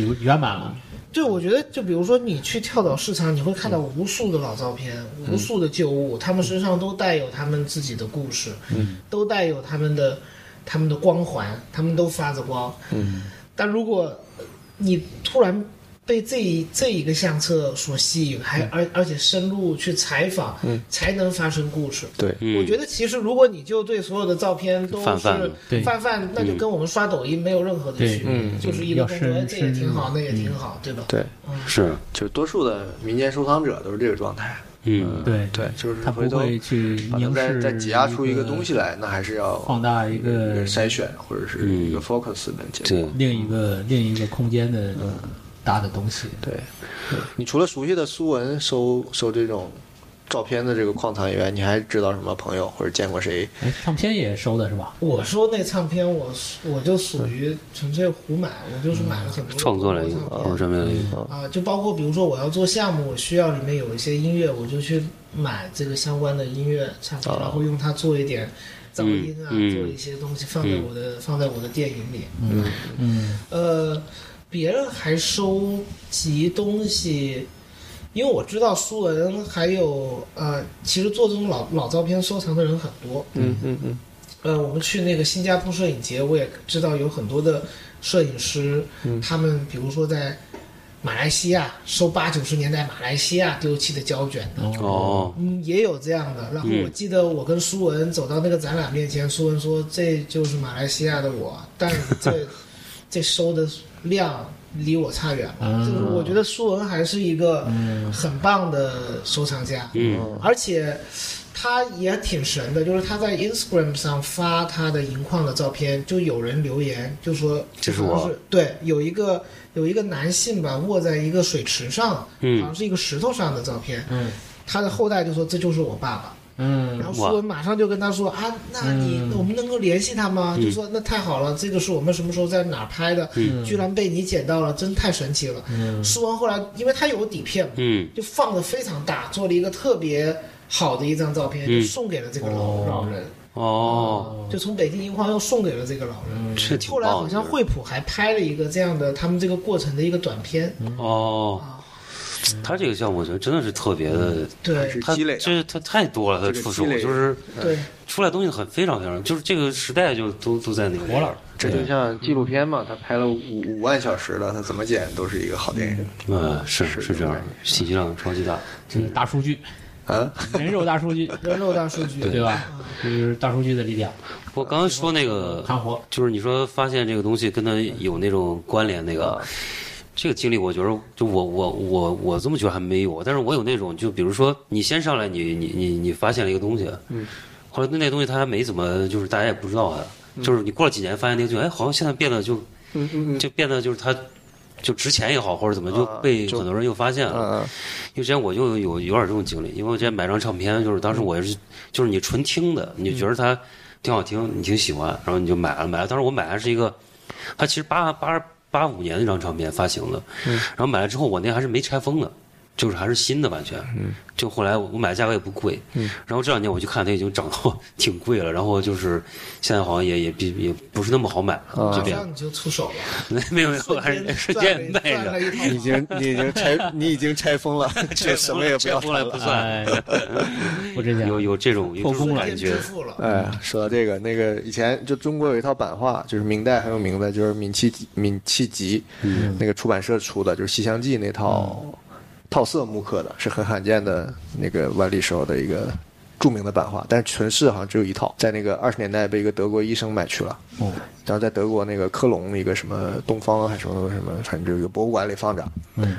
S6: 就圆满了。
S7: 对，我觉得就比如说你去跳蚤市场，你会看到无数的老照片，无数的旧物，他们身上都带有他们自己的故事，嗯，都带有他们的他们的光环，他们都发着光，嗯。但如果呃你突然被这一这一个相册所吸引，还而而且深入去采访，嗯，才能发生故事。
S5: 对，
S4: 嗯
S7: 我觉得其实如果你就对所有的照片都是
S4: 泛泛的
S6: 对
S7: 泛泛那就跟我们刷抖音没有任何的
S6: 对
S7: 区别，就是一个
S6: 要
S7: 动作，哎
S6: 深
S7: 这也挺好，
S6: 深
S7: 那也挺好，对吧？
S5: 对，
S4: 是，
S5: 就多数的民间收藏者都是这个状态。
S4: 嗯，
S6: 对
S5: 对，就是
S6: 他
S5: 回
S6: 不
S5: 头
S6: 会去
S5: 把它
S6: 凝
S5: 再
S6: 视，
S5: 再挤压出一个东西，来，那还是要
S6: 放嗯大一个
S5: 筛选或者是一个 focus 的结
S4: 对
S5: 果。，
S6: 另一个另一个空间的
S5: 嗯
S6: 大的东西。
S5: 对，你除了熟悉的苏文收收这种照片的这个矿藏以外，你还知道什么朋友或者见过谁？
S6: 哎，唱片也收的是吧？
S7: 我说那唱片，我我就属于纯粹胡买，我就是买了很多
S4: 创作哦类
S7: 中
S4: 的
S7: 国
S4: 或者
S7: 唱
S4: 什
S7: 片
S4: 么样的一个，
S7: 啊，就包括比如说我要做项目，我需要里面有一些音乐，我就去买这个相关的音乐唱片，然后用它做一点噪音啊，
S4: 哦嗯嗯嗯
S7: 做一些东西放在我的放在我的电影里。
S6: 嗯
S7: 呃，别人还收集东西，因为我知道舒文还有呃，其实做这种老老照片收藏的人很多。
S5: 嗯嗯嗯，
S7: 呃，我们去那个新加坡摄影节，我也知道有很多的摄影师，
S5: 嗯
S7: 他们比如说在马来西亚收八九十年代马来西亚丢弃的胶卷的，
S4: 哦，
S7: 嗯，也有这样的。然后我记得我跟舒文走到那个展览面前，舒文说：“这就是马来西亚的我，但这这收的量离我差远了。”就是我觉得舒文还是一个
S6: 嗯
S7: 很棒的收藏家，
S4: 嗯
S7: 而且他也挺神的，就是他在 Instagram 上发他的银矿的照片，就有人留言就说
S4: 这是我
S7: 好像对，有一个有一个男性吧，卧在一个水池上，
S4: 嗯
S7: 好像是一个石头上的照片，
S6: 嗯
S7: 他的后代就说这就是我爸爸。
S6: 嗯
S7: 然后舒文马上就跟他说啊，那你、我们能够联系他
S4: 嗯
S7: 吗？就说那太好了，这个是我们什么时候在哪儿拍的，居然被你捡到了，真太神奇了。舒文后来因为他有底片嘛，
S4: 嗯
S7: 就放的非常大，做了一个特别好的一张照片，
S4: 嗯
S7: 就送给了这个老、老人，
S4: 哦，
S7: 就从北京银矿又送给了这个老人。
S4: 这挺
S7: 后来
S4: 棒
S7: 好
S4: 的。
S7: 像惠普还拍了一个这样的他们这个过程的一个短片，
S4: 哦，他这个项目我觉得真的是特别的，
S7: 对
S5: 是
S4: 他
S5: 积累啊
S4: 这他太多了，他出手
S5: 这个积累
S4: 就是
S7: 对，
S4: 出来东西很非常非常，就是这个时代就都都在那个
S6: 活了，
S5: 这就像纪录片嘛，他拍了五五万小时了，他怎么剪都是一个好电影
S4: 嗯，是是这样的，信息量超级大，
S6: 这是大数据，
S5: 啊。
S6: [laughs] 人肉大数据，
S7: 人肉大数据，
S6: 对
S5: [laughs]
S6: 吧？这就是大数据的力量，
S4: 我刚刚说那个
S6: 看活。
S4: 就是你说发现这个东西跟它有那种关联，那
S5: 啊
S4: 个这个经历，我觉得就我我我我这么觉得还没有，但是我有那种，就比如说你先上来你，你你你发现了一个东西，嗯，后来那那东西它还没怎么，就是大家也不知道啊，就是你过了几年发现那个东西，哎，好像现在变得就
S5: 嗯嗯嗯
S4: 就变得就是它就值钱也好，或者怎么就
S5: 啊
S4: 被
S5: 就
S4: 很多人又发现了，
S5: 嗯
S4: 因为之前我就有有点这种经历，因为我之前买张唱片，就是当时我也是，就是你纯听的，你就觉得它挺好听，你挺喜欢，然后你就买了买了。当时我买的是一个，它其实八八八五年那张唱片发行的，然后买了之后我那还是没拆封的，就是还是新的完全。就后来我我买的价格也不贵，然后这两年我去看它已经涨到 [laughs] 挺贵了，然后就是现在好像也也比也不是那么好买了， [laughs] 这
S7: 马
S4: 边
S7: 上你就出手了，
S4: 没有没有， [laughs] 还
S7: 瞬
S4: 是
S7: 间
S4: 瞬
S7: 赚
S4: 间
S7: 了
S4: 卖
S7: 赚
S4: 着
S7: 了。
S5: 嗯，
S7: 一套
S5: 你已经你已经拆你已经
S4: [laughs]
S5: 拆封了，这什么也不要
S4: 拆封了
S5: 谈
S4: 不
S5: 了。
S4: 算，
S6: 哎，
S5: [laughs]
S6: 不值钱。
S4: 有有这种有这
S6: 破功
S4: 种
S6: 了
S4: 感
S7: 瞬间
S4: 觉
S7: 致。富了。
S5: 哎，说到这个，那个以前就中国有一套版画，就是明代很有名的，就是闵契闵契集，那个出版社出的，就是《西厢记》那套套色木刻的，是很罕见的那个万历时候的一个著名的版画，但是存世好像只有一套，在那个二十年代被一个德国医生买去了，
S6: 哦
S5: 然后在德国那个科隆一个什么东方还是什么什么，反正就有一个博物馆里放着，
S6: 嗯，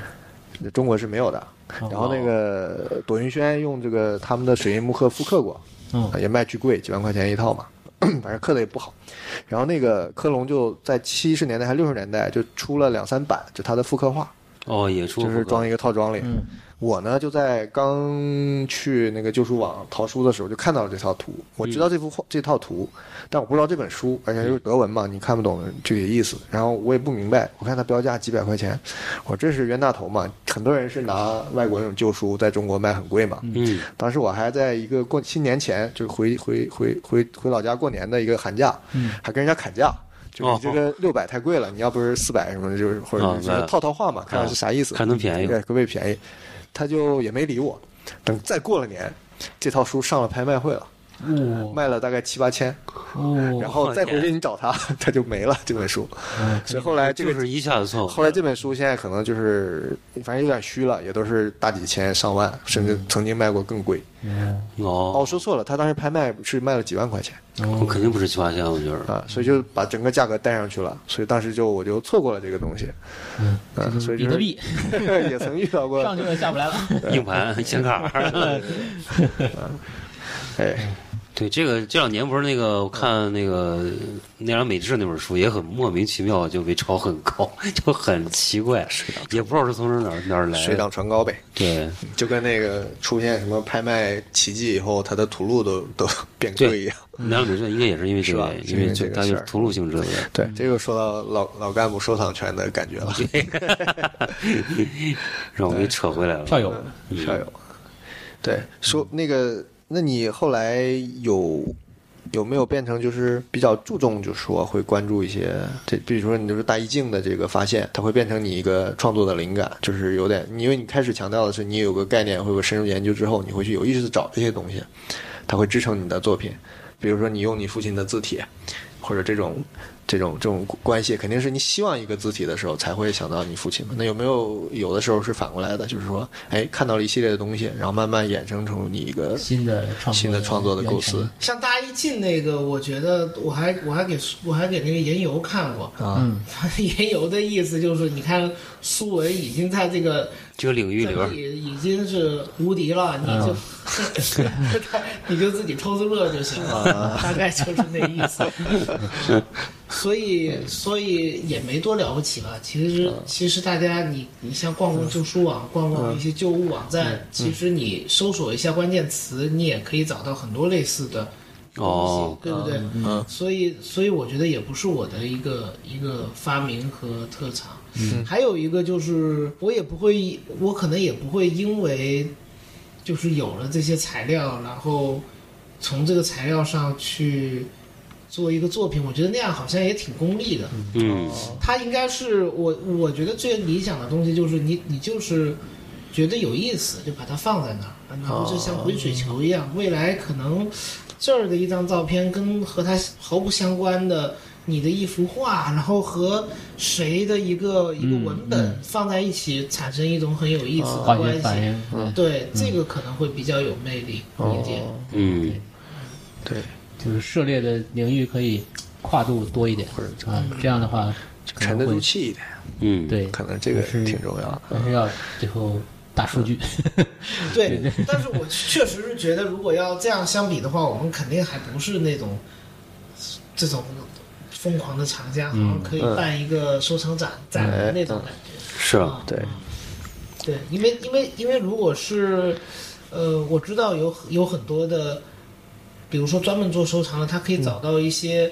S5: 中国是没有的。然后那个朵云轩用这个他们的水印木刻复刻过，啊
S6: 嗯
S5: 也卖巨贵，几万块钱一套嘛， [clears throat] 反正刻的也不好。然后那个科隆就在七十年代还六十年代就出了两三版，就他的复刻画，
S4: 哦，也出
S5: 就是装一个套装里。
S6: 嗯
S5: 我呢就在刚去那个旧书网淘书的时候就看到了这套图，我知道这幅画、这套图，但我不知道这本书，而且又是德文嘛，你看不懂具体意思。然后我也不明白，我看它标价几百块钱，我这是冤大头嘛？很多人是拿外国那种旧书在中国卖很贵嘛，
S4: 嗯
S5: 当时我还在一个过新年前，就是回回回回回老家过年的一个寒假，
S4: 嗯
S5: 还跟人家砍价，就
S4: 哦
S5: 你这个六百太贵了，你要不是四百什么的，就是或者
S4: 啊
S5: 就是
S4: 那
S5: 套套话嘛，看看是啥意思，
S4: 看能便宜
S5: 对，可不可以便宜？他就也没理我。等再过了年，这套书上了拍卖会了，
S6: 哦
S5: 卖了大概七八千，
S6: 哦，
S5: 然后再回去你找他，他就没了这本书。
S6: 嗯
S5: 所以后来这个
S4: 就是一下子凑合。
S5: 后来这本书现在可能就是，反正有点虚了，也都是大几千、上万，甚
S4: 嗯
S5: 至曾经卖过更贵。哦，
S4: 哦，
S5: 说错了，他当时拍卖是卖了几万块钱
S6: 哦
S4: 我肯定不是七八千，我觉得。
S5: 啊，所以就把整个价格带上去了，所以当时就我就错过了这个东西，嗯，啊、所以
S6: 比
S5: 就
S6: 特
S5: 是
S6: 币
S5: [laughs] 也曾遇到过，
S6: 上去了
S5: [laughs]
S6: 下不来了。
S4: 硬盘、 [laughs] 显卡。
S5: 哎，
S4: 对，这个这两年不是那个，我看那个奈良美智那本书也很莫名其妙就被炒很高，就很奇怪，也不知道是从哪儿哪儿来
S5: 水
S4: 的。
S5: 涨船高呗，
S4: 对
S5: 就跟那个出现什么拍卖奇迹以后，它的图录都都变贵一
S4: 对
S5: 样。，
S4: 奈良美智应该也是因为这
S5: 是吧
S4: 个原因，因为
S5: 是
S4: 就
S5: 因为这个
S4: 它就
S5: 事
S4: 是
S5: 儿
S4: 屠戮性质的。
S5: 对，这个说到老老干部收藏权的感觉了，
S4: 让我给扯回来了。
S6: 校友，
S5: 校友。对，说那个，那你后来有有没有变成就是比较注重，就是说会关注一些这，比如说你就是大意境的这个发现，它会变成你一个创作的灵感，就是有点，因为你开始强调的是你有个概念或者深入研究之后，你会去有意识的找这些东西，它会支撑你的作品。比如说你用你父亲的字体，或者这种这种这种关系，肯定是你希望一个字体的时候才会想到你父亲嘛。那有没有有的时候是反过来的，就是说，哎，看到了一系列的东西，然后慢慢衍生出你一个
S6: 新的创作
S5: 新的创作的构思
S6: 源。
S7: 像大一进那个，我觉得我还我还给我还给那个言由看过， [laughs]
S5: 啊，
S7: 言由的意思就是，你看苏文已经在这个
S4: 这个领域里边
S7: 这
S4: 儿，
S7: 里已经是无敌了，你就、
S4: 嗯
S7: [laughs] 你就自己偷着乐就行
S4: 啊
S7: 了， [laughs] 大概就是那意思。 [laughs] 所以所以也没多了不起吧。其实
S4: 嗯
S7: 其实大家你你像逛逛旧书网、逛逛一些旧物网
S4: 嗯
S7: 站，其实你搜索一下关键词，你也可以找到很多类似的。
S4: 哦，
S7: 对不对？嗯，所以所以我觉得也不是我的一个一个发明和特长。嗯，还有一个就是我也不会，我可能也不会因为就是有了这些材料，然后从这个材料上去做一个作品，我觉得那样好像也挺功利的。
S4: 嗯，
S7: 它应该是我我觉得最理想的东西就是你你就是觉得有意思，就把它放在那儿，然后就像滚雪球一样，未来可能这儿的一张照片跟和它毫不相关的。你的一幅画，然后和谁的一个一个文本放在一起，产生一种很有意思的
S6: 化
S7: 关
S6: 学嗯
S7: 系。
S6: 反应，嗯哦
S7: 对，这个可能会比较有魅力一点。
S4: 嗯，
S5: 对，
S6: 就是涉猎的领域可以跨度多一点，或者啊，这样的话可能
S5: 沉得
S6: 会
S5: 住气一点，
S4: 嗯，，
S6: 对，
S5: 可能这个
S6: 是
S5: 挺重要的。
S6: 还是要最后大数据，
S7: 对， [laughs] 但是我确实是觉得，如果要这样相比的话，我们肯定还不是那种这种疯狂的厂家，好
S5: 嗯
S7: 像可以办一个收藏展展
S5: 哎
S7: 的那种感觉。
S4: 是啊，
S7: 啊
S5: 对，
S7: 对，因为因为因为如果是呃，我知道有有很多的，比如说专门做收藏的，他
S5: 嗯
S7: 可以找到一些。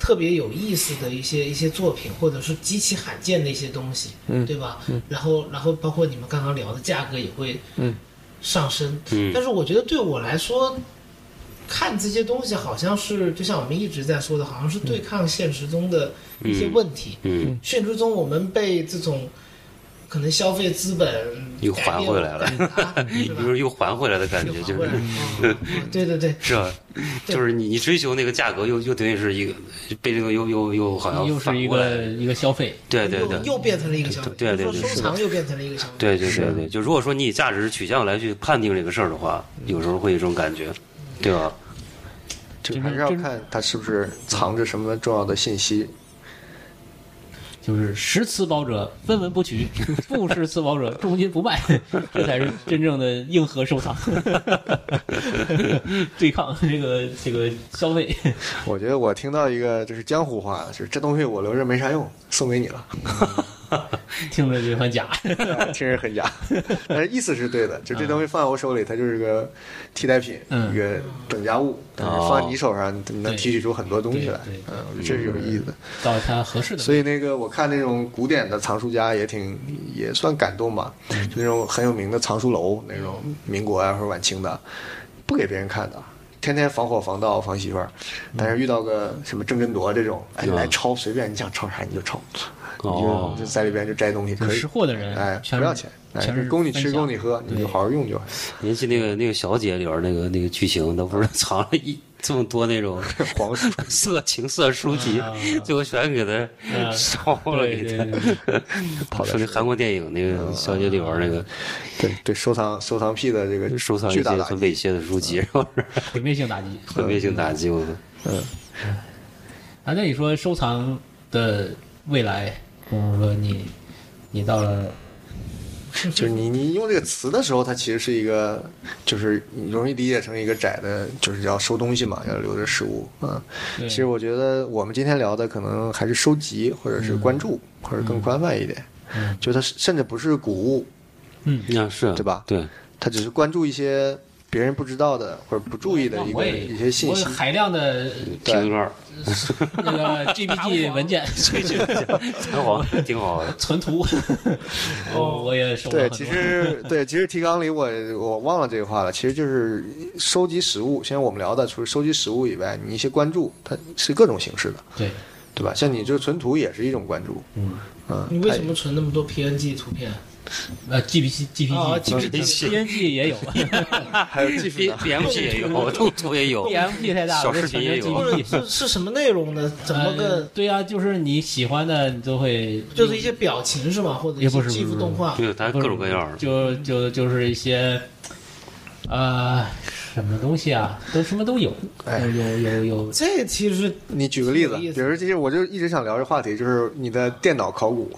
S7: 特别有意思的一些一些作品，或者是极其罕见的一些东西，
S5: 嗯
S7: 对吧？然后然后包括你们刚刚聊的价格也会
S5: 嗯
S7: 上升，
S4: 嗯
S7: 但是我觉得对我来说，看这些东西好像是就像我们一直在说的，好像是对抗现实中的一些问题。
S4: 嗯，
S7: 现实中我们被这种可能消费资本
S4: 又
S7: 改变
S4: 还回来了
S7: 啊
S4: [laughs]
S7: 是吧
S4: 就是又还回来的感觉，就
S7: 又还回
S4: 是
S7: 来
S4: [laughs]
S7: 了。嗯嗯对对对，
S4: 是啊，
S7: [laughs] 对
S4: 就是你你追求那个价格，又又等于是一个被这个又又又好像
S6: 又
S4: 反
S6: 是一
S4: 过来
S6: 个一个消费，
S4: 对对对
S7: 又又变成了一个消费，
S4: 对对对
S7: 比如说
S4: 是
S7: 收
S4: 的
S7: 藏又变成了一个消费。
S4: 对对对对，就如果说你以价值取向来去判定这个事儿的话，有时候会有一种感觉，对吧？
S5: 这
S6: 就是
S5: 还是要
S6: 就是
S5: 看它是不是藏着什么重要的信息。
S6: 就是识此宝者分文不取， [laughs] 不识此宝者重金不卖， [laughs] 这才是真正的硬核收藏， [laughs] 对抗这个这个消费。 [laughs]
S5: 我觉得我听到一个就是江湖话，就是这东西我留着没啥用，送给你了，
S6: 听着就很假， [laughs]
S5: [laughs] 听着很假，但是意思是对的。就这东西放在我手里，它就是个替代品，
S6: 嗯
S5: 一个等价物。但是放在你手上，你能提取出很多东西来
S6: 对对。嗯
S5: 嗯，我觉得这是有意思的。
S6: 到它合适的
S5: 所以那个我看那种古典的藏书家也挺也算感动吧，
S6: 嗯
S5: 就那种很有名的藏书楼，那种民国啊或者晚清的，不给别人看的，天天防火防盗防媳妇儿，但是遇到个什么郑振铎这种，哎，
S4: 嗯
S5: 来抄随便你想抄啥你就抄，你
S4: 哦 [laughs]
S5: 就就在里边就摘东西
S6: 有
S5: 可以
S6: 识。货的人，
S5: 哎，
S6: 全
S5: 不
S6: 是
S5: 要钱，哎
S6: 全，是
S5: 供你吃，
S6: 分享
S5: 供你喝，你
S6: 对
S5: 就好好用就好。
S4: 联系那个那个小姐里边那个那个剧情，她不是藏了一 [laughs] 这么多那
S6: [laughs]
S4: 种
S5: [laughs] 黄书，
S4: 色情色书籍
S6: 啊，
S4: [laughs] 最后全给她
S6: 嗯
S4: 烧了，
S6: 对
S4: 给
S6: 对啊
S4: 她。
S6: 对，
S5: 跑
S4: 说
S5: 的
S4: 那韩国电影那个小姐里边那个
S5: 对对，收藏收藏癖的这个
S4: 收藏一
S5: 巨
S4: 些
S5: 大打
S4: 很
S5: 击
S4: 猥亵的书
S6: 啊
S4: [laughs] 籍，然后是
S6: 毁灭性打击。
S4: 毁灭性打击，我们
S6: 啊，那你说收藏的未来，比如说你，你到了，
S5: 就是你你用这个词的时候，它其实是一个，就是你容易理解成一个窄的，就是要收东西嘛，要留着实物啊。
S6: 对
S5: 其实我觉得我们今天聊的可能还是收集，或者是关注，或者更宽泛一点。
S6: 嗯
S5: 就它甚至不是古物，
S6: 嗯，
S4: 啊那是
S5: 对吧
S4: 对，
S5: 它只是关注一些别人不知道的或者不注意的一
S6: 我
S5: 个
S6: 也
S5: 一些信息
S6: 我有。海量的
S4: 评论，
S6: 那
S5: [laughs]
S6: 个 GPG 文件
S4: 挺好，挺好的。
S6: 存图， [laughs] 我我也收了
S5: 哦对，
S6: 很多。
S5: 其实对，其实提纲里我我忘了这个话了。其实就是收集实物，现在我们聊的除了收集实物以外，你一些关注，它是各种形式的，
S6: 对，
S5: 对吧？像你这存图也是一种关注，
S6: 嗯，
S5: 嗯，
S7: 你为
S5: 它
S7: 什么存那么多 PNG 图
S4: [laughs]
S7: 片？
S6: 呃，GPG
S5: 啊
S7: 哦
S6: GPG
S4: GPG
S5: [laughs]
S6: PNG 也有
S5: 还有技术
S4: B
S5: 呢？
S4: B M P 也有，动图也有，
S6: ，BMP 太大了，
S4: 小视频也有
S5: 啊
S7: 或
S6: 我
S7: 者
S6: 就传成 GPG
S7: 是是什么内容呢？怎么
S6: 呃
S4: 哎
S7: 个？
S6: 对呀，就是你喜欢的，你都会
S7: 就是一些表情是吧？或者一
S6: 也不
S7: 些
S6: 是
S7: 技
S6: 不
S7: 术
S6: 是
S7: 动画？
S4: 对，它各种各样的。
S6: 就就就是一些，呃，什么东西啊，都什么都有，
S5: 哎
S6: 有有有有，
S7: 这其实
S5: 你举个例子，
S7: 挺有意思
S5: 比如这些，我就一直想聊这话题，就是你的电脑考古，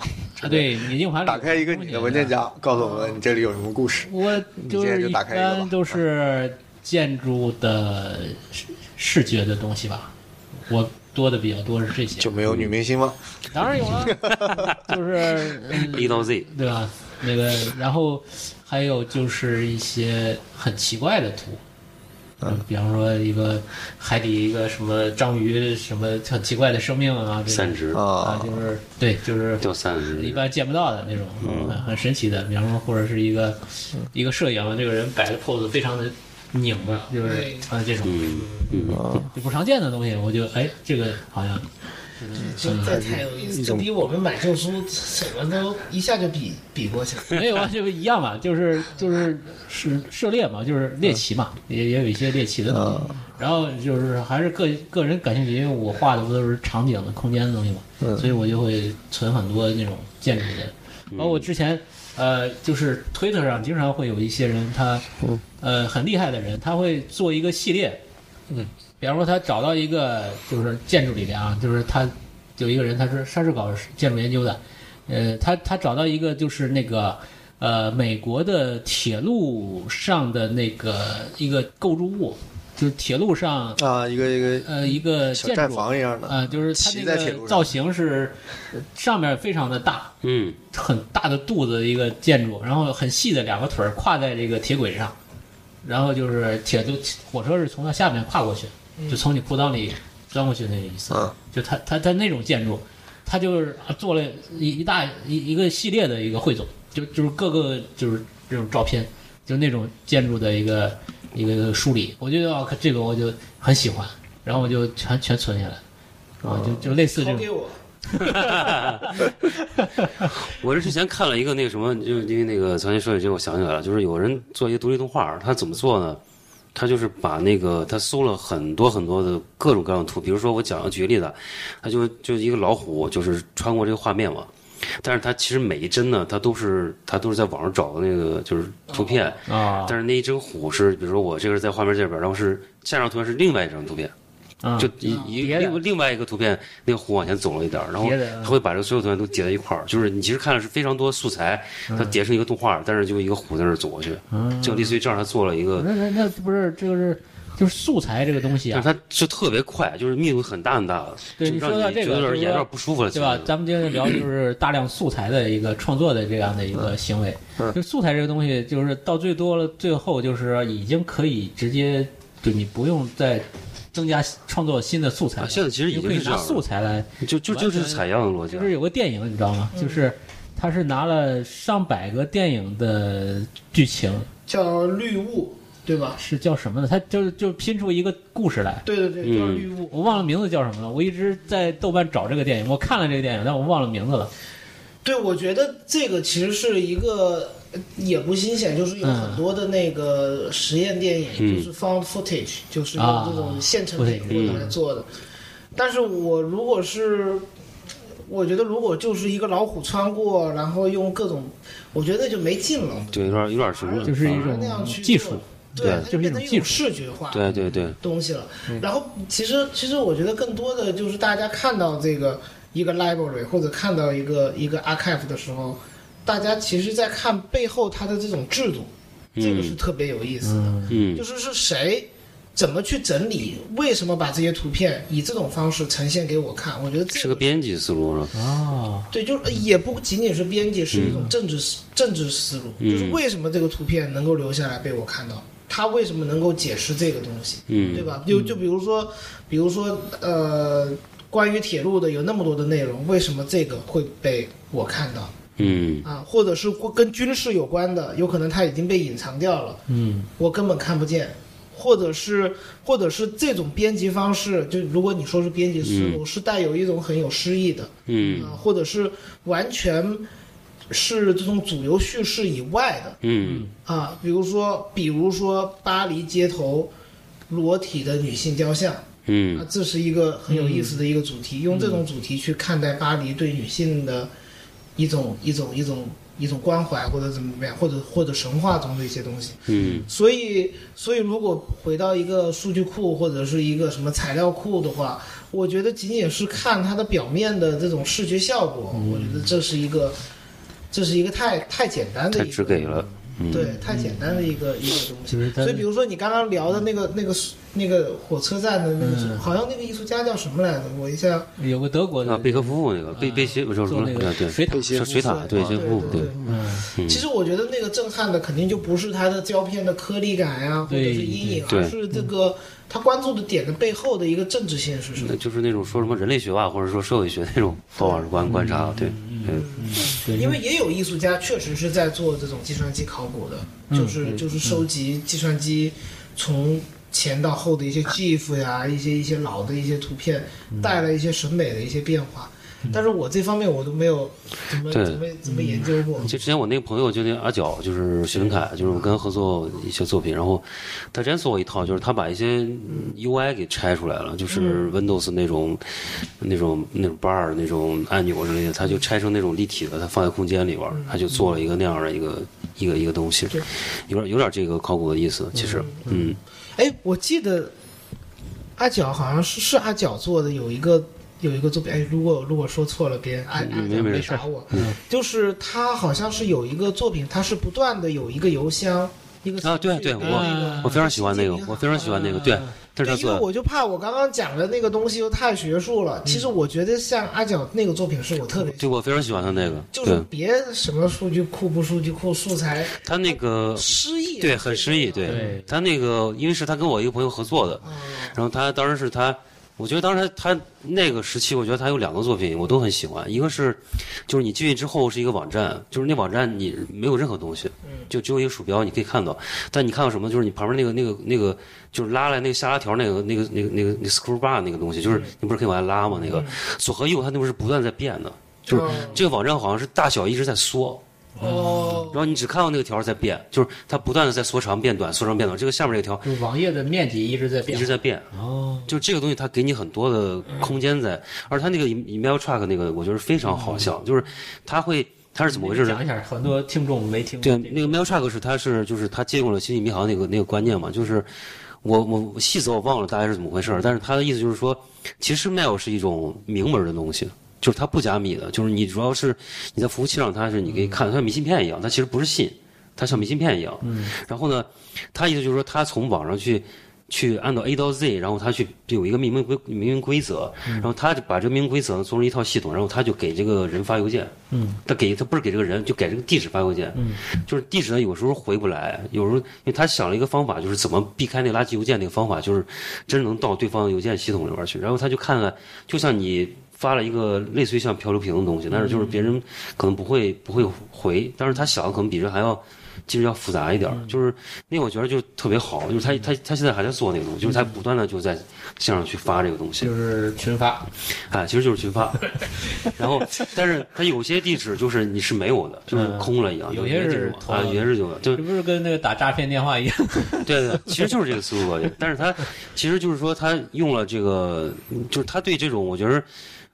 S6: 啊，对，你硬盘里
S5: 打开一个你的文件，夹，告诉我们你这里有什么故事。
S6: 我就
S5: 你现在
S6: 是
S5: 就
S6: 一
S5: 打开一个吧
S6: 般都是建筑的视视觉的东西吧，我多的比较多是这些
S5: 就，没有女明星吗？
S6: 当然有了，就是嗯
S4: 一到 Z，
S6: 对吧？那个，然后还有就是一些很奇怪的图，嗯，比方说一个海底一个什么章鱼什么很奇怪的生命啊，这
S4: 三
S6: 种
S4: 只
S5: 啊
S6: 啊，，就是对，就是
S4: 掉三只，
S6: 一般见不到的那种，很很神奇的，比方说或者是一个一个摄影，这个人摆的 pose 非常的拧巴，就是
S7: 对
S6: 啊这种
S4: 嗯嗯，
S6: 就不常见的东西，我就哎这个好像
S7: 这
S6: 嗯
S7: 这太有意思，这比我们买证书什么都一下就比比过去了。
S6: 没有啊，这个一样嘛，就是就是是涉猎嘛，就是猎奇嘛，也也有一些猎奇
S5: 嗯
S6: 的东西。
S5: 啊
S6: 然后就是还是个个人感兴趣，因为我画的不都是场景的空间的东西嘛，
S5: 嗯
S6: 所以我就会存很多那种建筑的。包括我之前呃，就是推特上经常会有一些人，他呃很厉害的人，他会做一个系列，比方说他找到一个就是建筑里边啊，就是他有一个人，他是他是搞建筑研究的，呃，他他找到一个就是那个呃美国的铁路上的那个一个构筑物，就是铁路上
S5: 啊，一个一个
S6: 呃一个
S5: 小
S6: 建
S5: 站
S6: 筑。
S5: 房一样的，
S6: 呃，就是它
S5: 骑
S6: 那
S5: 在铁
S6: 个
S5: 路上，
S6: 造型是呃上面非常的大，
S4: 嗯，
S6: 很大的肚子的一个建筑，然后很细的两个腿儿跨在这个铁轨上，然后就是铁路火车是从它下面跨过去，就从你裤裆里钻过去那个意思。
S5: 嗯
S6: 就它它它那种建筑，它就是做了一一大一一个系列的一个汇总，就就是各个就是这种照片，就那种建筑的一个一个一个梳理，我觉得哦，可这个我就很喜欢，然后我就全全存下来，啊，就就类似这
S7: 掏
S6: 种
S7: 给我，
S4: 我是之前看了一个那个什么，就是因为那个曹先说起这个，我想起来了，就是有人做一个独立动画，他怎么做呢？他就是把那个他搜了很多很多的各种各样的图，比如说我讲举个例子啊，他就就一个老虎，就是穿过这个画面嘛。但是他其实每一帧呢，他都是他都是在网上找的那个就是图片，
S6: 啊，
S4: 但是那一帧虎是，比如说我这个是在画面这边，然后是下张图片是另外一张图片，
S6: 嗯
S4: 就一一
S6: 叠的
S4: 另另外一个图片，那个湖往前走了一点儿，然后
S6: 叠的嗯
S4: 它会把这个所有图片都叠在一块儿，就是你其实看的是非常多素材，
S6: 嗯
S4: 它叠成一个动画，但是就一个湖在那儿走过去，就类似于这样，他做了一个，
S6: 那那那不是就是就是素材这个东西
S4: 但
S6: 啊，
S4: 是它是特别快，就是密度很大很大的，
S6: 对
S4: 就
S6: 你
S4: 让
S6: 说到
S4: 你
S6: 这
S4: 觉得
S6: 个
S4: 有
S6: 就是
S4: 点眼有
S6: 说
S4: 点不舒服了，
S6: 对吧？
S4: 其实
S6: 咱们今天聊就是大量素材的一个创作的这样的一
S4: 嗯
S6: 个行为，就素材这个东西，就是到最多了，最后就是已经可以直接，就你不用再增加创作新的素材了
S4: 啊，现在其实已
S6: 你
S4: 经
S6: 就可以
S4: 是这
S6: 拿
S4: 样了
S6: 素材来，
S4: 就就
S6: 完
S4: 就
S6: 全
S4: 是采样的逻辑
S6: 就
S4: 啊，
S6: 是有个电影你知道吗？就是他是拿了上百个电影的剧情，
S7: 叫绿雾，对吧？
S6: 是叫什么呢？他就是就拼出一个故事来。
S7: 对对对，叫
S6: 嗯
S7: 绿雾。
S6: 我忘了名字叫什么了，我一直在豆瓣找这个电影，我看了这个电影，但我忘了名字了。
S7: 对，我觉得这个其实是一个呃也不新鲜，就是
S6: 嗯
S7: 有很多的那个实验电影，
S4: 嗯
S7: 就是 found footage，就是用
S6: 啊
S7: 这种现成品
S6: footage，嗯
S7: 或者来做的。但是我如果是，我觉得如果就是一个老虎穿过，然后用各种，我觉得那就没劲了。
S4: 对，有点有点什么，啊
S6: 就是一
S7: 那样
S6: 种
S7: 去
S6: 技
S7: 做
S6: 术，
S7: 对，它
S6: 对就是一
S7: 变
S6: 种
S7: 成一
S6: 技
S7: 种
S6: 术嗯
S7: 视觉化。
S4: 对对对，
S7: 东西了。然后其实其实我觉得更多的就是大家看到这个一个 library 或者看到一个一个 archive 的时候，大家其实在看背后它的这种制度，
S6: 嗯
S7: 这个是特别有意思的，
S4: 嗯
S7: 就是是谁。怎么去整理？为什么把这些图片以这种方式呈现给我看？我觉得这
S4: 是个编辑思路是吧？
S6: 啊，
S7: 对，就是呃也不仅仅是
S4: 嗯
S7: 编辑，是一种政治思、政治思路，就是为什么这个图片能够留下来被我看到，他为什么能够解释这个东西，
S4: 嗯
S7: 对吧？就就比如说，比如说呃，关于铁路的有那么多的内容，为什么这个会被我看到
S4: 嗯
S7: 啊？或者是跟军事有关的，有可能它已经被隐藏掉了，
S6: 嗯，
S7: 我根本看不见，或者是或者是这种编辑方式，就如果你说是编辑思路，是带有一种很有诗意的，
S4: 嗯
S7: 啊，或者是完全是这种主流叙事以外的
S4: 嗯
S7: 啊，比如说比如说巴黎街头裸体的女性雕像啊
S4: 嗯，
S7: 这是一个很有意思的一个主题，用这种主题去看待巴黎对女性的一种一种一种一种关怀或者怎么样，或者或者神话中的一些东西。
S4: 嗯
S7: 所以，所以如果回到一个数据库或者是一个什么材料库的话，我觉得仅仅是看它的表面的这种视觉效果，
S4: 嗯
S7: 我觉得这是一个，这是一个太太简单的一
S4: 太
S7: 个，
S4: 直嗯给了，嗯
S7: 对，太简单的一个、一个东西。
S6: 就是它
S7: 所以，比如说你刚刚聊的那
S4: 嗯
S7: 个那个那个火车站的那个什么，
S6: 嗯
S7: 好像那个艺术家叫什么来着？我一下
S6: 有个德国的
S4: 啊，贝科夫妇那个贝贝歇，我说什
S6: 做
S4: 么
S6: 那个
S4: 来着？
S6: 水塔
S5: 贝，歇
S4: 水水塔，对，
S7: 啊对
S4: 贝歇夫妇，
S7: 对
S4: 对，
S6: 嗯，
S7: 其实我觉得那个震撼的肯定就不是它的胶片的颗粒感呀、或者是
S6: 对
S7: 阴影，
S4: 对
S7: 而是这个他关注的点的背后的一个政治性是什么
S4: 那。就是那种说什么人类学啊，或者说社会学那种方法观观察，对，嗯
S6: 对
S7: 因为也有艺术家确实是在做这种计算机考古的，
S4: 嗯
S7: 就是就是收集计算机从前到后的一些 GIF 呀，一些一些老的一些图片，带来一些审美的一些变化。但是我这方面我都没有怎么
S4: 嗯对
S7: 怎么怎么研究过。
S4: 就之前我那个朋友，就那阿角，就是徐文凯，就是我跟他合作一些作品，然后他之前做过一套，就是他把一些嗯 UI 给拆出来了，就是
S7: 嗯
S4: Windows 那种、那种、那种 bar 那种按钮之类的，他就拆成那种立体的，他放在空间里边
S7: 嗯
S4: 儿，他就做了一个那样的一个一个一个东西
S7: 对，
S4: 有点有点这个考古的意思，其实，嗯
S7: 哎，我记得阿角好像是是阿角做的，有一个有一个作品。哎，如果如果说错了，别阿阿
S4: 嗯没
S7: 角
S4: 没
S7: 别
S4: 事
S7: 打我。就是他好像是有一个作品，他是不断的有一个邮箱，一个
S4: 啊对
S7: 程序
S4: 对
S7: 跟那个
S4: 我非常喜欢那个
S7: 信息银，行
S4: 我非常喜欢那个，对，这是他
S7: 嗯对，因
S4: 做
S7: 为
S4: 的，
S7: 我就怕我刚刚讲的那个东西又太学术了。其实
S4: 嗯
S7: 我觉得像阿角那个作品是我特别喜欢，
S4: 对我非常喜欢他那个，
S7: 就是
S4: 对
S7: 别什么数据库不数据库素材
S4: 他那个
S7: 失啊忆，
S4: 呃对，很诗意。对
S6: 对
S4: 他那个，因为是他跟我一个朋友合作的，然后他当时是他，我觉得当时他他那个时期，我觉得他有两个作品我都很喜欢，一个是就是你进去之后是一个网站，就是那网站你没有任何东西，就只有一个鼠标你可以看到，但你看到什么就是你旁边那个那个那个就是拉来那个下拉条那个那个那个那个那 scroll bar 那个东西，就是你不是可以往下拉吗？那个左和右它那不是不断在变的，就是
S7: 哦
S4: 这个网站好像是大小一直在缩。
S7: 哦
S4: 然，后你只看到那个条儿在变，就是它不断的在缩长变短，缩长变短。这个下面这个条儿
S6: 就是网页的面积一直在
S4: 一
S6: 变
S4: 直在变，
S6: 哦，
S4: 就这个东西它给你很多的空间在，而它那个 email track 那个，我觉得非常好笑，就是它会它是怎么回事呢
S6: 讲一？下，很多听众没听
S4: 对
S6: 过，这
S4: 那个 mail track 是它是就是它借用了星际迷航那个那个观念嘛，就是我我细则我忘了大概是怎么回事儿，但是它的意思就是说，其实 mail 是一种明文的东西。就是它不加密的，就是你主要是你在服务器上，它是你可以看，它像明信片一样，它其实不是信，它像明信片一样。嗯。然后呢，他意思就是说，他从网上去去按照 A 到 Z，然后他去有一个明文规明文规则，然后他就把这个明文规则呢做成一套系统，然后他就给这个人发邮件。嗯，他给他不是给这个人，就给这个地址发邮件。嗯，就是地址呢有时候回不来，有时候因为他想了一个方法，就是怎么避开那个垃圾邮件那个方法，就是真能到对方的邮件系统里边去，然后他就看看，就像你。发了一个类似于像漂流瓶的东西，但是就是别人可能不会不会回，但是他想的可能比这还要其实要复杂一点儿，就是那我觉得就特别好，就是他他他现在还在做那个东西，就是他不断的就在线上去发这个东西，
S6: 就是群发，
S4: 啊，其实就是群发。 [laughs] 然
S6: [laughs]
S4: 后，但是它有些地址就是你是没有的，就是空了一样。
S6: 嗯
S4: 有
S6: 有些
S4: 地
S6: 是
S4: 址
S6: 投
S4: 啊，
S6: 的
S4: 有些是有的，就
S6: 这不是跟那个打诈骗电话一样？
S4: 对对，其实就是这个思路逻辑。但是他其实就是说，他用了这个，就是他对这种，我觉得。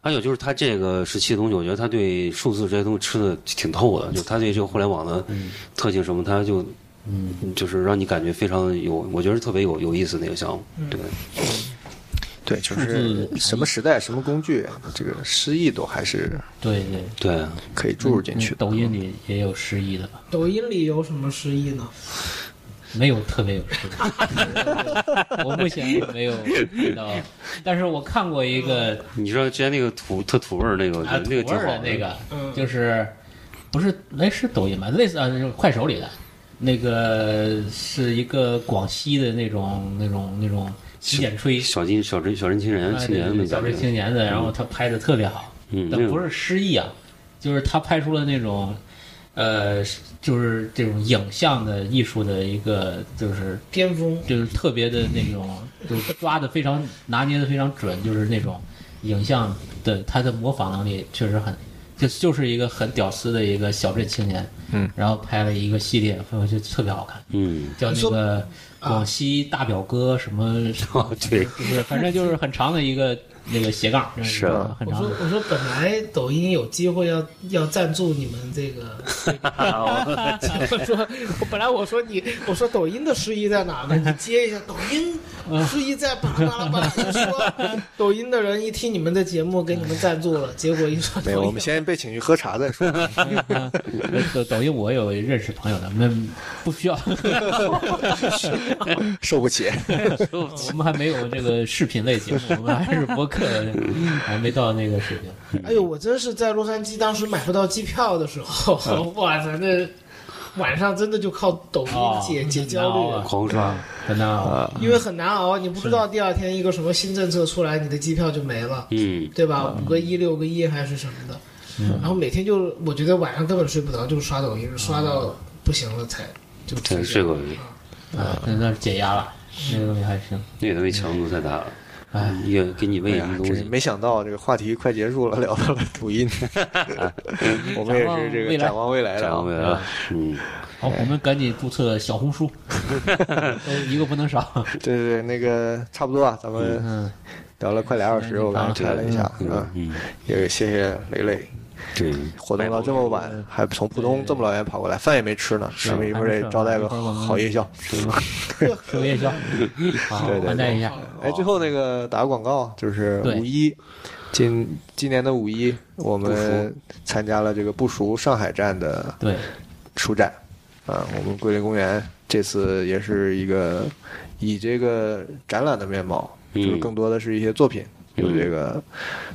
S4: 还有就是他这个时期的东西，我觉得他对数字这些东西吃的挺透的，就他对这个互联网的
S6: 嗯
S4: 特性什么，他就，嗯，就是让你感觉非常有，我觉得特别有有意思那个项目，
S6: 嗯
S4: 对，
S5: 对，就是什么时代、什么工具，这个诗意都还是
S6: [laughs] 对对，
S4: 对，
S5: 可以注入进去的。
S6: 抖音里也有失忆的吧？
S7: 抖音里有什么失忆呢？
S6: 没有特别有诗的， [laughs] 我目前没有遇到，但是我看过一个
S4: 你知道之前那个土特土味儿嗯那个，我觉
S6: 啊
S4: 得那个
S6: 土
S4: 挺
S6: 味儿
S4: 好
S6: 的
S4: 的
S6: 那个
S7: 嗯，
S6: 就是不是哎是抖音吧？类似啊，就是快手里的，那个是一个广西的那种那种那种洗剪吹啊
S4: 小金小镇小镇青年
S6: 哎
S4: 青年的那
S6: 小镇青
S4: 个，
S6: 年的，然后他拍的特别好，
S4: 嗯那
S6: 但
S4: 个
S6: 不是诗意啊，就是他拍出了那种，呃，就是这种影像的艺术的一个，就是
S7: 巅峰，
S6: 就是特别的那种，就是抓的非常拿捏的非常准，就是那种影像的他的模仿能力确实很，就就是一个很屌丝的一个小镇青年，嗯，然后拍了一个系列，我觉得特别好看，
S4: 嗯，
S6: 叫
S7: 你
S6: 那
S7: 说啊
S6: 个广西大表哥什么，
S4: 哦
S6: [laughs]
S4: 对，
S6: 就是反正就是很长的一个那个斜杠，
S4: 是
S6: 啊，很
S7: 我
S6: 长
S7: 说
S6: 的。
S7: 我说本来抖音有机会要要赞助你们这
S6: [laughs]
S7: 个，我说我本来我说你我说抖音的诗意在哪呢？
S6: [laughs]
S7: 你接一下抖音诗意在巴拉巴拉巴拉，一
S6: [laughs]
S7: 说抖音的人一听你们的节目给你们赞助了，结果一说
S5: 没有，
S7: 抖
S5: 我
S7: 音
S5: 们先被请去喝茶再说。
S6: 呃抖抖音我有认识朋友的，那不需要， [laughs]
S5: 受不起，
S6: 我们还没有这个视频类节目，我们还是博客，还没到那个水平。
S7: 哎呦，我真是在洛杉矶当时买不到机票的时
S5: [laughs]
S7: 候，哇塞，那晚上真的就靠抖音
S6: 哦
S7: 解解
S6: 很
S7: 焦
S6: 难熬
S7: 虑
S6: 啊，
S4: [laughs] 狂刷，
S6: 很难
S5: 啊
S6: 熬。
S7: 因为很难
S4: 嗯
S7: 熬，你不知道第二天一个什么新政策出来，你的机票就没了，
S4: 嗯，
S7: 对吧？五个一、六个一还是什么的，然后每天就我觉得晚上根本睡不着，就是刷抖音，刷到不行了才就
S4: 才睡过去，
S6: 啊，那那是解压了，那个东西还行。
S4: 那个东西强度太大了，
S6: 哎，
S4: 也给你喂什
S5: 哎呀
S4: 么，东
S5: 真是
S4: 西？
S5: 没想到这个话题快结束了，聊到了抖音。我们也是这个展
S6: 展
S5: 望未来
S4: 展
S5: 了
S4: 望未
S5: 啊。
S4: 来了，嗯，
S6: 好，
S5: 哎
S6: 我们赶紧注册小
S5: [laughs]
S6: 红书，都一个不能少。
S5: 对对对，那个差不多啊，咱们
S6: 嗯，
S5: 聊了快俩小时，我刚才查了一下啊，
S4: 嗯，
S5: 也谢谢雷雷。
S4: 对，
S5: 活动到这么晚，还从浦东这么老远跑过来，饭也没吃呢，咱们一会儿得招待个好夜宵。
S6: 吃个夜
S5: [laughs]
S6: 宵，好好
S5: 对对对
S6: 款待一下。
S5: 哎，最后那个打个广告，就是
S6: 对
S5: 五一，今今年的五一，我们参加了这个不熟上海站的
S6: 对，
S5: 书展，啊，我们桂林公园这次也是一个以这个展览的面貌，
S4: 嗯
S5: 就是更多的是一些作品，有
S6: 嗯
S5: 这个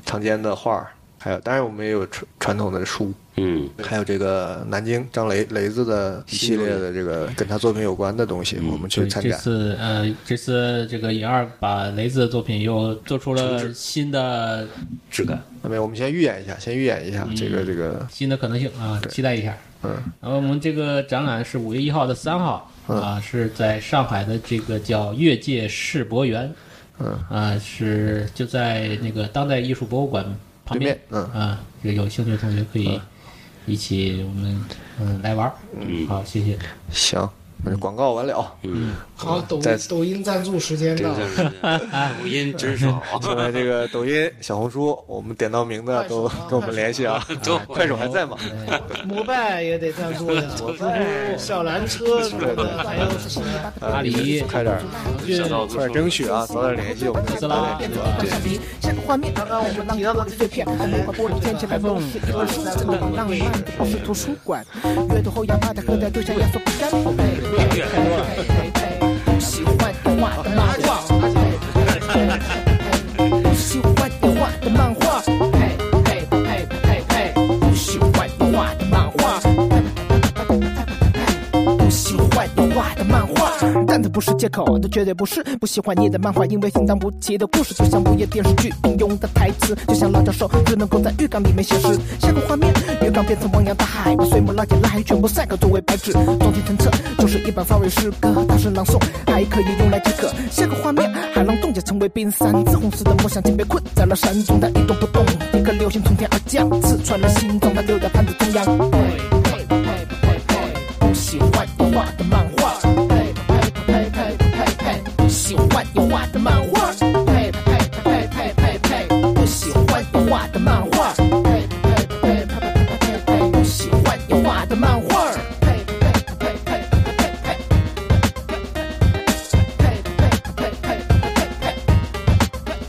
S5: 唐间的画儿，还有当然我们也有传传统的书，
S4: 嗯，
S5: 还有这个南京张雷雷子的一系列的这个跟他作品有关的东西，我们去
S6: 嗯对，
S5: 参
S6: 这
S5: 展。
S6: 次呃，这次这个野二把雷子的作品又做出了新的
S4: 质感，
S5: 那么我们先预演一下，先预演一下
S6: 嗯
S5: 这个这个，
S6: 新的可能性啊，期待一下。
S5: 嗯，
S6: 然后我们这个展览是五月一号到三号啊，是在上海的这个叫越界世博园，
S5: 嗯
S6: 啊，是就在那个当代艺术博物馆旁边，
S5: 对面嗯
S6: 啊，这个有兴趣的同学可以一起我们嗯来玩儿，嗯，好，谢谢，
S5: 行，那就广告完了。
S4: 嗯，
S7: 好，抖
S5: 再
S7: 音抖音赞助时间
S4: 这
S7: 到
S4: 个，真是
S6: [laughs]
S4: 抖音真少，啊
S5: 现在这个抖音、小红书，我们点到名的都
S7: 快手啊
S5: 跟我们联系啊。嗯
S4: 都
S5: 快手还在吗？
S7: 摩拜也得赞助呀，小蓝车什么的，还有什么
S6: 阿里
S5: 快点儿，
S4: 小道子
S5: 快点儿争取啊，早点联系我们。
S6: 斯拉
S3: 变成一张橡皮，像个画面，让我们让你忘记碎片，把梦幻玻璃建起来都是一本书，充满浪漫，我是图书馆，阅读后要怕它喝掉，就像压缩饼干。喜欢电话的漫画，喜欢电话的漫画，嘿嘿嘿嘿嘿，喜欢电话的漫画。不喜欢你画的漫画，但它不是借口，它绝对不是不喜欢你的漫画，因为平常不起的故事就像午夜电视剧引用的台词，就像老教授只能够在浴缸里面写诗，下个画面，浴缸变成汪洋大海，把水母捞起来，全部晒干作为白纸，装进腾册就是一版法语诗歌，大声朗诵还可以用来解渴，下个画面，海浪冻结成为冰山，紫红色的梦想竟被困在了山中，它一动不动，一颗流星从天而降，刺穿了心脏，它留在盘子中央。哎不喜欢你画的漫画，呸呸呸呸呸呸呸，喜欢你画的漫画，呸呸呸呸呸呸，不喜欢你画的漫画，呸呸呸呸呸呸呸，不喜欢你画的漫画，呸呸呸呸呸呸呸，呸呸呸呸呸呸呸。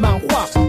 S3: 漫画。